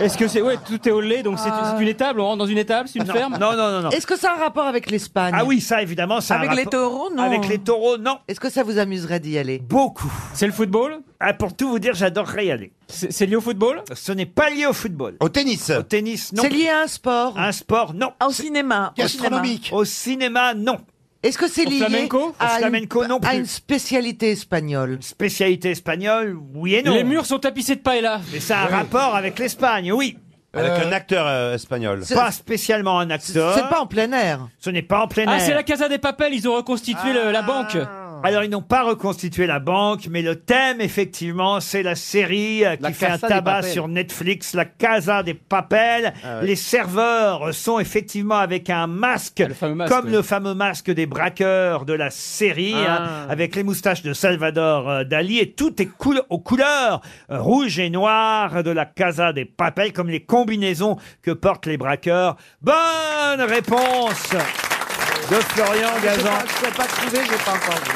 Est-ce que c'est. Ouais, tout est au lait, donc c'est Ah. c'est une étable, on rentre dans une étable, c'est une Non, ferme non, non, non, non. Est-ce que ça a un rapport avec l'Espagne Ah oui, ça évidemment, ça a un Avec les rapport- taureaux, non Avec les taureaux, non. Est-ce que ça vous amuserait d'y aller Beaucoup. C'est le football Pour tout vous dire, j'adorerais y aller. C'est lié au football Ce n'est pas lié au football. Au tennis Au tennis, non. C'est lié à un sport Un sport, non. Au cinéma au Gastronomique. Au cinéma, non. Est-ce que c'est Au lié flamenco Au à, flamenco, une, non à plus. une spécialité espagnole Spécialité espagnole, oui et non. Les murs sont tapissés de paella. Mais ça a un Oui. rapport avec l'Espagne, oui. Avec un acteur euh, espagnol. Pas spécialement un acteur. C'est pas en plein air. Ce n'est pas en plein air. Ah. Ah, c'est la Casa des Papels, ils ont reconstitué le- la banque. Alors, ils n'ont pas reconstitué la banque, mais le thème, effectivement, c'est la série euh, qui La fait un Casa tabac des Papel. sur Netflix, La Casa des Papels. Ah Les serveurs sont effectivement avec un masque, Ah, masque, comme oui. le fameux masque des braqueurs de la série, Ah. hein, avec les moustaches de Salvador euh, Dali, et tout est coul- aux couleurs euh, rouge et noir de La Casa des Papels, comme les combinaisons que portent les braqueurs. Bonne réponse de Florian Gazan. Je ne pas trouvé, j'ai pas entendu.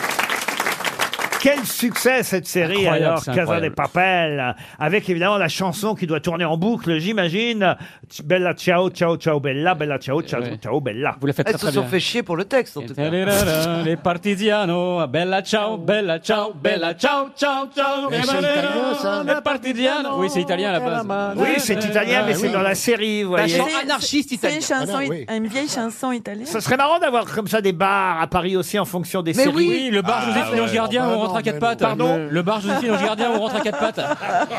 Quel succès cette série Incroyable, alors, c'est Casa de incroyable. Papel, avec évidemment la chanson qui doit tourner en boucle, j'imagine. Bella ciao, ciao, ciao, bella, bella Eh ciao, ciao, ciao, bella. Vous la faites Elles très, se très sont bien. fait chier pour le texte en tout Les ah, partidiano, bella ciao, bella ciao, bella ciao, ciao, ciao. Mais c'est italien, ça. Les partidiano. Oui, c'est italien à la base. Ah Bah, Oui, c'est italien, mais c'est dans la série, vous voyez. anarchiste italienne. Bah, C'est une, chanson Voilà, it- oui. une vieille chanson italienne. Ce serait marrant d'avoir comme ça des bars à Paris aussi en fonction des séries. Ah, Joséphine Ange Gardien, bah on rentre à quatre pattes. Pardon Le bar Joséphine Ange Gardien, on rentre à quatre pattes.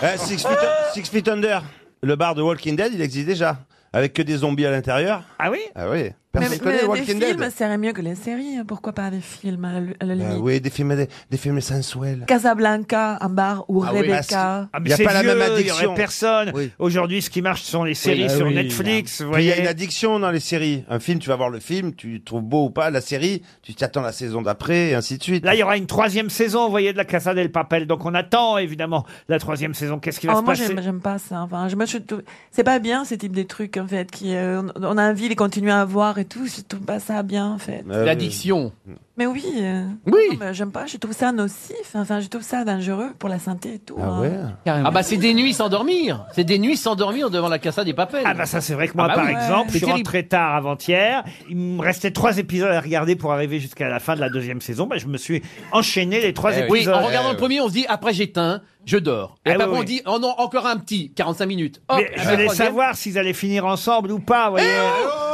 Euh, Six, Feet, Six Feet Under, le bar de Walking Dead, il existe déjà. Avec que des zombies à l'intérieur. Ah oui Ah oui. Mais, Personne mais connaît des Walking films, Dead. c'est mieux que les séries. hein. Pourquoi pas des films à la, lu- à la Bah limite oui, des films, des, des films sensuels. Casablanca, un bar ou Ah oui, Rebecca. bah, Ah, Y mais a c'est pas la même vieux, il y addiction. aurait personne. Aujourd'hui, ce qui marche, ce sont les séries Ah sur oui, Netflix. vous Puis Il y a voyez. une addiction dans les séries. Un film, tu vas voir le film, tu trouves beau ou pas la série, tu t'attends la saison d'après, et ainsi de suite. Là, il y aura une troisième saison, vous voyez, de la Casa del Papel. Donc, on attend, évidemment, la troisième saison. Qu'est-ce qui va Oh, se moi, passer j'aime j'aime pas ça. Enfin, je me suis tout- C'est pas bien, ce type de truc, en fait. Qui, euh, on- on a envie de continuer à voir et tout. Je trouve pas ça bien, en fait. L'addiction. Mais oui. euh, Oui. J'aime pas. Je trouve ça nocif. Enfin, je trouve ça dangereux pour la santé et tout. hein. Ah bah c'est des nuits sans dormir. C'est des nuits sans dormir devant la Casa des Papels. Ah bah ça c'est vrai que moi par exemple, je suis rentré tard avant-hier, il me restait trois épisodes à regarder pour arriver jusqu'à la fin de la deuxième saison, bah, je me suis enchaîné les trois Eh Oui, épisodes. en regardant le premier, on se dit après j'éteins, je dors. Eh Et après oui, oui. on dit oh non, encore un petit, 45 minutes. Hop, Mais après je le voulais troisième. Eh savoir s'ils allaient finir ensemble ou pas, vous voyez.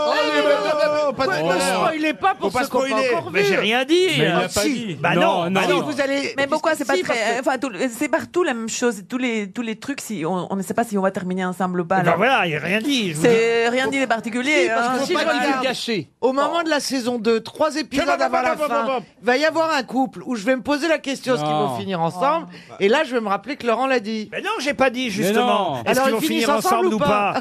Oh, Oh, ne spoilez pas pour Faut pas ceux qu'on qu'on a spoiler. encore Mais vus. j'ai rien dit. Mais il Ah, l'a pas si. dit. Bah non, bah non. Vous allez... Mais pourquoi c'est pas Si, parce très... enfin, tout- c'est partout la même chose. Tous les tous les trucs. Si on, on ne sait pas si on va terminer ensemble ou pas. Ben alors. voilà, il n'y a rien dit. je vous C'est rien dit de particulier. Si, parce hein. que si je regarde Au moment de la saison 2, trois épisodes Que- avant la que- fin, va y avoir un couple où je vais me poser la question est-ce qu'ils Non. Oh. vont finir ensemble Et là, je vais me rappeler que Laurent l'a dit. Oh. Mais non, j'ai pas dit justement. Est-ce Alors qu'ils ils vont finissent finir ensemble, ou pas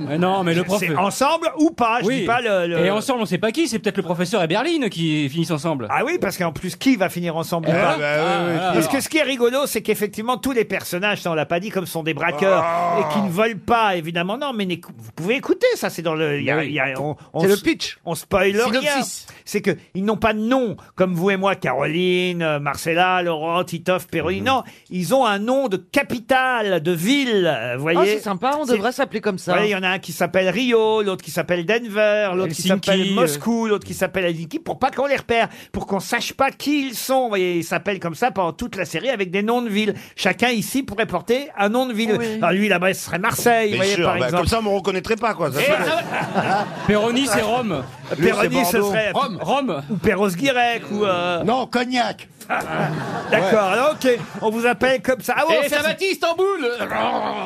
Mais non, mais le prof. C'est ensemble ou pas, Ah, je Oui. dis pas le. le- Et ensemble, on sait pas qui, c'est peut-être le professeur et Berline qui finissent ensemble. Ah oui, parce qu'en plus, qui va finir ensemble Eh ou pas ben, ah, oui, oui, Parce qui que ce qui est rigolo, c'est qu'effectivement, tous les personnages, ça on l'a pas dit, comme sont des braqueurs Ah. et qui ne veulent pas, évidemment. Non, mais n'écou- vous pouvez écouter, ça, c'est dans le. il y a- il y a- on, on C'est le s- On spoil rien. Synopsis. C'est que ils n'ont pas de nom, comme vous et moi, Caroline, euh, Marcella, Laurent, Titoff, Mhm. Perroni. Non, ils ont un nom de capitale, de ville, euh, vous voyez. Ah, c'est sympa, on C'est- devrait s'appeler comme ça. Ouais, il y en a un qui s'appelle Rio, l'autre qui s'appelle Denver, l'autre qui Helsinki, s'appelle euh. Moscou, l'autre qui s'appelle Helsinki, pour pas qu'on les repère, pour qu'on sache pas qui ils sont. Vous voyez, ils s'appellent comme ça pendant toute la série avec des noms de villes. Chacun ici pourrait porter un nom de ville. Alors lui là-bas, ce serait Marseille, Bien vous voyez, sûr, par bah, exemple. comme ça, on me reconnaîtrait pas, quoi. Ça, Eh, c'est ah bon. Péroni, c'est Rome. Lui, c'est Péroni, Euh, ce Bordeaux. serait Rome. Rome. Ou Perros Guirec, ou. Non, Cognac. D'accord, alors, ok, on vous appelle comme ça. Ah ouais, on Et fait- ça bâtit Istanbul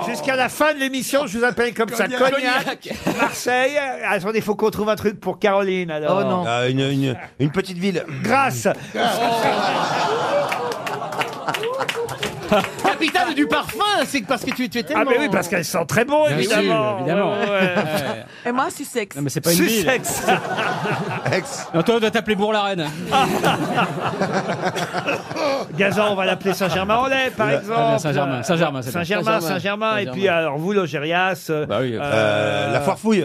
Jusqu'à la fin de l'émission, je vous appelle comme ça. Cognac. Cognac, Marseille. Ah, Attendez, faut qu'on trouve un truc pour Caroline alors. Oh non. Ah, une, une- une petite ville. Grâce. Capitale du parfum, c'est que parce que tu, tu es tellement... Ah mais oui, parce qu'elle sent très bon, Bien sûr, évidemment. évidemment. Ouais, ouais. Et moi, c'est sexe. Eh, Non, mais c'est pas une ville. Sussex. Non, toi, on doit t'appeler Bourg-la-Reine. Gazan, on va l'appeler Saint-Germain-en-Laye, par Ah, exemple. bien, Saint-Germain, Saint-Germain, c'est bien. Saint-Germain, Saint-Germain. Saint-Germain. Et Saint-Germain. puis, euh, alors, vous, Logérias. euh, Bah Euh, la farfouille.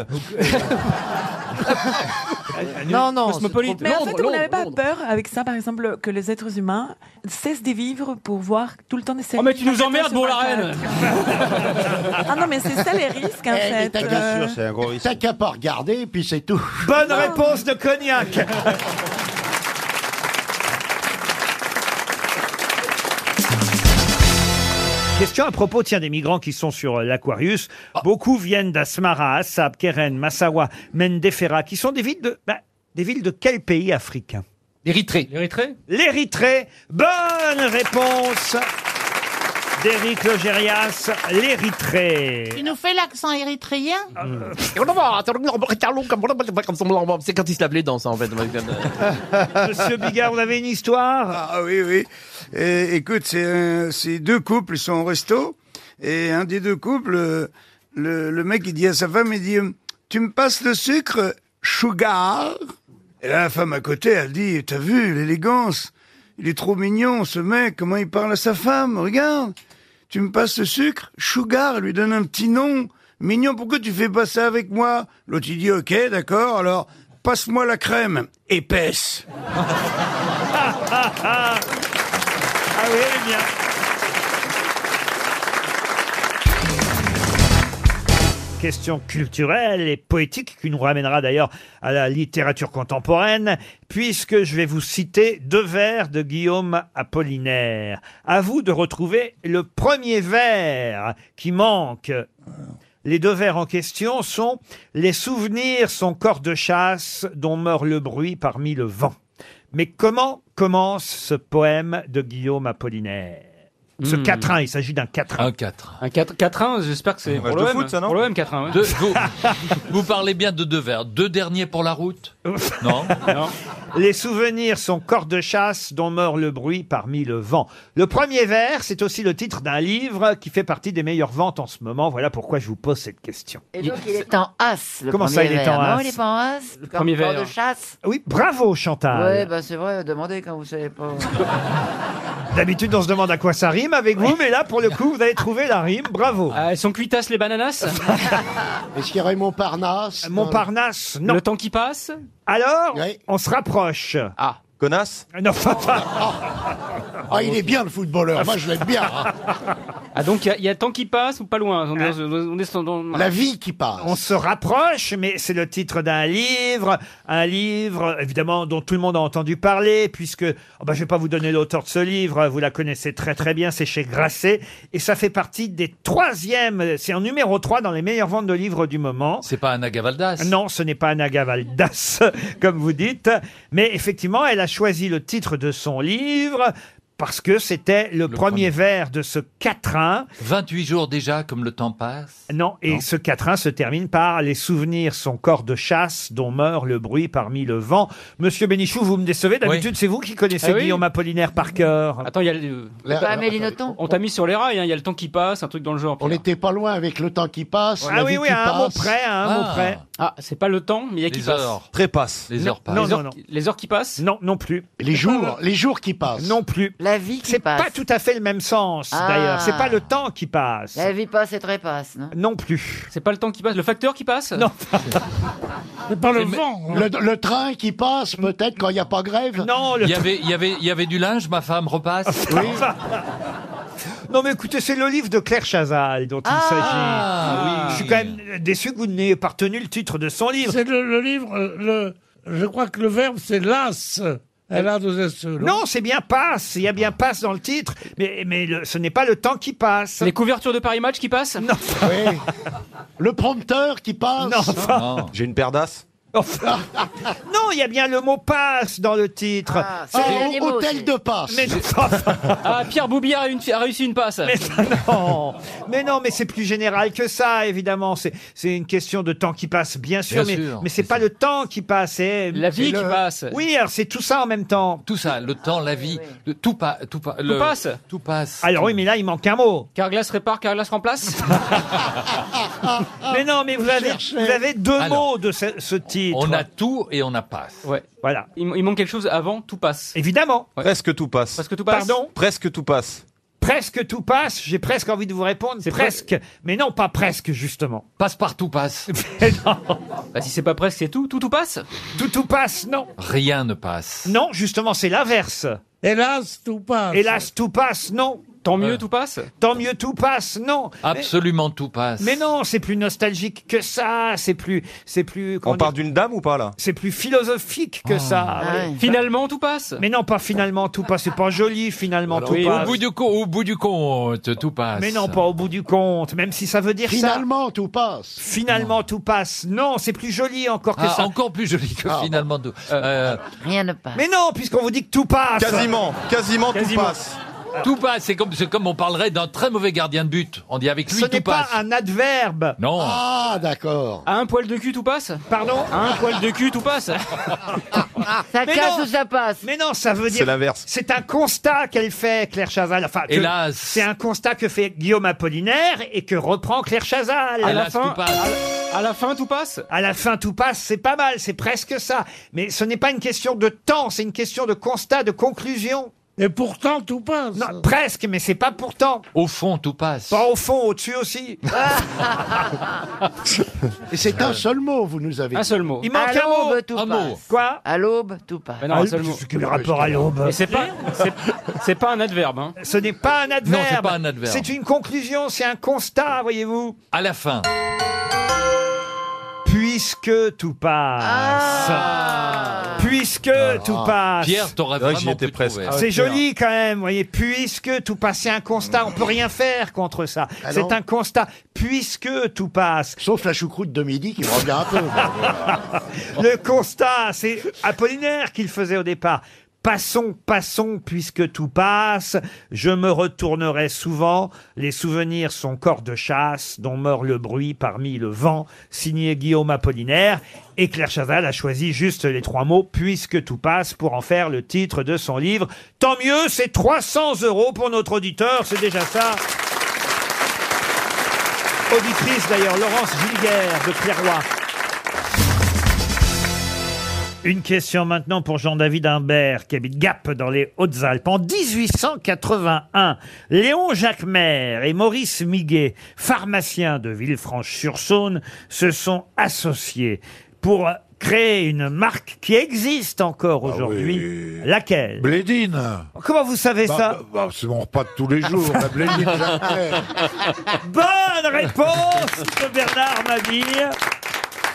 Non, non, Mais en fait, vous n'avez pas peur avec ça, par exemple, que les êtres humains cessent de vivre pour voir tout le temps des séries. Oh, mais tu nous emmerdes, pour la Bourg-la-Reine. Ah non, mais c'est ça les risques, en Eh, mais fait. t'as Euh, qu'à- T'as qu'à pas regarder, et puis c'est tout. Bonne réponse de Cognac. Question à propos, tiens, des migrants qui sont sur euh, l'Aquarius. Beaucoup viennent d'Asmara, Assab, Keren, Massawa, Mendefera, qui sont des villes de, bah, des villes de quel pays africain L'Érythrée. L'Érythrée L'Érythrée. Bonne réponse d'Éric Logérias. L'Érythrée. Tu nous fais l'accent érythréen C'est quand ils se lavent les dents, ça, en fait. euh, Monsieur Bigard, vous avez une histoire Ah oui, oui. Et, écoute, c'est un- c'est deux couples, ils sont au resto. Et un des deux couples, euh, le, le mec, il dit à sa femme, il dit, tu me passes le sucre, sugar Et là, la femme à côté, elle dit, t'as vu l'élégance Il est trop mignon, ce mec, comment il parle à sa femme, regarde. Tu me passes le sucre, sugar, elle lui donne un petit nom. Mignon, pourquoi tu fais pas ça avec moi L'autre, il dit, ok, d'accord, alors passe-moi la crème, épaisse. Ah, ah. Ah oui, elle est bien. Question culturelle et poétique qui nous ramènera d'ailleurs à la littérature contemporaine, puisque je vais vous citer deux vers de Guillaume Apollinaire. À vous de retrouver le premier vers qui manque. Les deux vers en question sont Les souvenirs sont corps de chasse dont meurt le bruit parmi le vent. Mais comment commence ce poème de Guillaume Apollinaire Ce Hmm. quatrain, il s'agit d'un quatrain. Un 4. Un 4-1, j'espère que c'est. match Pour de l'OM, foot, ça, non Pour l'OM, 4-1. ouais. Deux- vous, vous parlez bien de deux vers. Deux derniers pour la route Non Les souvenirs sont corps de chasse dont meurt le bruit parmi le vent. Le premier vers, c'est aussi le titre d'un livre qui fait partie des meilleures ventes en ce moment. Voilà pourquoi je vous pose cette question. Et donc il est en as. Le Comment premier ça, il est vers. en as Non, il est pas en as. Le premier vers. de chasse. Oui, bravo Ouais, Chantal. bah c'est vrai, demandez quand vous savez pas. D'habitude, on se demande à quoi ça rime avec vous, mais là, pour le coup, vous avez trouvé la rime. Bravo. Ah, Elles sont cuitasses les bananas Est-ce qu'il y aurait Montparnasse Montparnasse, non. Le temps qui passe Alors, on se rapproche. Ah. Connasse Non, Ah, il est bien le footballeur, moi je l'aime bien. hein. Ah, donc il y a- il y, a le temps qui passe ou pas loin Ah. on est, dans- on est dans- qui passe. On se rapproche, mais c'est le titre d'un livre, un livre évidemment dont tout le monde a entendu parler, puisque oh ben, je ne vais pas vous donner l'auteur de ce livre, vous la connaissez très très bien, c'est chez Grasset, et ça fait partie des troisièmes, c'est en numéro 3 dans les meilleures ventes de livres du moment. C'est pas un agavaldas Non, ce n'est pas Naga Valdas, comme vous dites. Mais effectivement, elle a choisi le titre de son livre parce que c'était le, premier vers de ce quatrain. 28 jours déjà, comme le temps passe. Non, et ce quatrain se termine par Les souvenirs, son corps de chasse, dont meurt le bruit parmi le vent. Monsieur Bénichou, vous me décevez. D'habitude, c'est vous qui connaissez Ah oui Guillaume Apollinaire par cœur. Attends, il y a le- La- Bah, Pas Amélie Nothomb On t'a mis sur les rails, hein, il y a le temps qui passe, un truc dans le genre. On n'était pas loin avec le temps qui passe. Ah la oui, vie oui, qui à un mot passe. près, à un mot Ah. près. Ah, c'est pas le temps, mais il y a qui passe. Trépasse. Les heures Non, non, non. Les heures qui passent Non, non plus. Les jours, les jours qui passent. Non plus. La vie qui C'est passe. pas tout à fait le même sens, Ah. d'ailleurs. C'est pas le temps qui passe. La vie passe et trépasse, non Non plus. C'est pas le temps qui passe, le facteur qui passe Non. Par le Mais- vent. hein. Le, le train qui passe, peut-être, quand il n'y a pas grève. Non, Il y avait, il y avait, il y avait du linge, ma femme repasse. Oh, Oui. Non mais écoutez, c'est le livre de Claire Chazal dont il s'agit. Ah, Je suis quand même déçu que vous n'ayez pas retenu le titre de son livre. C'est le, le livre, euh, le, je crois que le verbe c'est las. Elle a deux S. Non, c'est bien passe. Il y a bien passe dans le titre, mais, mais le- ce n'est pas le temps qui passe. Les couvertures de Paris Match qui passent Non. Le prompteur qui passe. Non, enfin. J'ai une paire d'as. Ah. Enfin, non, il y a bien le mot passe dans le titre. Oh, c'est Ah, un hô- mot, hôtel c'est- de passe. Mais, Ah, Pierre Boubi a, une- a réussi une passe. mais ça, non. Mais non, mais c'est plus général que ça, évidemment. C'est c'est une question de temps qui passe, bien sûr. Bien mais sûr. mais c'est pas le temps qui passe. c'est- euh, La vie c'est qui passe. Oui, alors c'est tout ça en même temps. Tout ça, le temps, la vie, le- tout, pa- tout, pa- le- passe. Tout passe. Alors oui, mais là, il manque un mot. Carglass répare, Carglass remplace Mais non, mais vous avez, vous avez deux mots de ce, ce titre. On a tout et on a passe. Ouais. Voilà. Il, il manque quelque chose avant, tout passe. Évidemment. Presque tout passe. Presque tout passe. Pardon Presque tout passe. Presque tout passe. J'ai presque envie de vous répondre. Presque. Mais non, pas presque, justement. Passe partout passe. Bah, si c'est pas presque, c'est tout. Tout, tout passe Tout, tout passe, non. Rien ne passe. Non, justement, c'est l'inverse. Hélas, tout passe. Hélas, tout passe, non. Euh, Tant Ouais. mieux, tout passe Tant mieux, tout passe, non. Mais- Absolument tout passe. Mais non, c'est plus nostalgique que ça, c'est plus, c'est plus, comment On part dire, d'une dame ou pas là c'est plus philosophique que ça. Ah oui. ouais. Finalement, tout passe Mais non, pas finalement tout passe, c'est pas joli finalement tout Oui, au, passe. bout du Ah, co- au bout du compte, tout passe. Mais non, pas au bout du compte, même si ça veut dire ça. Finalement, tout passe. Finalement tout passe. Non, c'est plus joli encore que Ah, ça. encore plus joli que Ah, finalement tout. Euh, Rien ne passe. Mais non, puisqu'on vous dit que tout passe. Quasiment, quasiment, Quasiment. tout passe. tout passe, c'est comme, c'est comme on parlerait d'un très mauvais gardien de but. On dit avec lui Ce tout n'est passe. pas un adverbe. Non. Ah, d'accord. À un poil de cul, tout passe Pardon À un poil de cul, tout passe Ça Mais casse non. ou ça passe Mais non, ça veut dire. C'est l'inverse. C'est un constat qu'elle fait, Claire Chazal. Enfin, que- Hélas. C'est un constat que fait Guillaume Apollinaire et que reprend Claire Chazal. À À la, la Hélas, fin, tout passe. à la fin, tout passe à la fin, tout passe, c'est pas mal, c'est presque ça. Mais ce n'est pas une question de temps, c'est une question de constat, de conclusion. Et pourtant, tout passe. Non, presque, mais c'est pas pourtant. Au fond, tout passe. Pas au fond, au-dessus aussi. Et c'est un seul mot, vous nous avez Un dit. seul mot. Il À manque un mot. Ah, l'aube, tout Un mot. passe. Quoi À l'aube, tout passe. Mais non, un seul mot. Quel rapport à l'aube Et c'est pas, c'est- c'est pas un adverbe. Hein. Ce n'est pas un adverbe. Non, c'est pas un adverbe. C'est une conclusion, c'est un constat, voyez-vous. À la fin. Puisque tout passe. Puisque tout passe. Pierre, t'aurais Ouais, vraiment j'y étais pu presque. trouver. c'est joli quand même, voyez. Puisque tout passe, c'est un constat. On peut rien faire contre ça. Ah non. C'est un constat. Puisque tout passe. Sauf la choucroute de midi qui me revient un peu. Le constat, c'est Apollinaire qui le faisait au départ. Passons, passons, puisque tout passe. Je me retournerai souvent. Les souvenirs sont corps de chasse, dont mord le bruit parmi le vent. Signé Guillaume Apollinaire. Et Claire Chazal a choisi juste les trois mots, puisque tout passe, pour en faire le titre de son livre. Tant mieux, c'est 300 euros pour notre auditeur, c'est déjà ça. Auditrice d'ailleurs, Laurence Gilguerre de Clairoy. Une question maintenant pour Jean-David Imbert, qui habite Gap dans les Hautes-Alpes. En 1881, Léon Jacquemert et Maurice Miguet, pharmaciens de Villefranche-sur-Saône, se sont associés pour créer une marque qui existe encore aujourd'hui. Ah oui. Laquelle Blédine Comment vous savez Bah, ça bah, bah, C'est mon repas de tous les jours, la Blédine. Jacquet. Bonne réponse de Bernard Mabille.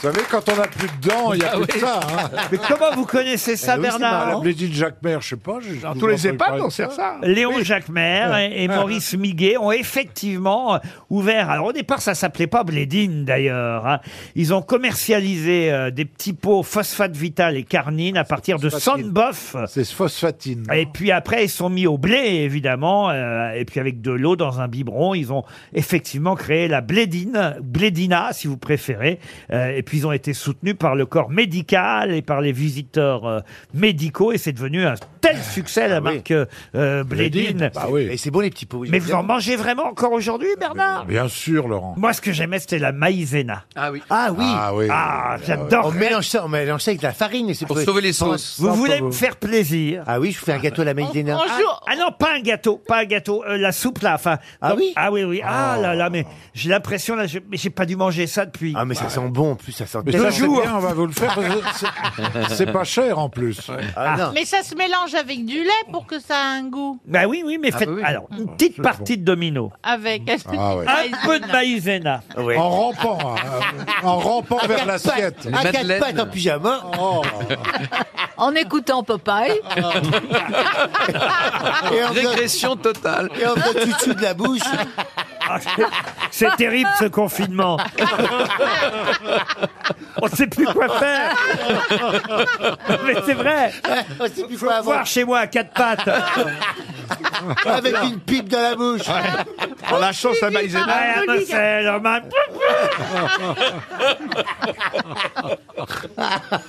Vous savez, quand on n'a plus de dents, il n'y a Ah plus oui. de ça. hein. Mais comment vous connaissez ça, Eh oui, c'est marrant. La Bernard hein Blédine Jacquemert, je sais pas. j'ai- Dans j'ai tous les entendu EHPAD, parler de on sert ça. Léon Jacquemert et, et Maurice Miguet ont effectivement euh, ouvert. Alors au départ, ça s'appelait pas Blédine d'ailleurs. hein. Ils ont commercialisé euh, des petits pots phosphate vital et carnine à partir de Phosphatine. Sandboff. C'est phosphatine. Et puis après, ils sont mis au blé, évidemment, euh, et puis avec de l'eau dans un biberon, ils ont effectivement créé la blédine, blédina, si vous préférez. Euh, et puis ils ont été soutenus par le corps médical et par les visiteurs euh, médicaux, et c'est devenu un tel succès, Ah la marque euh, euh, Blédine. Et c'est bon les petits pots. Mais vous en mangez vraiment encore aujourd'hui, Ah, Bernard Bien sûr, Laurent. Moi, ce que j'aimais, c'était la maïzena. Ah oui. Ah oui. Ah oui. Ah, j'adore. On mélange ça, on mélange ça avec de la farine. et c'est Pour sauver les sauces. Vous voulez me faire plaisir Ah oui, je vous fais un gâteau à la maïzena. Ah, ah non, pas un gâteau, pas un gâteau, euh, la soupe là, enfin. Ah oui Ah oui, oui. Ah là là, mais j'ai l'impression là, je- mais j'ai pas dû manger ça depuis. Ah mais ça sent bon en plus, ça sent Mais tellement deux jours. bien, hein. on va vous le faire, parce que C'est pas cher en plus. Ah, non. Mais ça se mélange avec du lait pour que ça a un goût. Bah oui, oui, mais Ah faites. bah oui. Alors, une petite Bon. partie de domino. Avec. Ah ouais. Un peu de maïzena. En rampant, hein, en rampant À vers quatre l'assiette. Oh. pattes, à quatre pattes en pyjama. En écoutant Popeye. Régression totale. Et en faisant tutu de la bouche. Ah, C'est terrible ce confinement. On ne sait plus quoi faire. Mais c'est vrai. On sait plus Faut quoi voir avoir. chez moi à quatre pattes. Avec une pipe dans la bouche. On la chance à maïzena. Ah, mais c'est normal.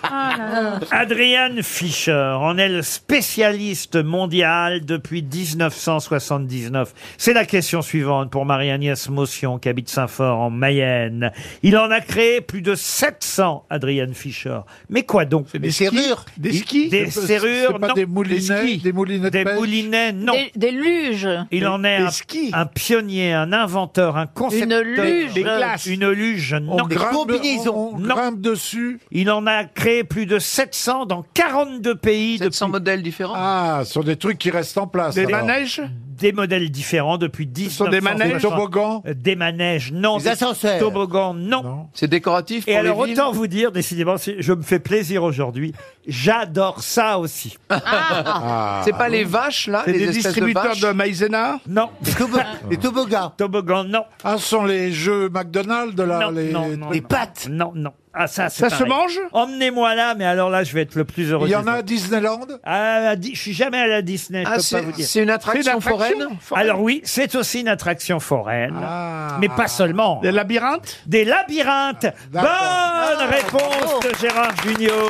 Ah, Adrian Fischer en est le spécialiste mondial depuis 1979. C'est la question suivante pour Marie-Agnès Motion qui habite Saint-Fort en Mayenne. Il en a créé plus de 700, Adrian Fischer. Mais quoi donc Des serrures Des skis Des C'est pas- serrures, c'est pas non. des moulinets, skis. Des moulinets, non. Des, des luges. Il en est un, un pionnier, un inventeur, un concepteur. Une luge. Des glaces. Une luge, non. On grimpe- on- on grimpe dessus. Il en a créé plus de 700 dans 42 pays. 700 modèles différents. Ah, ce sont des trucs qui restent en place. Des alors. manèges Des modèles différents depuis 10 sont des manèges Des toboggans Des manèges, non. Des ascenseurs Toboggans, non. C'est décoratif Et alors, autant vous dire, décidément, si je me fais plaisir aujourd'hui. J'adore ça aussi. Ah. Ah. Ah. C'est pas les vaches, là C'est les des espèces distributeurs vaches de maïzena Non. Ah. Les toboggans. Toboggans, non. Ah, ce sont les jeux McDonald's, là, les... les pâtes. Non, non. Ah, ça, Ça c'est se pareil. mange Emmenez-moi là, mais alors là, je vais être le plus heureux. Il y du en a monde. à Disneyland Ah, à Di- je suis jamais allé à Disney. je Ah, peux c'est- pas vous dire. c'est une attraction C'est foraine foraine Alors oui, c'est aussi une attraction foraine, Ah. mais pas seulement. Des labyrinthes Des labyrinthes. Bonne réponse de Gérard Junior.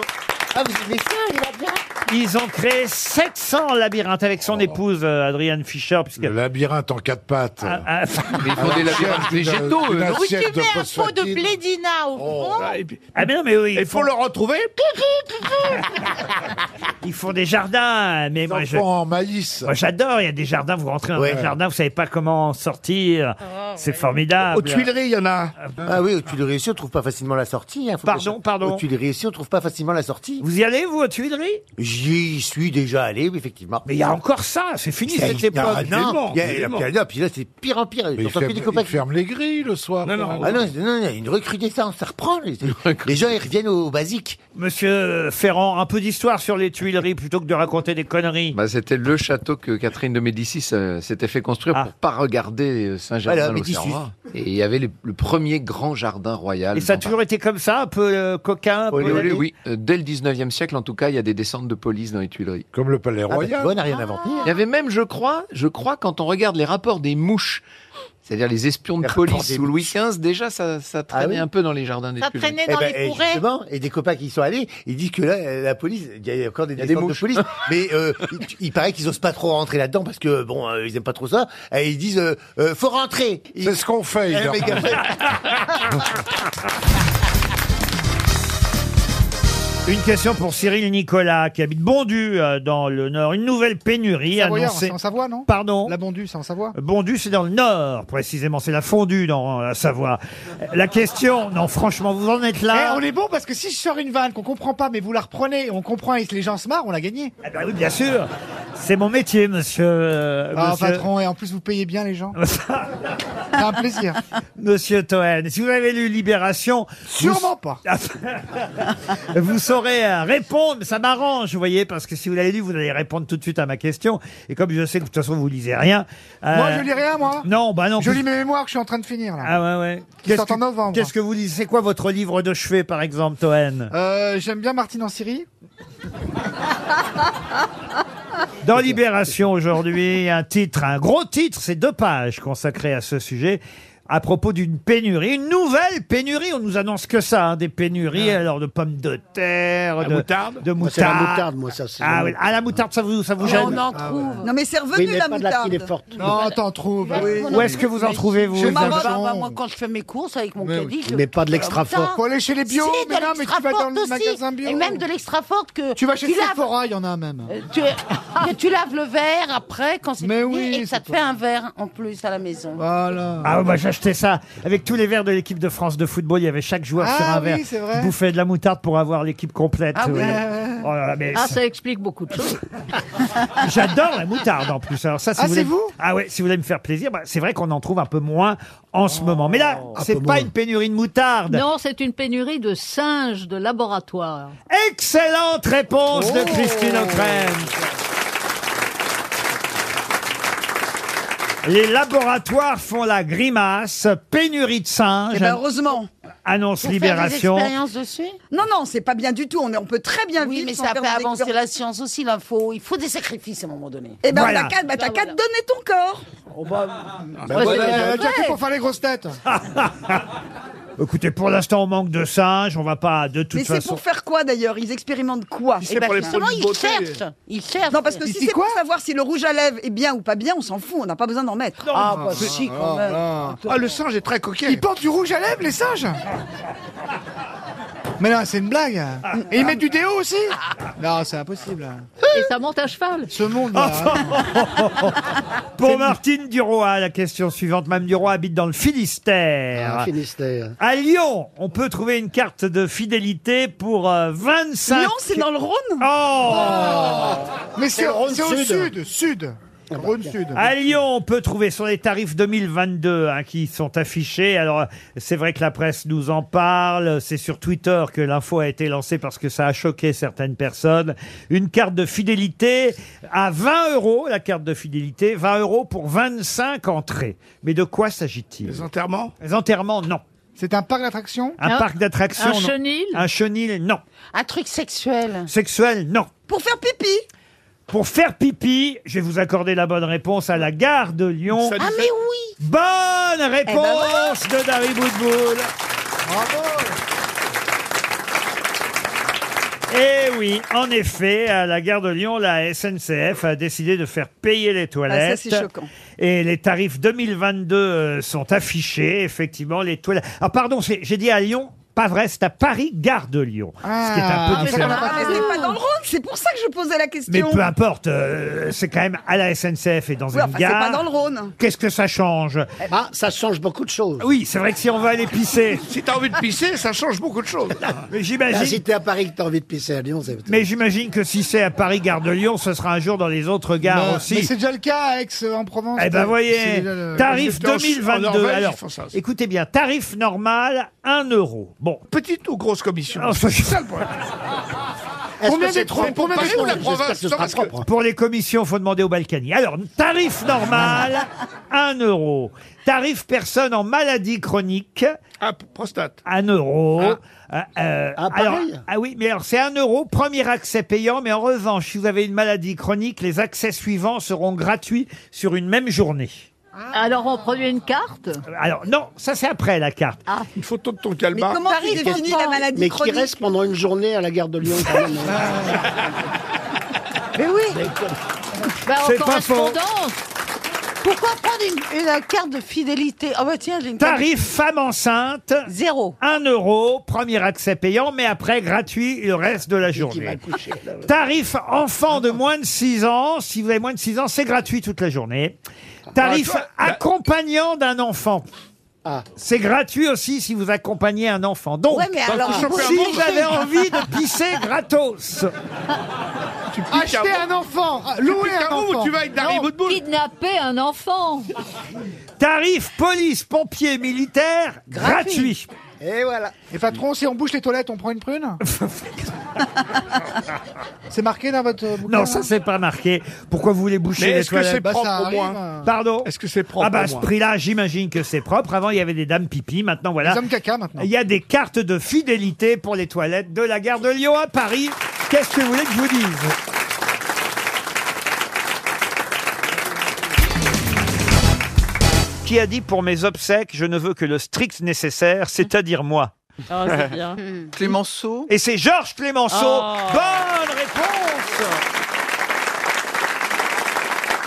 Ah vous aimez ça les labyrinthes Ils ont créé 700 labyrinthes avec son épouse euh, Adrienne Fischer. Puisque... Ah, Le labyrinthe en quatre pattes. ils font des labyrinthes végétaux, euh, eux, non Où tu mets un pot de blédina Oh. au fond. euh, Ah mais non, mais oui. Et faut le retrouver. Ils font des jardins, mais moi je. en maïs. Moi j'adore. Il y a des jardins. Vous rentrez dans Ouais. un jardin, vous savez pas comment en sortir. Oh, C'est formidable. Aux Tuileries, il y en a. Ah oui, aux Tuileries aussi, on trouve pas facilement la sortie. hein, faut Pardon, pas- pardon. Aux Tuileries aussi, on trouve pas facilement la sortie. Vous y allez, vous, aux Tuileries J'y suis déjà allé, oui, effectivement. Mais il y a encore ça, c'est fini Ça cette y- époque. Ah, non, Dément, il y a- dément. puis là, puis là, c'est pire en pire. Mais Ils il ferme- il ferment les grilles le soir. Non, non, pour ah, aller- non, non, non, il y a une recrudescence, ça reprend. Les, les gens, ils reviennent au, au basique. Monsieur Ferrand, un peu d'histoire sur les Tuileries plutôt que de raconter des conneries. Bah, c'était le château que Catherine de Médicis euh, s'était fait construire Ah. pour pas regarder euh, Saint-Germain Voilà, au Médicis. l'Océan. Et il y avait les- le premier grand jardin royal. Et ça a dans toujours été comme ça, un peu euh, Ah, coquin un peu Paris. Oui, oui, laid oui. Euh, Dès le 19e siècle, en tout cas, il y a des descentes de police dans les Tuileries. Comme le Ah, Palais bah, tu Royal. vois, on n'a rien inventé. Il y avait même, je crois, je crois, quand on regarde les rapports des mouches, c'est-à-dire les espions de police des Ah sous Louis XV, déjà, ça, ça traînait oui. un peu dans les jardins des Tuileries. Eh ben, et justement, et des copains qui y sont allés, ils disent que là, euh, la police, il y a encore des, y a des descentes de mouches. police, mais euh, il, il paraît qu'ils osent pas trop rentrer là-dedans parce que bon, euh, ils aiment pas trop ça. Et ils disent, euh, euh, faut rentrer. Eh, C'est ce qu'on fait. ils leur Ah, Une question pour Cyril Nicolas qui habite Bondu euh, dans le Nord. Une nouvelle pénurie Savoyard, annoncée. c'est en Savoie, non Pardon La Bondue, c'est en Savoie. Bondu, c'est dans le Nord, précisément. C'est la fondue dans la Savoie. Euh, La question, non, franchement, vous en êtes là. Eh, on est bon parce que si je sors une vanne qu'on comprend pas, mais vous la reprenez, on comprend et les gens se marrent, on l'a gagné. Ah bah oui, bien sûr. C'est mon métier, monsieur. euh, Ah, monsieur- patron, et en plus vous payez bien les gens. C'est un plaisir. Monsieur Toen, si vous avez lu Libération, Sûrement vous- vous saurez euh, répondre. Ça m'arrange, vous voyez, parce que si vous l'avez lu, vous allez répondre tout de suite à ma question. Et comme je sais que de toute façon vous lisez rien, euh, Moi, je lis rien, moi. Non, bah non. Je vous- lis mes mémoires que je suis en train de finir là. Ah ouais ouais. Qui sortent en novembre. Qu'est-ce que vous lisez C'est quoi votre livre de chevet, par exemple, Toen Euh, J'aime bien Martine en Syrie. Dans Libération aujourd'hui, un titre, un gros titre, c'est deux pages consacrées à ce sujet. à propos d'une pénurie, une nouvelle pénurie. On nous annonce que ça, hein, des pénuries Ah. alors de pommes de terre, La de moutarde de Moi, c'est la moutarde. moutarde, moi, ça, c'est Ah la oui, moutarde. ah, la moutarde, ça vous ça vous gêne Ah, Non, mais c'est revenu Oui, mais la pas de la moutarde. petite et forte. Non, t'en trouves. Où est-ce que vous en trouvez, vous, Chez les maman, Amazons bah, moi, quand je fais mes courses avec mon Mais oui. caddie, je- Mais pas de l'extra Putain. fort. Faut aller chez les bio, Si, mais de non, mais tu l'extra vas dans forte le aussi. magasin bio. Et même de l'extra forte que. Tu vas chez laves- Sephora, il y en a un même. Euh, Tu, que tu laves le verre après quand c'est fini et que ça te fait un verre en plus à la maison. Voilà. Ah ouais, bah j'ai acheté ça avec tous les verres de l'équipe de France de football. Il y avait chaque joueur Ah sur un oui, verre. c'est vrai. Il bouffait de la moutarde pour avoir l'équipe complète. Ah vous oui. voyez. Oh là là, mais Ah, c'est- ça explique beaucoup de choses. j'adore la moutarde en plus. Alors ça, si Ah, vous c'est voulez- vous Ah ouais, si vous voulez me faire plaisir, bah, c'est vrai qu'on en trouve un peu moins en Oh. ce moment. Mais là, c'est pas une pénurie de moutarde. Non, c'est une pénurie de singes de laboratoire. Excellente réponse Oh. de Christine O'Krem. Les laboratoires font la grimace. Pénurie de singes. Eh ben, heureusement. Annonce Libération. dessus Non, non, c'est pas bien du tout. On, est- on peut très bien Oui, vivre. mais sans ça faire fait des avancer expériences. la science aussi, l'info. Il faut des sacrifices à un moment donné. Eh ben, Voilà. t'as qu'à bah, t'as Ben qu'à te voilà. donner ton corps. Ah, Ah, bah, bah, Ben voilà, c'est- euh, Ouais. T'as fait pour faire les grosses têtes. Écoutez, pour l'instant, on manque de singes. On va pas, de toute Mais c'est façon. pour faire quoi d'ailleurs Ils expérimentent quoi Si c'est pour les justement, produits ils beauté. cherchent. Ils cherchent. Non, parce que Ils si disent c'est pour savoir si le rouge à lèvres est bien ou pas bien, on s'en fout. On n'a pas besoin d'en mettre. Ah, bah si, quand même. Ah, le singe est très coquet. Ils portent du rouge à lèvres, les singes Mais non, c'est une blague. Et ils mettent du déo aussi Non, c'est impossible. Et ça monte à cheval. Ce monde-là. Pour Martine Duroy, la question suivante. Mme Duroy habite dans le Finistère. Ah, Finistère. À Lyon, on peut trouver une carte de fidélité pour euh, 25... Lyon, c'est dans le Rhône Oh Mais c'est c'est au sud, sud. Rhône Sud. À Lyon, on peut trouver sur les tarifs 2022 hein, qui sont affichés. Alors, euh, c'est vrai que la presse nous en parle. C'est sur Twitter que l'info a été lancée parce que ça a choqué certaines personnes. Une carte de fidélité à 20 euros, la carte de fidélité, 20 euros pour 25 entrées. Mais de quoi s'agit-il Les enterrements Les enterrements, non. C'est un parc d'attractions Un parc d'attractions. non. Un chenil, non. Un truc sexuel. Sexuel, non. Pour faire pipi. Pour faire pipi, je vais vous accorder la bonne réponse à la gare de Lyon. Ah, mais oui Bonne ben voilà. réponse de Dari Boudboul. Eh oui, en effet, à la gare de Lyon, la SNCF a décidé de faire payer les toilettes. Ah, c'est choquant. Et les tarifs 2022 euh, sont affichés, effectivement, les toilettes. Ah pardon, c'est- j'ai dit à Lyon, pas vrai, c'est à Paris, gare de Lyon. ce qui est un peu mais différent. Ah, mais c'est pas dans le Rhône, c'est pour ça que je posais la question. Mais peu importe, euh, c'est quand même à la SNCF et dans Oui, une enfin, Ah, c'est gare. pas dans le Rhône. Qu'est-ce que ça change Ah, ça change beaucoup de choses. Oui, c'est vrai que si on va aller pisser. Ah, Si t'as envie de pisser, ça change beaucoup de choses. Mais j'imagine- Ah, si t'es à Paris que t'as envie de pisser à Lyon, c'est. Mais j'imagine que si c'est à Paris, gare de Lyon, ce sera un jour dans les autres gares Non, aussi. Mais c'est déjà le cas à Aix euh, en Provence. Eh ben C'est voyez, déjà le- tarif J'étais en- en 2022. Norvège, Alors, ils font ça aussi. écoutez bien, tarif normal 1 euro. Bon, Oh, Petite ou grosse commission C'est ça le problème. Combien des trois- combien des ou la trois- province J'espère que ce Non, sera parce que- pour les commissions, faut demander aux Balkany. Alors, tarif normal 1 euro. Tarif personne en maladie chronique Ah, prostate. 1 euro. Euh, euh, Ah, alors, pareil. ah oui, mais alors c'est 1 euro, premier accès payant, mais en revanche, si vous avez une maladie chronique, les accès suivants seront gratuits sur une même journée. Alors on produit une carte Alors non, ça c'est après la carte. Une photo de ton calmar. Mais comment tu Paris, définis qu'est-ce- la maladie Mais chronique qui reste pendant une journée à la gare de Lyon quand même. Ah. Mais oui Bah, en C'est pas faux. Pourquoi prendre une, une carte de fidélité Ah bah tiens, j'ai une carte de- Tarif femme enceinte. Zéro. 1 euro, premier accès payant, mais après gratuit le reste de la journée. Tarif enfant de moins de 6 ans. Si vous avez moins de 6 ans, c'est gratuit toute la journée. Ah, Tarif toi, bah- accompagnant d'un enfant. C'est gratuit aussi si vous accompagnez un enfant. Donc, Ouais, mais si alors, vous vous pigez. avez envie de pisser gratos. Acheter un enfant, ah, louer un enfant. Non, Kidnapper un enfant. Tarif police, pompier, militaire, gratuit. Et voilà. Et patron, si on bouche les toilettes, on prend une prune C'est marqué dans votre euh, bouquin Non, ça c'est pas marqué. Pourquoi vous voulez boucher Mais les est-ce que toilettes c'est Bah, ça propre au arrive, moins hein. Pardon Est-ce que c'est propre Ah bah au à ce moins prix-là, j'imagine que c'est propre. Avant, il y avait des dames pipi. Maintenant, voilà. Les hommes caca, maintenant. Il y a des cartes de fidélité pour les toilettes de la gare de Lyon à Paris. Qu'est-ce que vous voulez que je vous dise qui a dit pour mes obsèques, je ne veux que le strict nécessaire, c'est-à-dire moi. Ah, c'est bien. Hmm. Clémenceau. Et c'est Georges Clémenceau. Oh. Ah. Bonne réponse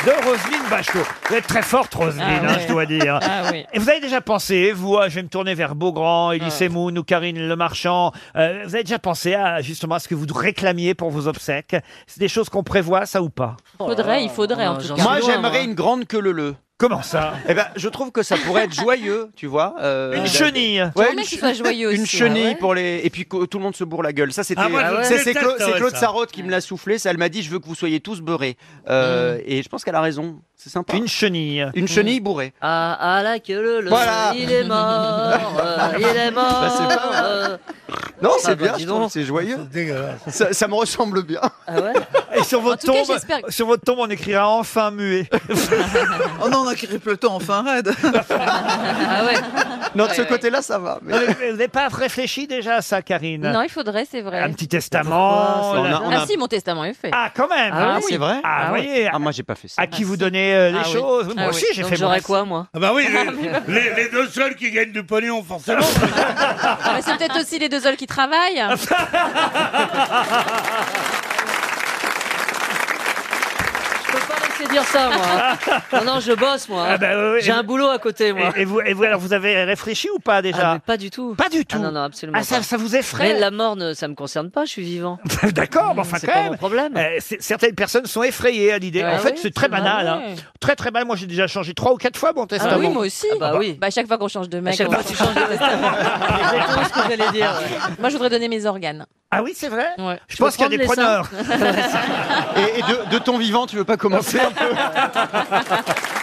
de Roselyne Bachelot. Vous êtes très forte, Roselyne, Ah hein, ouais. je dois dire. Ah oui. Ah, Et vous avez déjà pensé, vous, à- je vais me tourner vers Beaugrand, Elise Moon ou Karine Le Marchand. euh, vous avez déjà pensé à justement à ce que vous réclamiez pour vos obsèques. C'est des choses qu'on prévoit, ça ou pas Faudrait, il faudrait Oh, en tout cas. Moi, j'aimerais une grande queue leu Comment ça Eh ben, je trouve que ça pourrait être joyeux, tu vois. euh, Une d'a- chenille. Ouais, J'aimerais une, que ce che- soit joyeux Une aussi, chenille ouais, ouais. pour les. Et puis que tout le monde se bourre la gueule. Ça, c'était. Ah, moi, je c'est, déteste, c'est Claude, c'est ouais, Claude ça. Sarraute qui me l'a soufflé. Ça, elle m'a dit, je veux que vous soyez tous beurrés. Euh, Et je pense qu'elle a raison. C'est sympa. Une chenille. Une chenille bourrée. Ah, ah la queue le, le Voilà. il est mort, euh, il est mort. Bah, c'est pas- euh. Non, Ah, c'est bah, bien. dis je trouve donc. que c'est joyeux. Ça, ça me ressemble bien. Et sur votre, Ah, tout cas, tombe, j'espère que- sur votre tombe, on écrira enfin muet. Oh non, on a crié le temps enfin raide. Ah ouais. Non, de ce côté-là, ça va. mais- Non, mais vous n'avez pas réfléchi déjà à ça, Karine Non, il faudrait, c'est vrai. Un petit testament. Pourquoi là- On a- on a- Ah si, mon testament est fait. oh, Ah quand même. Ah, c'est vrai Ah, Ah, vous ouais. voyez. Ah, moi, j'ai pas fait ça. À qui vous donnez euh, les Ah oui. choses Moi Ah aussi, oui. j'ai Donc fait j'aurais mon- quoi, moi Ah bah oui, les, les- les deux seuls qui gagnent du pognon, forcément. Ah, mais c'est peut-être aussi les deux seuls qui travaillent. Je peux pas laisser dire ça, Ah moi. Non, non, je bosse, moi. Ah bah oui, oui. J'ai un boulot à côté, moi. Et, et vous, et vous, alors, vous avez réfléchi ou pas déjà Ah, mais pas du tout. Pas du tout. Ah, non, non, absolument. Ah, ça- pas. ça vous effraie Mais la mort, ne, ça me concerne pas, je suis vivant. D'accord, mais enfin C'est quand pas même. mon problème. euh, c'est- certaines personnes sont effrayées à l'idée. Ah en fait, oui, c'est très c'est vrai. banal. hein. Très très mal. Moi, j'ai déjà changé trois ou quatre fois mon testament. oui, moi aussi. Ah bah oui. Bah, à chaque fois qu'on change de mec, À chaque on fois on change de testament. C'est exactement ce que j'allais dire. ouais. Moi, je voudrais donner mes organes. Ah oui, c'est vrai Je pense peux qu'il y a des prendre les Et, et de, de ton vivant, tu veux pas commencer un peu